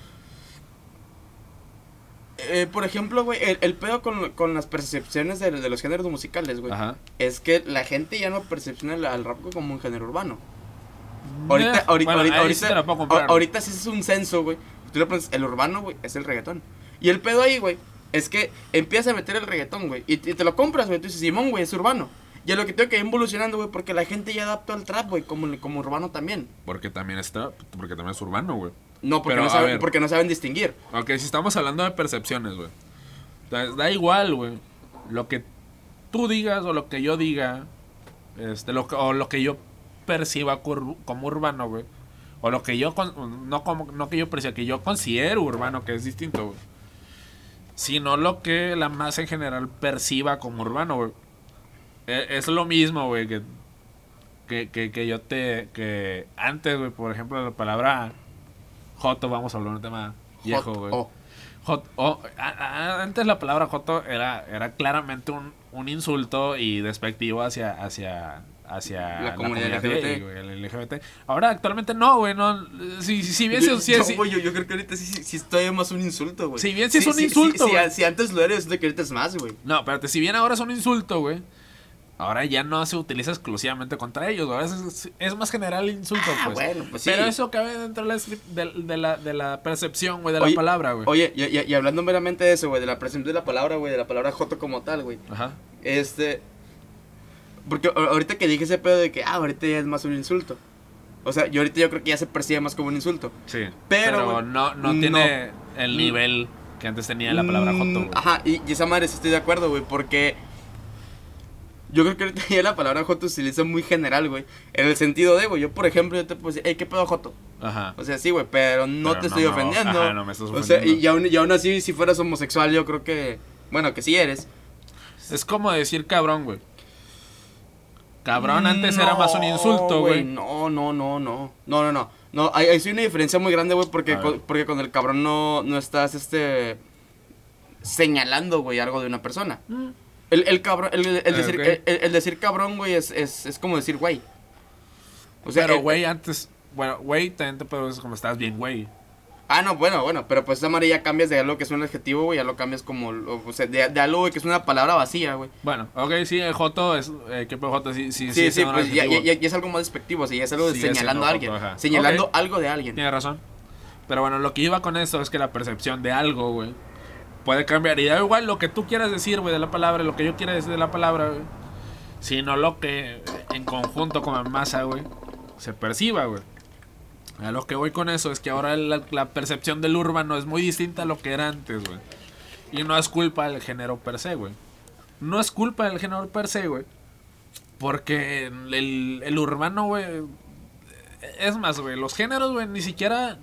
E: Eh, por ejemplo, güey, el, el pedo con, con las percepciones de, de los géneros musicales, güey.
D: Ajá.
E: Es que la gente ya no percepciona al, al rap como un género urbano. Ahorita,
D: Eh,
E: ahorita,
D: bueno,
E: ahorita,
D: ahí
E: ahorita,
D: sí te la puedo comprar,
E: a- ahorita sí es un censo, güey. Tú le pones el urbano, güey, es el reggaetón. Y el pedo ahí, güey, es que empiezas a meter el reggaetón, güey. Y, te- y te lo compras, güey. Tú dices, Simón, güey, es urbano. Y a lo que tengo que ir evolucionando, güey, porque la gente ya adaptó al trap, güey, como, como urbano también.
D: Porque también está, porque también es urbano, güey.
E: No, porque,
D: Pero,
E: no
D: a
E: saben,
D: ver.
E: porque no saben distinguir.
D: Ok, si estamos hablando de percepciones, güey. Da, da igual, güey. Lo que tú digas o lo que yo diga, este, lo, que- o lo que yo perciba cur- como urbano, güey. O lo que yo, con- no, como, no que yo perciba, que yo considero urbano, que es distinto, güey. Sino lo que la masa en general perciba como urbano, güey. E- Es lo mismo, güey, que, que, que, que yo te... Que antes, güey, por ejemplo, la palabra joto, vamos a hablar de un tema viejo,
E: Hot,
D: güey.
E: oh.
D: Jot- o- a- a- antes la palabra joto era, era claramente un, un insulto y despectivo hacia, hacia, hacia
E: La comunidad LGBT.
D: güey, el LGBT. Ahora actualmente no, güey. No, si, si, si bien se-
E: yo,
D: si-
E: yo,
D: si-
E: güey, yo- yo creo que ahorita sí, sí, sí es todavía más un insulto, güey.
D: Sí, bien sí es un
E: sí,
D: insulto,
E: sí,
D: güey.
E: Si, antes lo eres, de que ahorita es más, güey.
D: No, espérate, si bien ahora es un insulto, güey. Ahora ya no se utiliza exclusivamente contra ellos, ahora es, es más general el insulto,
E: Ah,
D: pues.
E: bueno, pues sí.
D: Pero eso cabe dentro de la, descrip- de, de la, de la percepción, güey, de la
E: Oye,
D: palabra, güey.
E: Oye, y, y- y hablando meramente de eso, güey, de la presencia de la palabra, güey, de la palabra joto como tal, güey.
D: Ajá.
E: Este. Porque a- ahorita que dije ese pedo de que, ah, ahorita ya es más un insulto. O sea, yo ahorita yo creo que ya se percibe más como un insulto.
D: Sí. Pero,
E: Pero, güey,
D: no, no
E: no.
D: tiene el nivel que antes tenía la palabra joto,
E: Mm,
D: güey.
E: Ajá, y, y esa madre sí estoy de acuerdo, güey, porque yo creo que ahorita *laughs* ya la palabra Joto se utiliza muy general, güey. En el sentido de, güey, yo por ejemplo, yo te puedo decir, hey, ¿qué pedo Joto?
D: Ajá.
E: O sea, sí, güey, pero no
D: Pero
E: te
D: no
E: estoy
D: me-
E: ofendiendo.
D: ajá, no me estás
E: O sea, y-
D: ofendiendo.
E: y aún, y aún así, si fueras homosexual, yo creo que, bueno, que sí eres.
D: Es como decir cabrón, güey. Cabrón antes
E: No,
D: era más un insulto, güey.
E: No, no, no, no. No, no, no. No, hay, hay sí una diferencia muy grande, güey, porque,
D: A
E: con,
D: ver.
E: porque con el cabrón no, no estás, este, señalando, güey, algo de una persona. El, el cabrón, el, el- el
D: Ah,
E: decir,
D: ok.
E: el, el- el decir cabrón, güey, es, es, es como decir güey. O sea,
D: Pero,
E: el-
D: güey, antes... Bueno, güey, también te puedo decir como estás bien, güey.
E: Ah, no, bueno, bueno, pero pues esa madre ya cambias de algo que es un adjetivo, güey, ya lo cambias como, o o sea, de, de algo, güey, que es una palabra vacía, güey.
D: Bueno, ok, sí, el joto es... Eh, ¿Qué pedo joto? Sí, sí,
E: Sí, sí,
D: es un
E: pues ya, ya,
D: adjetivo.
E: ya- ya es algo más despectivo, o sea, ya es algo de
D: Sigue
E: señalando
D: siendo
E: a alguien,
D: joto, ajá.
E: señalando
D: Ok.
E: algo de alguien.
D: Tiene razón. Pero bueno, lo que iba con eso es que la percepción de algo, güey, puede cambiar. Y da igual lo que tú quieras decir, güey, de la palabra, lo que yo quiera decir de la palabra, güey. Sino lo que en conjunto con la masa, güey, se perciba, güey. A lo que voy con eso es que ahora la, la percepción del urbano es muy distinta a lo que era antes, güey. Y no es culpa del género per se, güey. No es culpa del género per se, güey. Porque el, el urbano, güey, es más, güey, los géneros, güey, ni siquiera.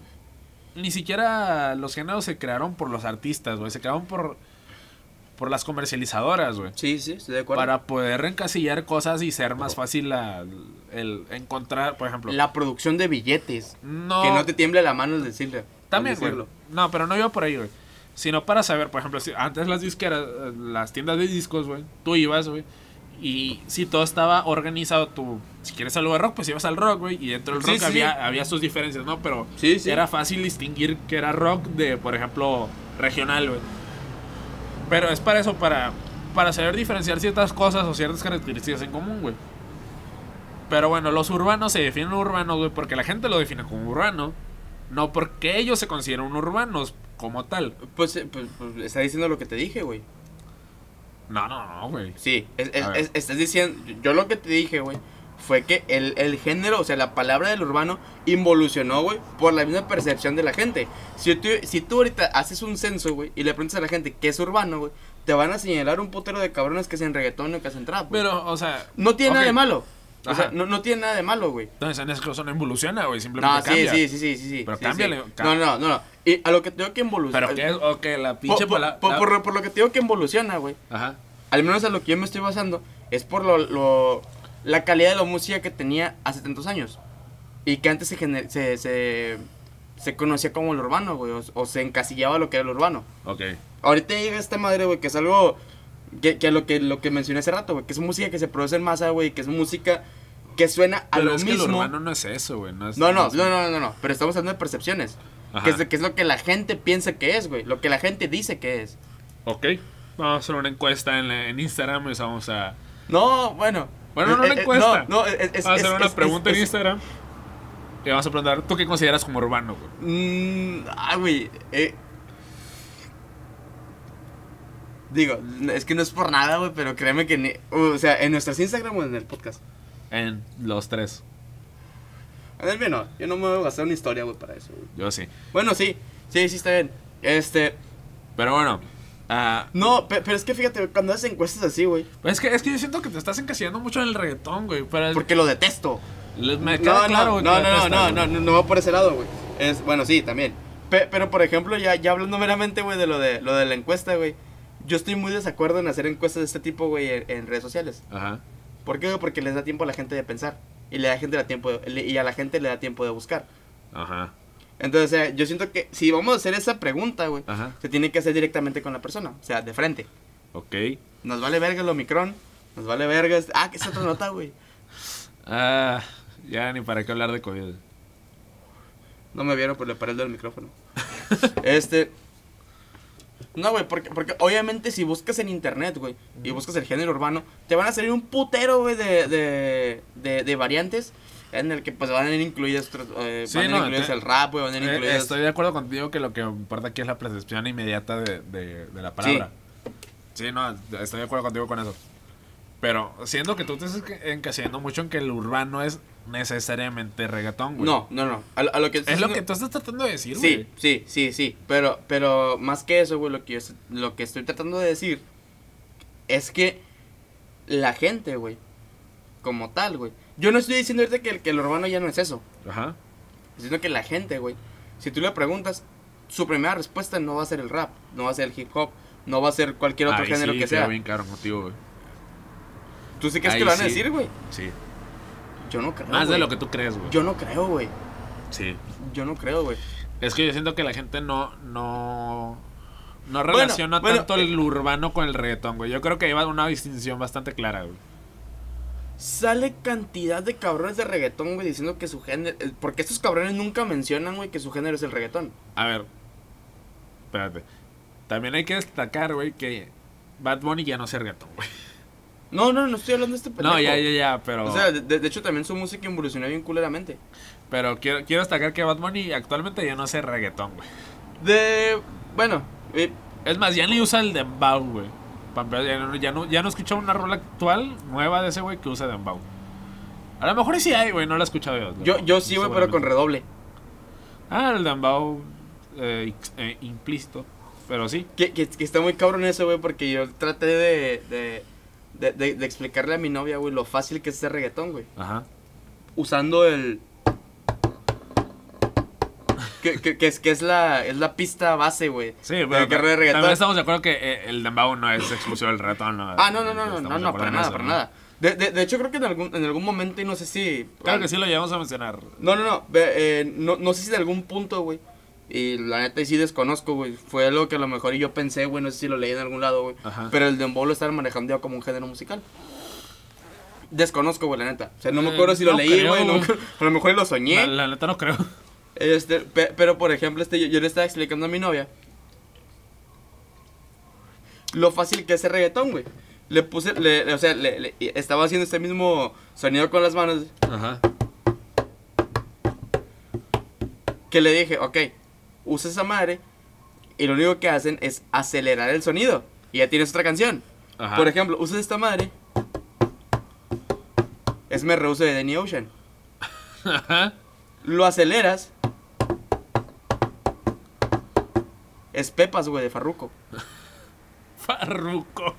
D: Ni siquiera los géneros se crearon por los artistas, güey. Se crearon por. por las comercializadoras, güey.
E: Sí, sí, estoy de acuerdo.
D: Para poder reencasillar cosas y ser más fácil la- el encontrar, por ejemplo.
E: La producción de billetes.
D: No.
E: Que no te tiemble la mano al decirle. al
D: También, güey.
E: decirlo.
D: No, pero no iba por ahí, güey. Sino para saber, por ejemplo, si antes las disqueras, eh, las tiendas de discos, güey, tú ibas, güey. Y si todo estaba organizado, tú, si quieres algo de rock, pues ibas al rock, güey. Y dentro del
E: Sí,
D: rock
E: sí,
D: había,
E: sí.
D: había sus diferencias, ¿no? Pero
E: Sí, sí.
D: era fácil distinguir que era rock de, por ejemplo, regional, güey. Pero es para eso, para, para saber diferenciar ciertas cosas o ciertas características en común, güey. Pero bueno, los urbanos se definen urbanos, güey, porque la gente lo define como urbano. No porque ellos se consideran urbanos como tal.
E: Pues, eh, pues, pues, está diciendo lo que te dije, güey.
D: No, no, no, güey.
E: Sí, es- es-
D: A ver.
E: es- estás diciendo. Yo lo que te dije, güey, fue que el, el género, o sea, la palabra del urbano involucionó, güey, por la misma percepción de la gente. Si tú, si tú ahorita haces un censo, güey, y le preguntas a la gente qué es urbano, güey, te van a señalar un putero de cabrones que hacen reggaetón o que hacen trap. güey.
D: Pero, o sea.
E: no tiene nada
D: ok.
E: de malo. O sea,
D: Ajá.
E: no, no tiene nada de malo, güey.
D: Entonces, en ese caso no evoluciona, güey. Simplemente
E: No, sí,
D: cambia.
E: sí, sí, sí, sí, sí.
D: Pero
E: sí,
D: cámbiale,
E: sí.
D: ca-
E: No, no, no, no. Y a lo que tengo que involucionar.
D: Pero que es, o que la pinche
E: por,
D: palabra.
E: por- por- por lo que tengo que involuciona, güey.
D: Ajá.
E: Al menos a lo que yo me estoy basando es por lo, lo- la calidad de la música que tenía hace tantos años. Y que antes se, gener- se, se, se conocía como el urbano, güey. O, o se encasillaba lo que era el urbano.
D: Ok.
E: Ahorita llega esta madre, güey, que es algo que, que lo que lo que mencioné hace rato, güey, que es música que se produce en masa, güey, que es música que suena a
D: Pero
E: lo
D: es
E: mismo.
D: que lo urbano no es eso, güey. Pues No,
E: No,
D: es-
E: no, no, no, no, no. Pero estamos hablando de percepciones.
D: Ajá.
E: Que es, que es lo que la gente piensa que es, güey. Lo que la gente dice que es.
D: Ok. Vamos a hacer una encuesta en, la- en Instagram y vamos a.
E: No, bueno.
D: Bueno, no
E: Eh,
D: una
E: eh,
D: encuesta.
E: No, no, es, es-
D: vamos a hacer
E: es-
D: una
E: es-
D: pregunta
E: es-
D: en
E: es-
D: Instagram. Y vamos a preguntar, ¿tú qué consideras como urbano, güey?
E: Mm, ah, güey. eh. Digo, n- es que no es por nada, güey, pero créeme que ni. uh, O sea, en nuestras Instagram o en el podcast.
D: En los tres.
E: En el mío no. Yo no me voy a gastar una historia, güey, para eso, güey.
D: Yo sí.
E: Bueno, sí. Sí, sí, está bien. Este.
D: Pero bueno. ah,
E: No, pe- pero es que fíjate, güey, cuando haces encuestas así, güey.
D: Pues Es que, es que yo siento que te estás encasillando mucho en el reggaetón, güey. Pero
E: Porque lo detesto.
D: Le- me queda
E: No,
D: claro,
E: no,
D: güey,
E: no,
D: que
E: no, no,
D: detestas,
E: no,
D: güey.
E: no, no, no va por ese lado, güey. Es, bueno, sí, también. Pe- pero, por ejemplo, ya, ya hablando meramente, güey, de lo de, lo de la encuesta, güey. Yo estoy muy desacuerdo en hacer encuestas de este tipo, güey, en, en redes sociales.
D: Ajá.
E: ¿Por qué? güey? Porque les da tiempo a la gente de pensar. Y, le da gente la tiempo de- le- y a la gente le da tiempo de buscar.
D: Ajá.
E: Entonces, o sea, yo siento que si vamos a hacer esa pregunta, güey,
D: Ajá.
E: se tiene que hacer directamente con la persona. O sea, de frente.
D: Ok.
E: Nos vale verga el Omicron. Nos vale verga. este- Ah, que es otra nota, güey.
D: Ah, ya ni para qué hablar de COVID.
E: No me vieron, pero le paré el del micrófono. *laughs* este. No, güey, porque, porque obviamente si buscas en internet, güey, y buscas el género urbano, te van a salir un putero, güey, de, de, de, de variantes en el que pues van a ir incluidas, otros, eh,
D: Sí,
E: van a ir
D: no,
E: incluidas
D: te-
E: el rap, güey, van a ir
D: Eh,
E: incluidas...
D: estoy de acuerdo contigo que lo que importa aquí es la percepción inmediata de, de- de la palabra. Sí. no, estoy de acuerdo contigo con eso. Pero siento que tú te estás encasillando mucho en que el urbano es necesariamente reggaetón, güey.
E: No, no, no, a, lo- a lo que...
D: Es lo que tú estás tratando de decir, güey.
E: Sí, sí, sí, sí, pero, pero más que eso, güey, lo que, yo, est- lo que estoy tratando de decir es que la gente, güey, como tal, güey. Yo no estoy diciendo ahorita que el, que el urbano ya no es eso,
D: Ajá.
E: sino que la gente, güey, si tú le preguntas, su primera respuesta no va a ser el rap, no va a ser el hip hop, no va a ser cualquier otro
D: Ahí
E: género
D: sí,
E: que
D: queda
E: sea.
D: bien claro contigo, güey.
E: ¿Tú sí crees
D: Ahí
E: que lo van a
D: sí.
E: decir, güey?
D: Sí.
E: Yo no creo.
D: Más de
E: güey.
D: lo que tú crees, güey.
E: Yo no creo, güey.
D: Sí.
E: Yo no creo, güey.
D: Es que yo siento que la gente no no no
E: Bueno,
D: relaciona
E: bueno, eh,
D: tanto el urbano con el reggaetón, güey. Yo creo que lleva una distinción bastante clara, güey.
E: Sale cantidad de cabrones de reggaetón, güey, diciendo que su género. eh, Porque estos cabrones nunca mencionan, güey, que su género es el reggaetón.
D: A ver. Espérate. También hay que destacar, güey, que Bad Bunny ya no hace reggaetón, güey.
E: No, no, no estoy hablando de este pendejo.
D: No, ya ya ya, pero
E: O sea, de, de- de hecho también su música evolucionó bien culeramente.
D: pero quiero quiero destacar que Bad Bunny actualmente ya no hace reggaetón, güey.
E: De. Bueno, eh,
D: Es más, ya ni usa el dembow, güey. Pa' empezar, Ya no, ya, no, ya no he escuchado una rola actual nueva de ese güey que usa dembow. A lo mejor sí hay, güey, no la he escuchado yo.
E: yo, yo sí, güey, pero con
D: Seguramente.
E: redoble.
D: Ah, el Dambao eh, ex- eh, implícito. Pero sí.
E: Que, que- que está muy cabrón eso, güey, porque yo traté de. de de, de- de explicarle a mi novia, güey, lo fácil que es ese reggaetón, güey.
D: Ajá.
E: Usando el. que, que- que es, que es, la, es la pista base, güey.
D: Sí,
E: de
D: pero,
E: la carrera de
D: también
E: reggaetón.
D: estamos de acuerdo que eh, el Dembao no es expulsivo del ratón. No,
E: Ah, no, no, no, no,
D: Estamos
E: no,
D: de
E: no,
D: acuerdo
E: para
D: en
E: nada,
D: eso,
E: para
D: ¿no?
E: nada. De, de- de hecho, creo que en algún, en algún momento, y no sé si.
D: Claro que sí lo llevamos a mencionar.
E: No, no, no. ve- eh, no, no sé si de algún punto, güey. Y la neta, y sí desconozco, güey. Fue algo que a lo mejor yo pensé, güey. No sé si lo leí en algún lado, güey.
D: Ajá.
E: Pero el dembow lo estaban manejando ya como un género musical. Desconozco, güey, la neta. O sea, no me acuerdo si lo
D: Mm, no
E: leí,
D: creo,
E: güey. no-
D: güey.
E: a lo mejor lo soñé.
D: La, la neta no creo.
E: Este, pe- pero por ejemplo, este, yo, yo le estaba explicando a mi novia lo fácil que es el reggaetón, güey. Le puse, le- le- o sea, le, le- estaba haciendo este mismo sonido con las manos
D: *laughs*
G: Ajá.
E: que le dije, ok, usa esa madre y lo único que hacen es acelerar el sonido y ya tienes otra canción.
G: Ajá.
E: Por ejemplo, usa esta madre. Es Me Rehuso de Danny Ocean.
G: Ajá.
E: Lo aceleras. Es Pepas, güey, de Farruco.
G: Farruco.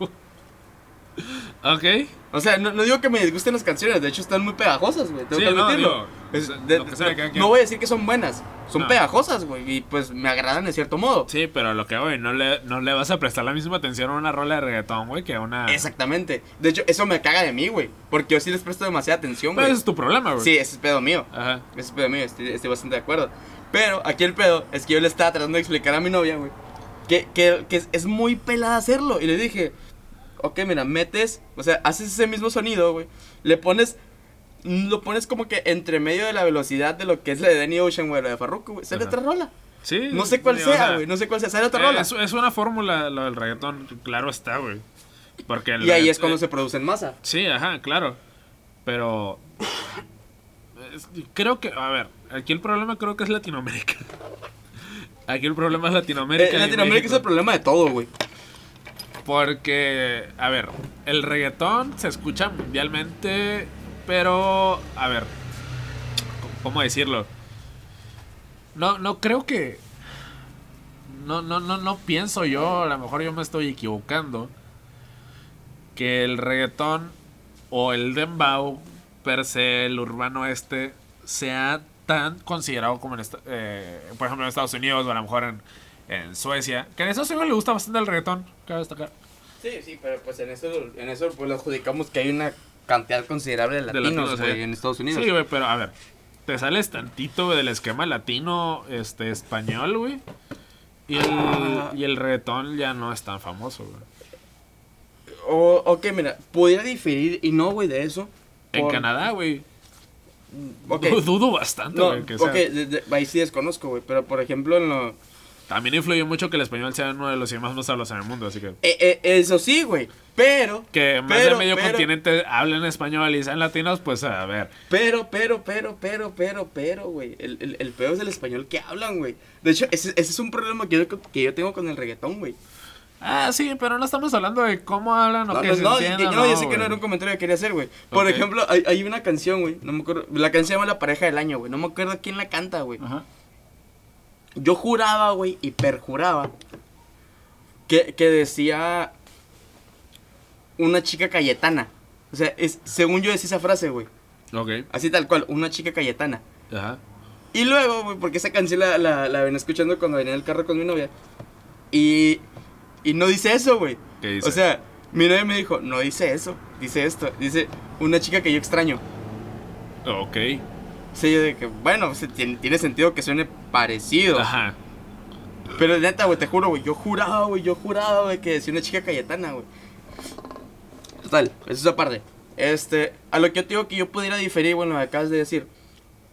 G: Ok.
E: O sea, no, no digo que me disgusten las canciones, de hecho están muy pegajosas, güey. Tengo
G: Sí,
E: que
G: no,
E: admitirlo.
G: digo,
E: Es-
G: o sea,
E: de-
D: lo que sea, cada quien.
E: no voy a decir que son buenas, son
D: No.
E: pegajosas, güey, y pues me agradan de cierto modo.
D: Sí, pero lo que voy, no le, no le vas a prestar la misma atención a una rola de reggaetón, güey, que a una.
E: Exactamente. De hecho, eso me caga de mí, güey, porque yo sí les presto demasiada atención,
D: Pero
E: güey.
D: ese Pues, es tu problema, güey.
E: Sí, ese es pedo mío.
D: Ajá.
E: Ese es pedo mío, estoy, estoy bastante de acuerdo. Pero aquí el pedo es que yo le estaba tratando de explicar a mi novia, güey, que, que, que es, es muy pelada hacerlo. Y le dije, ok, mira, metes, o sea, haces ese mismo sonido, güey, le pones, lo pones como que entre medio de la velocidad de lo que es la de Danny Ocean, güey, la de Farruko, güey, sale
D: Ajá.
E: otra rola.
D: Sí.
E: No sé cuál
D: digo, o
E: sea,
D: sea,
E: güey, no sé cuál sea, sale otra
D: eh,
E: rola.
D: es, es una fórmula lo del reggaetón, claro está, güey. Porque el
E: Y ahí
D: regga-
E: es cuando se produce en masa.
D: Sí, ajá, claro. Pero. es- creo que. A ver, aquí el problema creo que es Latinoamérica. *laughs* Aquí el problema es Latinoamérica.
E: Eh,
D: y
E: Latinoamérica es
D: México.
E: el problema de todo, güey.
D: Porque, a ver, el reggaetón se escucha mundialmente, pero, a ver, ¿cómo decirlo? No, no creo que... No, no, no, no pienso yo, a lo mejor yo me estoy equivocando, que el reggaetón o el dembow, per se, el urbano este, sea tan considerado como en, esta- eh, por ejemplo, en Estados Unidos o a lo mejor en, en Suecia. Que en Estados Unidos le gusta bastante el reggaetón, cabe destacar.
E: Sí, sí, pero pues en eso, en eso pues le adjudicamos que hay una cantidad considerable de latinos,
D: latinos,
E: güey,
D: sí.
E: en Estados Unidos.
D: Sí, güey, pero a ver, te sales tantito güey, del esquema latino, este, español, güey. Y
E: Ah.
D: el, y el reggaetón ya no es tan famoso, güey.
E: O, ok, mira, pudiera diferir y no, güey, de eso.
D: En
E: por-
D: Canadá, güey.
E: Ok.
D: du- *laughs* Dudo bastante,
E: No,
D: güey. que sea.
E: ok, de- de- ahí sí desconozco, güey. Pero por ejemplo, en lo.
D: También influye mucho que el español sea uno de los idiomas más hablados en el mundo, así que.
E: eh, eh, eso sí, güey. Pero.
D: Que más
E: pero,
D: de medio
E: pero,
D: continente hablen español y sean latinos, pues a ver.
E: Pero, pero, pero, pero, pero, pero, güey. El, el, el peor es el español que hablan, güey. De hecho, ese, ese es un problema que yo, que yo tengo con el reggaetón, güey.
D: Ah, sí, pero no estamos hablando de cómo hablan o
E: No,
D: qué
E: no,
D: se
E: no,
D: entienda,
E: yo, no, yo sé que
D: güey.
E: no era un comentario que quería hacer, güey. Por
D: Ok.
E: ejemplo, hay, hay una canción, güey. No me acuerdo. La canción se llama La pareja del año, güey. No me acuerdo quién la canta, güey.
D: Ajá.
E: Yo juraba, güey, y perjuraba que, que decía una chica cayetana. O sea, es, según yo decía esa frase, güey.
D: Ok.
E: Así tal cual, una chica cayetana.
D: Ajá.
E: Y luego, güey, porque esa canción la, la, la venía escuchando cuando venía en el carro con mi novia. Y, y no dice eso, güey.
D: ¿Qué dice?
E: O sea, mi novia me dijo, no dice eso, dice esto. Dice, una chica que yo extraño.
D: Ok.
E: Sí, yo de que, bueno, o sea, tiene, tiene sentido que suene parecido.
D: Ajá.
E: Pero neta, güey, te juro, güey, yo juraba, güey, yo juraba, güey, que decía una chica cayetana, güey. Total, eso es aparte. Este, a lo que yo te digo que yo pudiera diferir, bueno, lo que acabas de decir.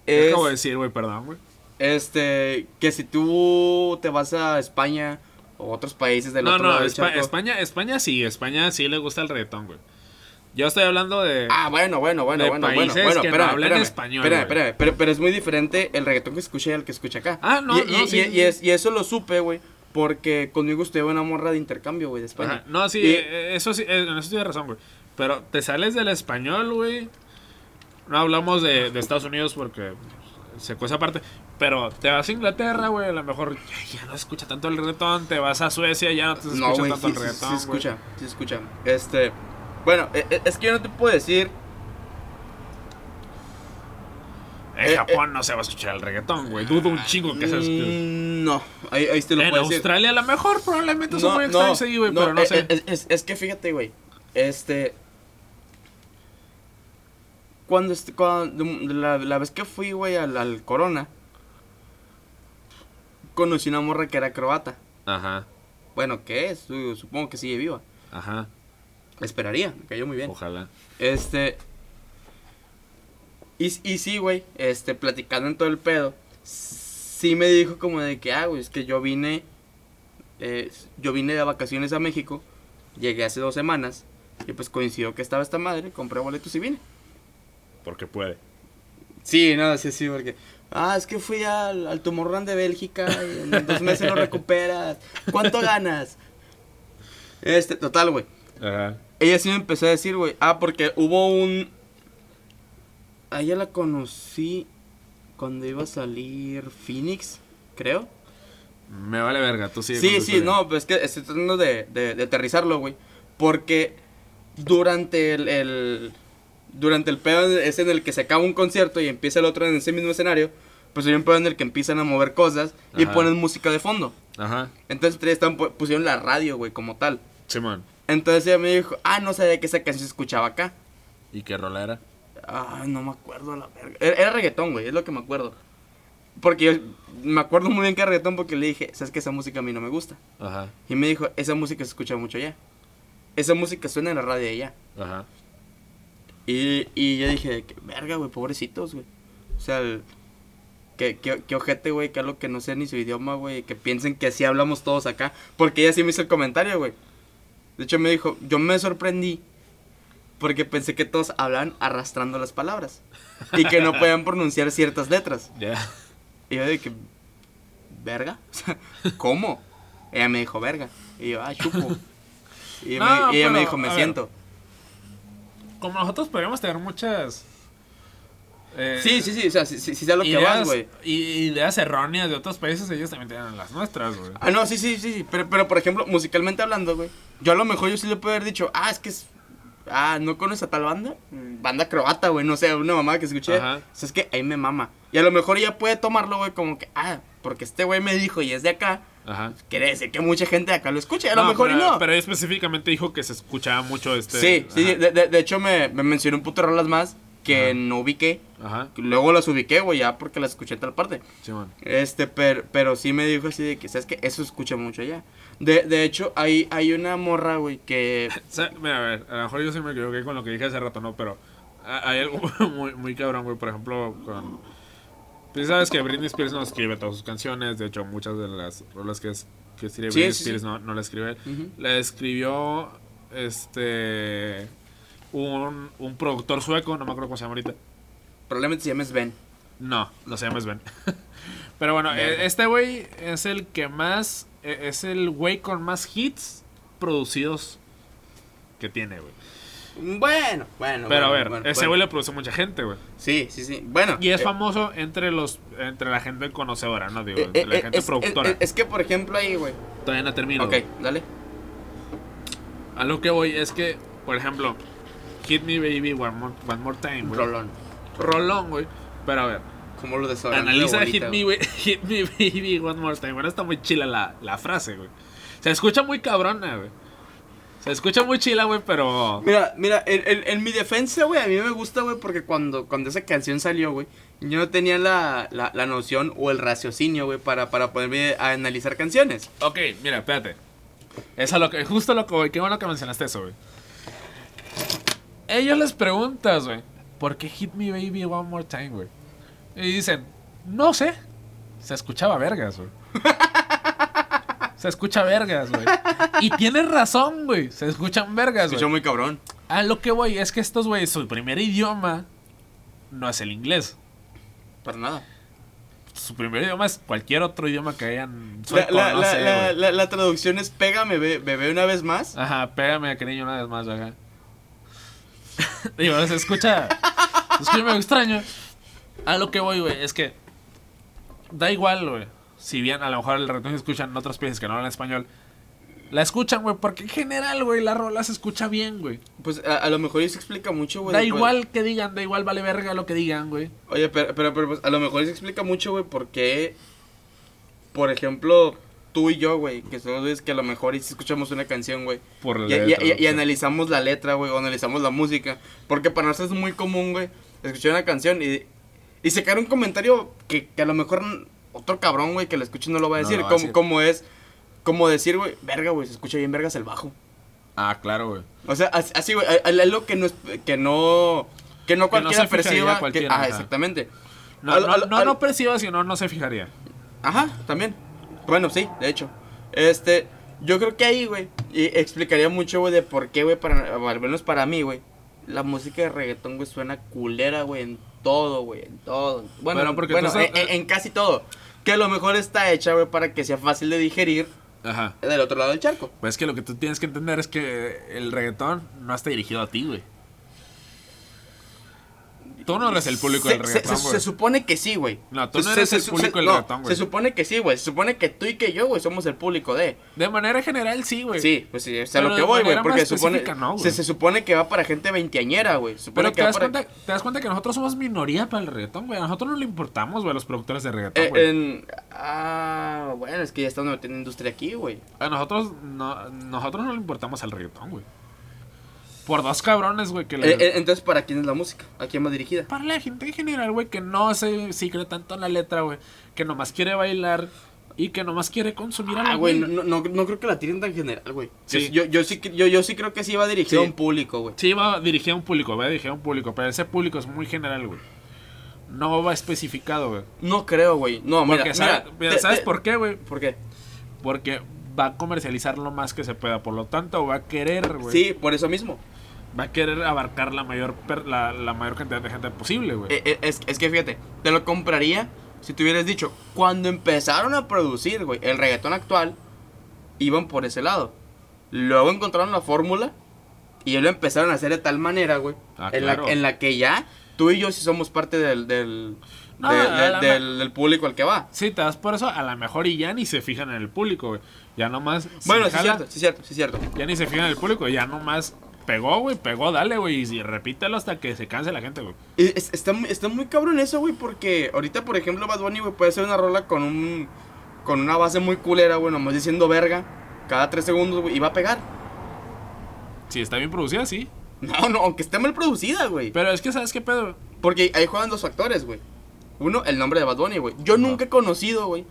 D: ¿Qué
E: Es,
D: acabo de decir, güey? Perdón, güey.
E: este, que si tú te vas a España o otros países del
D: No,
E: otro
D: no,
E: lado del
D: Espa-
E: charco-
D: España, España sí, España sí le gusta el reggaetón, güey. Yo estoy hablando de...
E: Ah, bueno, bueno, bueno,
D: de
E: bueno, bueno,
D: países
E: bueno,
D: que no
E: espérame,
D: hablan
E: espérame,
D: español,
E: espérame,
D: güey.
E: espérame, pero, pero es muy diferente el reggaetón que escuché al que escuché acá.
D: Ah, no,
E: y,
D: no,
E: y,
D: sí,
E: y-
D: sí.
E: y es- y eso lo supe, güey, porque conmigo estuvo una morra de intercambio, güey, de España.
D: Ajá, No, sí,
E: Y-
D: eh, eso sí, eh, en eso tienes razón, güey. Pero te sales del español, güey. No hablamos de, de Estados Unidos porque se cuesta aparte. Pero te vas a Inglaterra, güey. A lo mejor ya, ya no se escucha tanto el reggaetón. Te vas a Suecia, ya no te escucha
E: No, güey,
D: tanto
E: sí,
D: el
E: sí, sí,
D: reggaetón.
E: se
D: güey.
E: escucha, sí, se escucha. Este, bueno, e- e- es que yo no te puedo decir
D: En
E: Eh,
D: Japón no se va a escuchar el reggaetón, güey. Dudo un chingo que se Eh, escuche.
E: Mm, No, ahí, ahí te lo
D: En
E: puedo decir.
D: Australia a lo mejor probablemente son muy extraños ahí, güey,
E: no,
D: pero no
E: eh,
D: sé.
E: eh, Es, es que fíjate, güey. Este. Cuando, est- cuando- la, la vez que fui, güey, al, al Corona, conocí una morra que era croata.
D: Ajá,
E: Bueno, ¿qué es? Su- Supongo que sigue viva.
D: ajá.
E: Esperaría, me cayó muy bien.
D: Ojalá.
E: Este. Y, y sí, güey, este, platicando en todo el pedo, sí me dijo como de que, ah, güey, es que yo vine, eh, yo vine de vacaciones a México, llegué hace dos semanas, y pues coincidió que estaba esta madre, compré boletos y vine.
D: Porque puede.
E: Sí, no, sí, sí, porque, ah, es que fui al, al Tomorrán de Bélgica, y en dos meses lo recuperas, ¿cuánto *laughs* ganas? Este, total, güey,
D: Ajá.
E: ella sí me empezó a decir, güey. Ah, porque hubo un. A ella la conocí cuando iba a salir Phoenix, creo.
D: Me vale verga, tú sigue. con
E: Sí,
D: tu
E: sí,
D: historia.
E: no, pues es que estoy tratando de, de- de aterrizarlo, güey. Porque durante el, el- Durante el pedo es en el que se acaba un concierto y empieza el otro en ese mismo escenario. Pues hay un pedo en el que empiezan a mover cosas y
D: Ajá.
E: ponen música de fondo.
D: Ajá.
E: Entonces están, pu- pusieron la radio, güey, como tal.
D: Simón.
E: Entonces ella me dijo, ah, no sabía que esa canción se escuchaba acá.
D: ¿Y qué rola era?
E: Ay, no me acuerdo a la verga. Era, era reggaetón, güey, es lo que me acuerdo. Porque yo me acuerdo muy bien que era reggaetón porque le dije, sabes que esa música a mí no me gusta.
D: Ajá,
E: Y me dijo, esa música se escucha mucho allá. Esa música suena en la radio allá.
D: ajá.
E: Y, y yo dije, de que, verga, güey, pobrecitos, güey. O sea, el- que, que, que ojete, güey, que algo que no sea ni su idioma, güey, que piensen que así hablamos todos acá. Porque ella sí me hizo el comentario, güey. De hecho, me dijo, yo me sorprendí porque pensé que todos hablaban arrastrando las palabras y que no podían pronunciar ciertas letras.
D: Ya.
E: Y yo de que, verga, o sea, ¿cómo? Ella me dijo, verga. Y yo, ah, chupo. Y,
D: *laughs* No,
E: me- y ella
D: pero,
E: me dijo, me
D: a ver,
E: siento.
D: *laughs* Como nosotros podríamos tener muchas. eh,
E: Sí, sí, sí, o sea, sí, sí, sí sé a lo que
D: ideas,
E: vas, güey.
D: i- ideas erróneas de otros países, ellos también tienen las nuestras, güey.
E: Ah, no, sí, sí, sí, sí. Pero, pero por ejemplo, musicalmente hablando, güey. Yo a lo mejor yo sí le puedo haber dicho, ah, es que es. Ah, ¿no conoces a tal banda? Mm, Banda croata, güey. No sé, una mamá que escuché.
D: Ajá.
E: O sea, es que ahí me mama. Y a lo mejor ella puede tomarlo, güey, como que, ah, porque este güey me dijo y es de acá.
D: Ajá.
E: Quiere decir que mucha gente de acá lo escucha. y A lo mejor
D: pero,
E: y no.
D: Pero ella específicamente dijo que se escuchaba mucho este.
E: sí, sí,
D: ajá,
E: de, de- de hecho me, me mencionó un puto de rolas más que
D: Ajá.
E: no ubiqué.
D: Ajá.
E: Luego las ubiqué, güey, ya porque las escuché en tal parte.
D: Simón.
E: Este, pero, pero sí me dijo así de que, ¿sabes qué? Eso escucha mucho allá. De, de hecho, hay, hay una morra, güey, que...
D: O sea, mira, a ver, a lo mejor yo sí me equivoqué con lo que dije hace rato, ¿no? Pero a- hay algo *laughs* muy, muy cabrón, güey. Por ejemplo, con. Pues sabes que Britney Spears no escribe todas sus canciones. De hecho, muchas de las rolas que, es, que escribe
E: Sí,
D: Britney
E: sí,
D: Spears
E: sí.
D: No, no la escribe. él.
E: Ujú.
D: La escribió este. Un, un productor sueco, no me acuerdo cómo se llama ahorita.
E: Probablemente se llama Sven.
D: No, lo se llama Sven. *laughs* Pero bueno,
E: Verga.
D: eh, este güey es el que más. eh, Es el güey con más hits producidos que tiene, güey.
E: Bueno, bueno.
D: Pero a
E: Ah, bueno,
D: ver,
E: bueno,
D: ese
E: bueno.
D: güey le produce mucha gente, güey.
E: Sí, sí, sí. Bueno.
D: Y es
E: eh,
D: famoso entre los entre la gente conocedora, no digo,
E: eh,
D: entre la
E: eh,
D: gente
E: es,
D: productora.
E: es- es que, por ejemplo, ahí, güey.
D: Todavía no termino.
E: Ok,
D: güey.
E: dale.
D: A lo que voy es que, por ejemplo, Hit Me Baby One More, One More Time, güey.
E: Rolón.
D: Rolón, güey. Pero a ver,
E: Como lo desorden.
D: analiza Hit Me, Ba- *laughs* Hit Me Baby One More Time. Bueno, está muy chila la, la frase, güey. Se escucha muy cabrona, güey. Se escucha muy chila, güey, pero...
E: Mira, mira, en, en- en mi defensa, güey, a mí me gusta, güey, porque cuando, cuando esa canción salió, güey, yo no tenía la, la, la noción o el raciocinio, güey, para, para poderme a analizar canciones.
D: Ok, mira, espérate. Es a lo que, justo lo que voy. Qué bueno que mencionaste eso, güey. Ellos les preguntas, güey, ¿por qué Hit Me Baby One More Time, güey? Y dicen, no sé. Se escuchaba
E: *laughs*
D: vergas, güey. Se escucha vergas, güey. Y tienes razón, güey. Se escuchan vergas,
E: Escuchó
D: güey.
E: muy cabrón.
D: A lo que voy es que estos, güey, su primer idioma no es el inglés.
E: Para nada.
D: Su primer idioma es cualquier otro idioma que hayan...
E: La,
D: sueco,
E: la-
D: no
E: la-
D: sé,
E: la-
D: güey.
E: la- la traducción es pégame, be- bebé, una vez más.
D: Ajá, pégame, cariño, una vez más, acá. *laughs* Digo, se escucha. Se escucha medio extraño. A lo que voy, güey, es que. Da igual, güey. Si bien a lo mejor el ratón se escucha en otros países que no hablan español. La escuchan, güey, porque en general, güey, la rola se escucha bien, güey.
E: Pues a, a lo mejor eso explica mucho, güey.
D: Da
E: de cuál-
D: igual que digan, da igual vale verga lo que digan, güey.
E: Oye, pero, pero, pero, pues, a lo mejor eso explica mucho, güey, porque, por ejemplo, tú y yo, güey, que somos güeyes que a lo mejor y si escuchamos una canción, güey,
D: Por
E: y, y- y- y analizamos la letra, güey, o analizamos la música, porque para nosotros es muy común, güey, escuchar una canción y, y sacar un comentario que, que a lo mejor n- otro cabrón, güey, que la escuche no lo va a
D: No
E: decir,
D: lo va a
E: como,
D: decir.
E: como es, como decir, güey, verga, güey, se escucha bien vergas el bajo.
D: Ah, claro, güey.
E: O sea, as- así, güey, a- a- es lo que no, es- que no, que no cualquiera
D: se fijaría
E: perciba, que-
D: cualquiera,
E: ah,
D: ajá.
E: exactamente.
D: No,
E: Al-
D: no,
E: al-
D: no,
E: al-
D: no perciba, sino no se fijaría.
E: Ajá, también. Bueno, sí, de hecho. Este, yo creo que ahí, güey, y explicaría mucho, güey, de por qué, güey, para, o al menos para mí, güey, la música de reggaetón, güey, suena culera, güey, en todo, güey, en todo. Bueno,
D: Bueno, porque
E: bueno,
D: tú sabes-
E: en, en- en casi todo. Que a lo mejor está hecha, güey, para que sea fácil de digerir
D: Ajá.
E: del otro lado del charco.
D: Pues es que lo que tú tienes que entender es que el reggaetón no está dirigido a ti, güey. Tú no eres el público
E: se,
D: del
E: se-
D: reggaetón,
E: se-
D: güey.
E: se supone que sí, güey.
D: No, tú no
E: Se-
D: eres
E: se-
D: el
E: se-
D: público
E: se-
D: del
E: no,
D: reggaetón, güey.
E: Se supone que sí, güey. Se supone que tú y que yo, güey, somos el público de.
D: De manera general, sí, güey.
E: Sí, pues sí, o sea,
D: Pero
E: lo
D: de
E: que voy, güey,
D: manera
E: porque
D: más
E: supone,
D: específica, no, güey.
E: se, se supone que va para gente veinteañera, güey. Supone
D: Pero
E: que
D: te
E: va
D: das,
E: para...
D: cuenta, te das cuenta que nosotros somos minoría para el reggaetón, güey. A nosotros no le importamos, güey, a los productores de reggaetón,
E: Eh,
D: güey.
E: en- Ah, bueno, es que ya estamos metiendo industria aquí, güey.
D: A nosotros no, nosotros no le importamos al reggaetón, güey. Por dos cabrones, güey, que le...
E: Eh, eh, entonces, ¿para quién es la música? ¿A quién va dirigida?
D: para la gente en general, güey, que no se cree tanto en la letra, güey. Que nomás quiere bailar y que nomás quiere consumir
E: Ah,
D: algo.
E: güey, no, no, no creo que la tiren tan general, güey. Yo-
D: Sí.
E: Yo, yo, sí, que- yo, yo sí creo que sí va dirigida a
D: Sí.
E: un público, güey.
D: Sí, va dirigida a un público, va dirigida a un público, pero ese público es muy general, güey. No va especificado, güey.
E: No creo, güey. No, mira,
D: Porque
E: mira,
D: sabe- mira,
E: te-
D: ¿sabes
E: te-
D: por qué, güey?
E: ¿Por qué?
D: Porque va a comercializar lo más que se pueda, por lo tanto va a querer, güey.
E: Sí, por eso mismo.
D: Va a querer abarcar la mayor per- la, la mayor cantidad de gente posible, güey.
E: Eh, eh, es, es que fíjate, te lo compraría si te hubieras dicho, cuando empezaron a producir, güey, el reggaetón actual, iban por ese lado. Luego encontraron la fórmula y ya lo empezaron a hacer de tal manera, güey,
D: Ah,
E: en,
D: claro.
E: la, en la que ya tú y yo sí somos parte del, del,
D: No,
E: de-
D: a
E: de-
D: la-
E: del- del público al que va.
D: Sí, te das por eso, a lo mejor y ya ni se fijan en el público, güey. Ya nomás. se
E: Bueno, sí es
D: jala,
E: cierto, sí es cierto, sí es cierto.
D: Ya ni se fijan en el público, ya nomás pegó, güey, pegó, dale, güey. Y si- repítelo hasta que se canse la gente, güey.
E: Y es- está, muy- está muy cabrón eso, güey, porque ahorita, por ejemplo, Bad Bunny, güey, puede hacer una rola con un con una base muy culera, güey, nomás diciendo verga cada tres segundos, güey, y va a pegar.
D: Si está bien producida, sí.
E: No, no, aunque esté mal producida, güey.
D: Pero es que, ¿sabes qué pedo?
E: Porque ahí juegan dos factores, güey. Uno, el nombre de Bad Bunny, güey. Yo nunca he conocido, güey,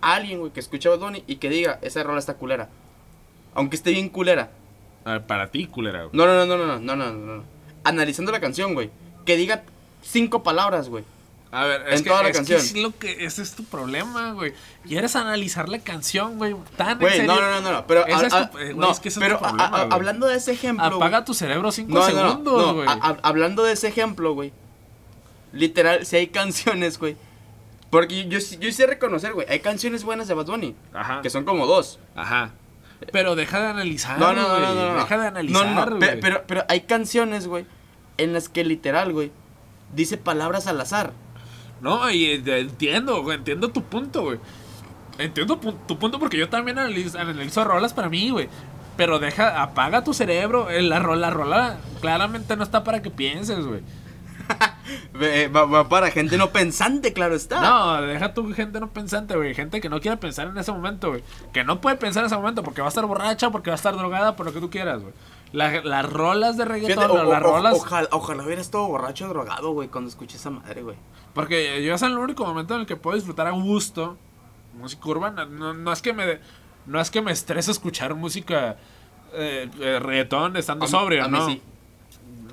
E: a alguien, güey, que escucha Bad Bunny y que diga, esa rola está culera. Aunque esté bien culera.
D: A ver, Ah, para ti, culera, güey.
E: No, no, no, no, no, no, no, no, no. Analizando la canción, güey. Que diga cinco palabras, güey.
D: A ver,
E: En toda la
D: es
E: canción.
D: es lo que, ese es tu problema, güey. Quieres analizar la canción, güey. Tan en
E: Güey,
D: serio.
E: no, no, no, no, Pero,
D: Ese
E: a-
D: es tu-
E: a-
D: eh, güey,
E: no,
D: es que ese es
E: pero
D: tu problema,
E: a- a-
D: güey.
E: hablando de ese ejemplo.
D: Apaga
E: güey.
D: tu cerebro 5
E: No, no, no,
D: segundos,
E: no,
D: güey.
E: a- a- hablando de ese ejemplo, güey. Literal, si hay canciones, güey. Porque yo, yo, sí- yo sí sé reconocer, güey. Hay canciones buenas de Bad Bunny.
D: Ajá.
E: Que son como dos.
D: Ajá. Pero deja de analizar,
E: No, no, no, no,
D: güey.
E: no, no.
D: Deja de
E: No,
D: analizar,
E: no, no, pe-
D: güey.
E: Pero, pero, hay canciones, güey. En las que literal, güey. Dice palabras al azar.
D: No, y eh, de- entiendo, güey, entiendo tu punto, güey. Entiendo pu- tu punto porque yo también analizo, analizo rolas para mí, güey. Pero deja, apaga tu cerebro. eh, La rola, la rola claramente no está para que pienses, güey.
E: Ve- eh, Va, va para gente no pensante, claro está. *laughs*
D: No, deja tu gente no pensante, güey. Gente que no quiere pensar en ese momento, güey. Que no puede pensar en ese momento porque va a estar borracha, porque va a estar drogada, por lo que tú quieras, güey. La- las rolas de reggaetón,
E: Fíjate, o-
D: las
E: o- o-
D: rolas.
E: ojalá, ojalá hubiera estado borracho drogado, güey, cuando escuché esa madre, güey.
D: Porque yo es el único momento en el que puedo disfrutar a gusto música urbana. No, no es que me de- no es que me estrese escuchar música eh, eh, reggaetón estando
E: A mí-
D: sobrio,
E: a mí
D: ¿no?
E: sí.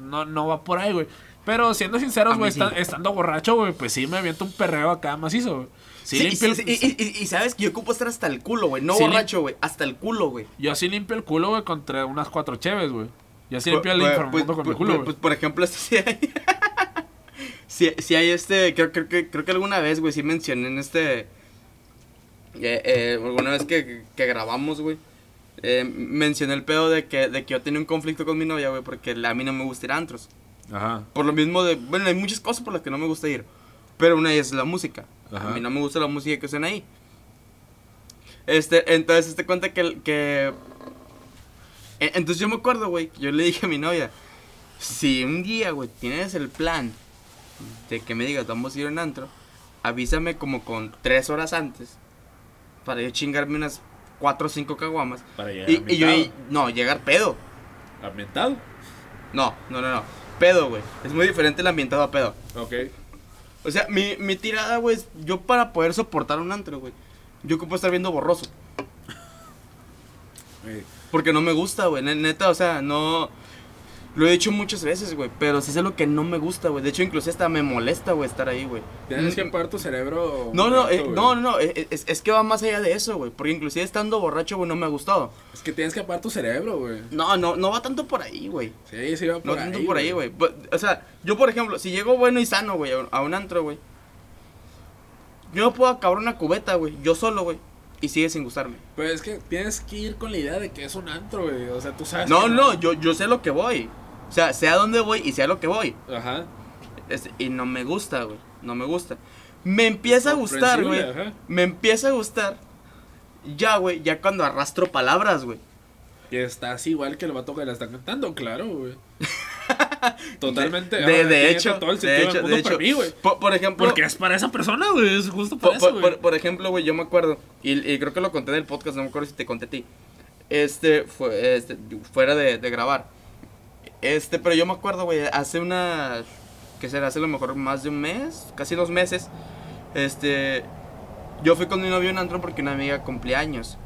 D: no no va por ahí, güey. Pero siendo sinceros,
E: A
D: güey,
E: mí sí.
D: esta- estando borracho, güey, pues sí me aviento un perreo acá macizo. güey. Sí,
E: Sí, y,
D: limpio el-
E: y- y- y- y sabes que yo ocupo estar hasta el culo, güey. No
D: Sí, lim-
E: borracho, güey. Hasta el culo, güey.
D: yo así limpio el culo, güey, contra unas cuatro cheves, güey. Yo así
E: Pues-
D: limpio el
E: pues-
D: inframundo
E: pues-
D: con
E: pues-
D: mi culo,
E: pues-
D: güey.
E: pues, por ejemplo, *laughs* este sí hay. sí, sí hay este. Creo, creo, que- creo que alguna vez, güey, sí mencioné en este. eh, eh, alguna vez que, que grabamos, güey. eh, mencioné el pedo de que, de que yo tenía un conflicto con mi novia, güey, porque la- a mí no me gusta ir a antros.
D: Ajá.
E: Por lo mismo de. Bueno, hay muchas cosas por las que no me gusta ir. Pero una es la música.
D: Ajá.
E: A mí no me gusta la música que hacen ahí. Este, entonces, este cuenta que, que... e- Entonces yo me acuerdo, güey, que yo le dije a mi novia, si un día, güey, tienes el plan de que me digas, vamos a ir a un antro, avísame como con tres horas antes para yo chingarme unas cuatro o cinco caguamas.
D: Para llegar
E: Y, y yo,
D: ambientado.
E: no, llegar pedo.
D: ¿Ambientado?
E: No, no, no, no. Pedo, güey. Es muy diferente el ambientado a pedo.
D: Ok.
E: O sea, mi, mi tirada, güey, es yo para poder soportar un antro, güey. Yo ocupo estar viendo borroso.
D: Ey,
E: Porque no me gusta, güey. ne- Neta, o sea, no. Lo he hecho muchas veces, güey. Pero sí sé lo que no me gusta, güey. De hecho, incluso hasta me molesta, güey, estar ahí, güey.
D: Tienes que
E: Mm,
D: apagar tu cerebro. un
E: No, no,
D: rato,
E: eh,
D: güey.
E: no, no, no, eh, es, es que va más allá de eso, güey. Porque inclusive estando borracho, güey, no me ha gustado.
D: Es que tienes que apagar tu cerebro, güey.
E: No, no, no va tanto por ahí, güey.
D: Sí, sí, va por
E: No
D: ahí.
E: tanto por ahí, güey. But, O sea, yo, por ejemplo, si llego bueno y sano, güey, a un- a un antro, güey. Yo no puedo acabar una cubeta, güey. Yo solo, güey. Y sigue sin gustarme.
D: Pero es que tienes que ir con la idea de que es un antro, güey. O sea, tú sabes.
E: No,
D: que
E: Ah, no, yo, yo sé lo que voy. O sea, sé a dónde voy y sé a lo que voy.
D: Ajá.
E: Este, y no me gusta, güey. No me gusta. Me empieza a gustar, güey.
D: Comprensible, ajá.
E: Me empieza a gustar. Ya, güey, ya cuando arrastro palabras, güey.
D: Que estás igual que el vato que la está cantando,
E: *laughs*
D: claro, güey. Totalmente.
E: De,
D: ahora,
E: de
D: tiene
E: hecho,
D: Todo el
E: de
D: sentido del
E: hecho,
D: mundo
E: de hecho.
D: para mí, güey.
E: Por, por ejemplo,
D: Porque es para esa persona, güey. Es justo
E: por,
D: para eso,
E: por-
D: güey.
E: por- por ejemplo, güey, yo me acuerdo. Y, y creo que lo conté en el podcast, no me acuerdo si te conté a ti. Este, fue, este, fuera de, de grabar. Este, pero yo me acuerdo, güey, hace una. ¿Qué será? Hace a lo mejor más de un mes, casi dos meses. Este. Yo fui con mi novio a un antro porque una amiga cumplía años.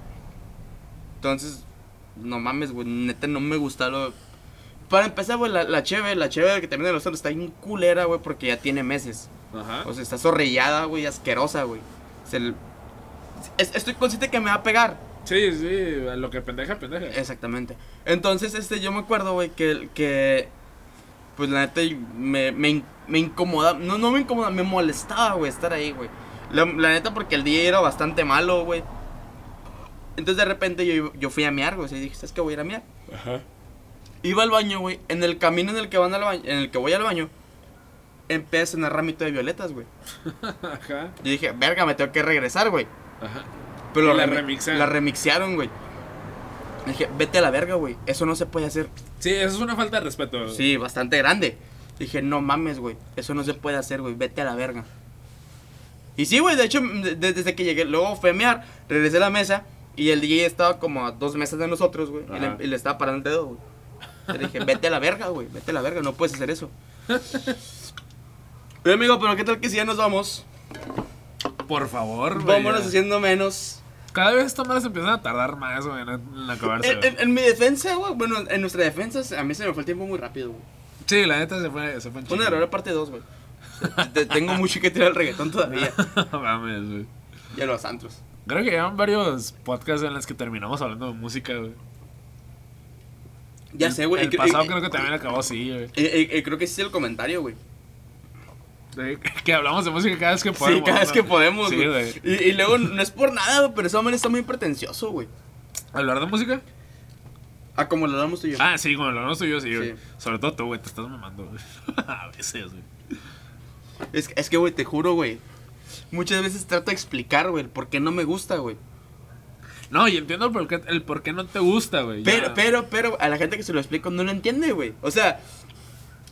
E: Entonces, no mames, güey, neta no me gusta lo. Para empezar, güey, la, la cheve, la cheve que también de los antros está bien culera, güey, porque ya tiene meses.
D: Pues, Ajá.
E: O sea, está zorrillada, güey, asquerosa, güey. Se le- es- estoy consciente que me va a pegar.
D: Sí, sí. a Lo que pendeja, pendeja.
E: Eh. Exactamente. Entonces, este, yo me acuerdo, güey, que, que. Pues la neta me, me, in- me incomoda. No, no me incomoda, me molestaba, güey, estar ahí, güey. La, la neta, porque el día era bastante malo, güey. Entonces, de repente, yo, yo fui a mear, güey. Y dije, ¿sabes qué? Voy a ir a mear.
D: Ajá.
E: Iba al baño, güey. En el camino en el que, van al baño, en el que voy al baño, empecé a cenar ramito de violetas, güey.
D: Ajá.
E: Yo dije, verga, me tengo que regresar, güey.
D: Ajá.
E: Pero
D: Y la
E: remi-
D: remixaron.
E: La remixearon, güey. Dije, vete a la verga, güey. Eso no se puede hacer.
D: Sí, eso es una falta de respeto. güey.
E: Sí, bastante grande. Dije, no mames, güey. Eso no se puede hacer, güey. Vete a la verga. Y sí, güey. De hecho, de- de- desde que llegué, luego fue a mear, regresé a la mesa. Y el DJ estaba como a dos mesas de nosotros, güey. Y
D: Ajá.
E: le, y le estaba parando el dedo, güey. Le dije, vete a la verga, güey. Vete a la verga. No puedes hacer
D: *laughs*
E: eso. Oye, amigo, pero ¿qué tal que si ya nos vamos?
D: Por favor, güey.
E: Vámonos
D: ya.
E: haciendo menos.
D: Cada vez estas madres empiezan a tardar más, güey, en, en acabarse.
E: En,
D: güey.
E: en- en mi defensa, güey, bueno, en nuestra defensa, a mí se me fue el tiempo muy rápido, güey.
D: Sí, la neta se fue, se fue en
E: Fue Una
D: chinga.
E: error parte 2, güey. Te- Tengo mucho que tirar al reggaetón todavía.
D: No *laughs* mames, güey.
E: Y a los antros.
D: Creo que llevan varios podcasts en los que terminamos hablando de música, güey.
E: Ya
D: El-
E: sé, güey.
D: El
E: y cre-
D: pasado
E: y-
D: creo que también acabó así, güey.
E: y- y- y creo que sí es el comentario, güey.
D: De- *laughs* Que hablamos de música cada vez que podemos.
E: Sí, cada vez
D: ¿no?
E: que podemos,
D: Sí,
E: güey.
D: güey.
E: y, y luego, no es por nada, güey, pero ese hombre está muy pretencioso, güey.
D: ¿Hablar de música?
E: A como lo damos tú y yo.
D: Ah, sí, con lo nuestro yo sí, güey.
E: Sí.
D: Sobre todo tú, güey, te estás mamando, güey. *laughs* A veces, güey.
E: Es, es que, güey, te juro, güey. Muchas veces trato de explicar, güey, el por qué no me gusta, güey.
D: No, y entiendo el por qué, el por qué no te gusta, güey. ya.
E: Pero, pero, pero, a la gente que se lo explico no lo entiende, güey. O sea,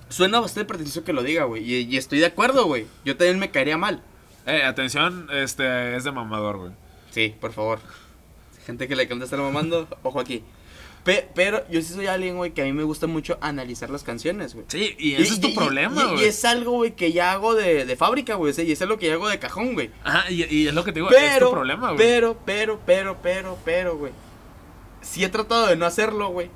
E: suena bastante pretencioso que lo diga, güey. Y, y estoy de acuerdo, güey. Yo también me caería mal.
D: Eh, atención, este, es de mamador, güey.
E: Sí, por favor. Gente que le encanta estar mamando, *laughs* ojo aquí. Pe- pero yo sí soy alguien, güey, que a mí me gusta mucho analizar las canciones, güey.
D: Sí, y ese es tu
E: y-
D: problema,
E: y- y,
D: güey.
E: es algo, güey, que ya hago de, de fábrica, güey. o sea, Y es algo que ya hago de cajón, güey.
D: Ajá, y, y es lo que te digo, es
E: Pero,
D: tu problema, güey.
E: pero, pero, pero, pero, pero, güey. Sí he tratado de no hacerlo, güey.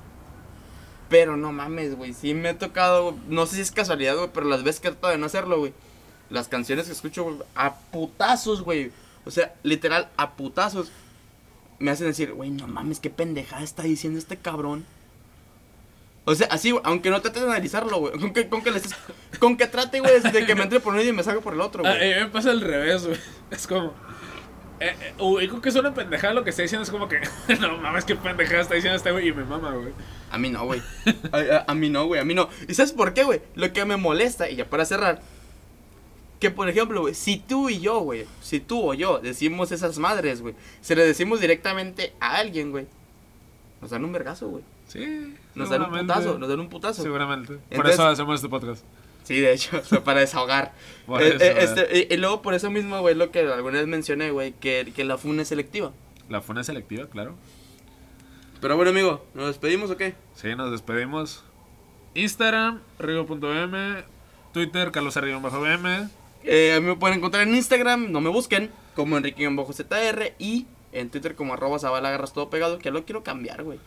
E: Pero no mames, güey. Sí me ha tocado, no sé si es casualidad, güey, pero las veces que he tratado de no hacerlo, güey. Las canciones que escucho, güey, a putazos, güey. O sea, literal, a putazos. Me hacen decir, güey, no mames, qué pendejada está diciendo este cabrón. O sea, así, güey, aunque no trate de analizarlo, güey. Con que, con que, le estés- con que trate, güey, de que me entre por un y me salga por el otro,
D: Ah,
E: güey.
D: eh, me pasa al revés, güey. *laughs* Es como. Eh, eh, ubico que es una pendejada lo que está diciendo. Es como que. *laughs* No mames, qué pendejada está diciendo este güey. Y me mama, güey.
E: A mí no, *laughs* güey. A, a- a mí no, güey. A mí no. ¿Y sabes por qué, güey? Lo que me molesta, y ya para cerrar, Que por ejemplo, güey, si tú y yo, güey, si tú o yo decimos esas madres, güey, se le decimos directamente a alguien, güey, nos dan un vergazo, güey.
D: Sí.
E: Nos dan un
D: seguramente.
E: putazo, nos dan un putazo.
D: Seguramente. Por
E: Entonces-
D: eso hacemos este podcast.
E: Sí, de hecho, *laughs* o sea, para desahogar.
D: Por
E: Eh,
D: eso,
E: eh,
D: eh.
E: este, y, y luego por eso mismo, güey, lo que alguna vez mencioné, güey, que, que la funa es selectiva.
D: La funa es selectiva, claro.
E: Pero bueno, amigo, ¿nos despedimos o qué?
D: Sí, nos despedimos. Instagram, rigo.bm. Twitter, carlos bm
E: Eh, a mí me pueden encontrar en Instagram, no me busquen, como Enrique-ZR y en Twitter como arroba Zavala, agarras todo pegado, que ya lo quiero cambiar, güey.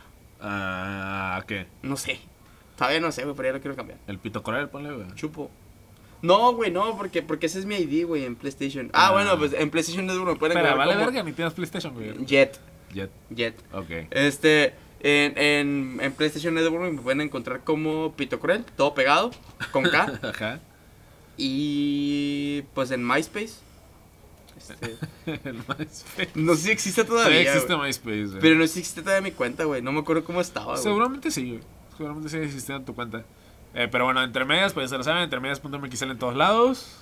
D: Ah, ¿qué?
E: No sé. Todavía no sé, güey, pero ya lo quiero cambiar.
D: El pito coral, ponle, güey.
E: Chupo. No, güey, no, porque, porque ese es mi ID, güey, en PlayStation. Ah,
D: Ah.
E: bueno, pues en PlayStation Network me pueden
D: Espera,
E: encontrar
D: vale
E: como
D: verga, ni tienes PlayStation, güey.
E: Jet,
D: Jet.
E: Jet.
D: Ok.
E: Este, en, en, en PlayStation Network me pueden encontrar como Pito Cruel, todo pegado, con
D: *laughs*
E: K.
D: *laughs* Ajá.
E: y pues en MySpace. Este,
D: El MySpace.
E: no sé si existe todavía.
D: Todavía existe
E: güey,
D: MySpace, güey.
E: pero no sé si existe todavía mi cuenta, güey. No me acuerdo cómo estaba, güey.
D: Seguramente sí, güey. Seguramente sí existe en tu cuenta. Eh, pero bueno, entre medias, pues ya lo saben, entre medias.mxl en todos lados.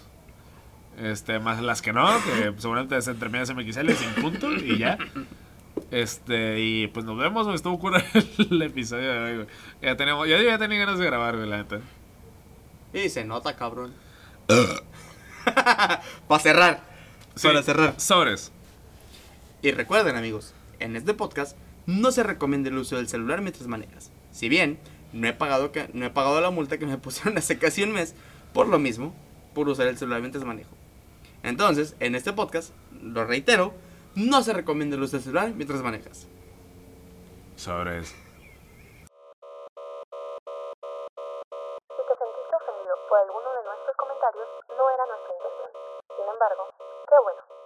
D: Este, más las que no, que seguramente es entre medias MXL sin punto y ya. Este, y pues nos vemos, me estuvo cura el episodio de hoy, güey. Ya tenemos, ya, ya tenía ganas de grabar, güey, la neta.
E: Y se nota, cabrón. Para cerrar.
D: Sí,
E: Para cerrar.
D: Sobres.
E: Y recuerden amigos, en este podcast no se recomienda el uso del celular mientras manejas. Si bien no he pagado, que, no he pagado la multa que me *laughs* pusieron hace casi un mes por lo mismo, por usar el celular mientras manejo. Entonces, en este podcast, lo reitero, no se recomienda el uso del celular mientras manejas.
D: Sobres.
A: Si te sentiste ofendido por alguno de nuestros comentarios, no era nuestra intención. Sin embargo, qué bueno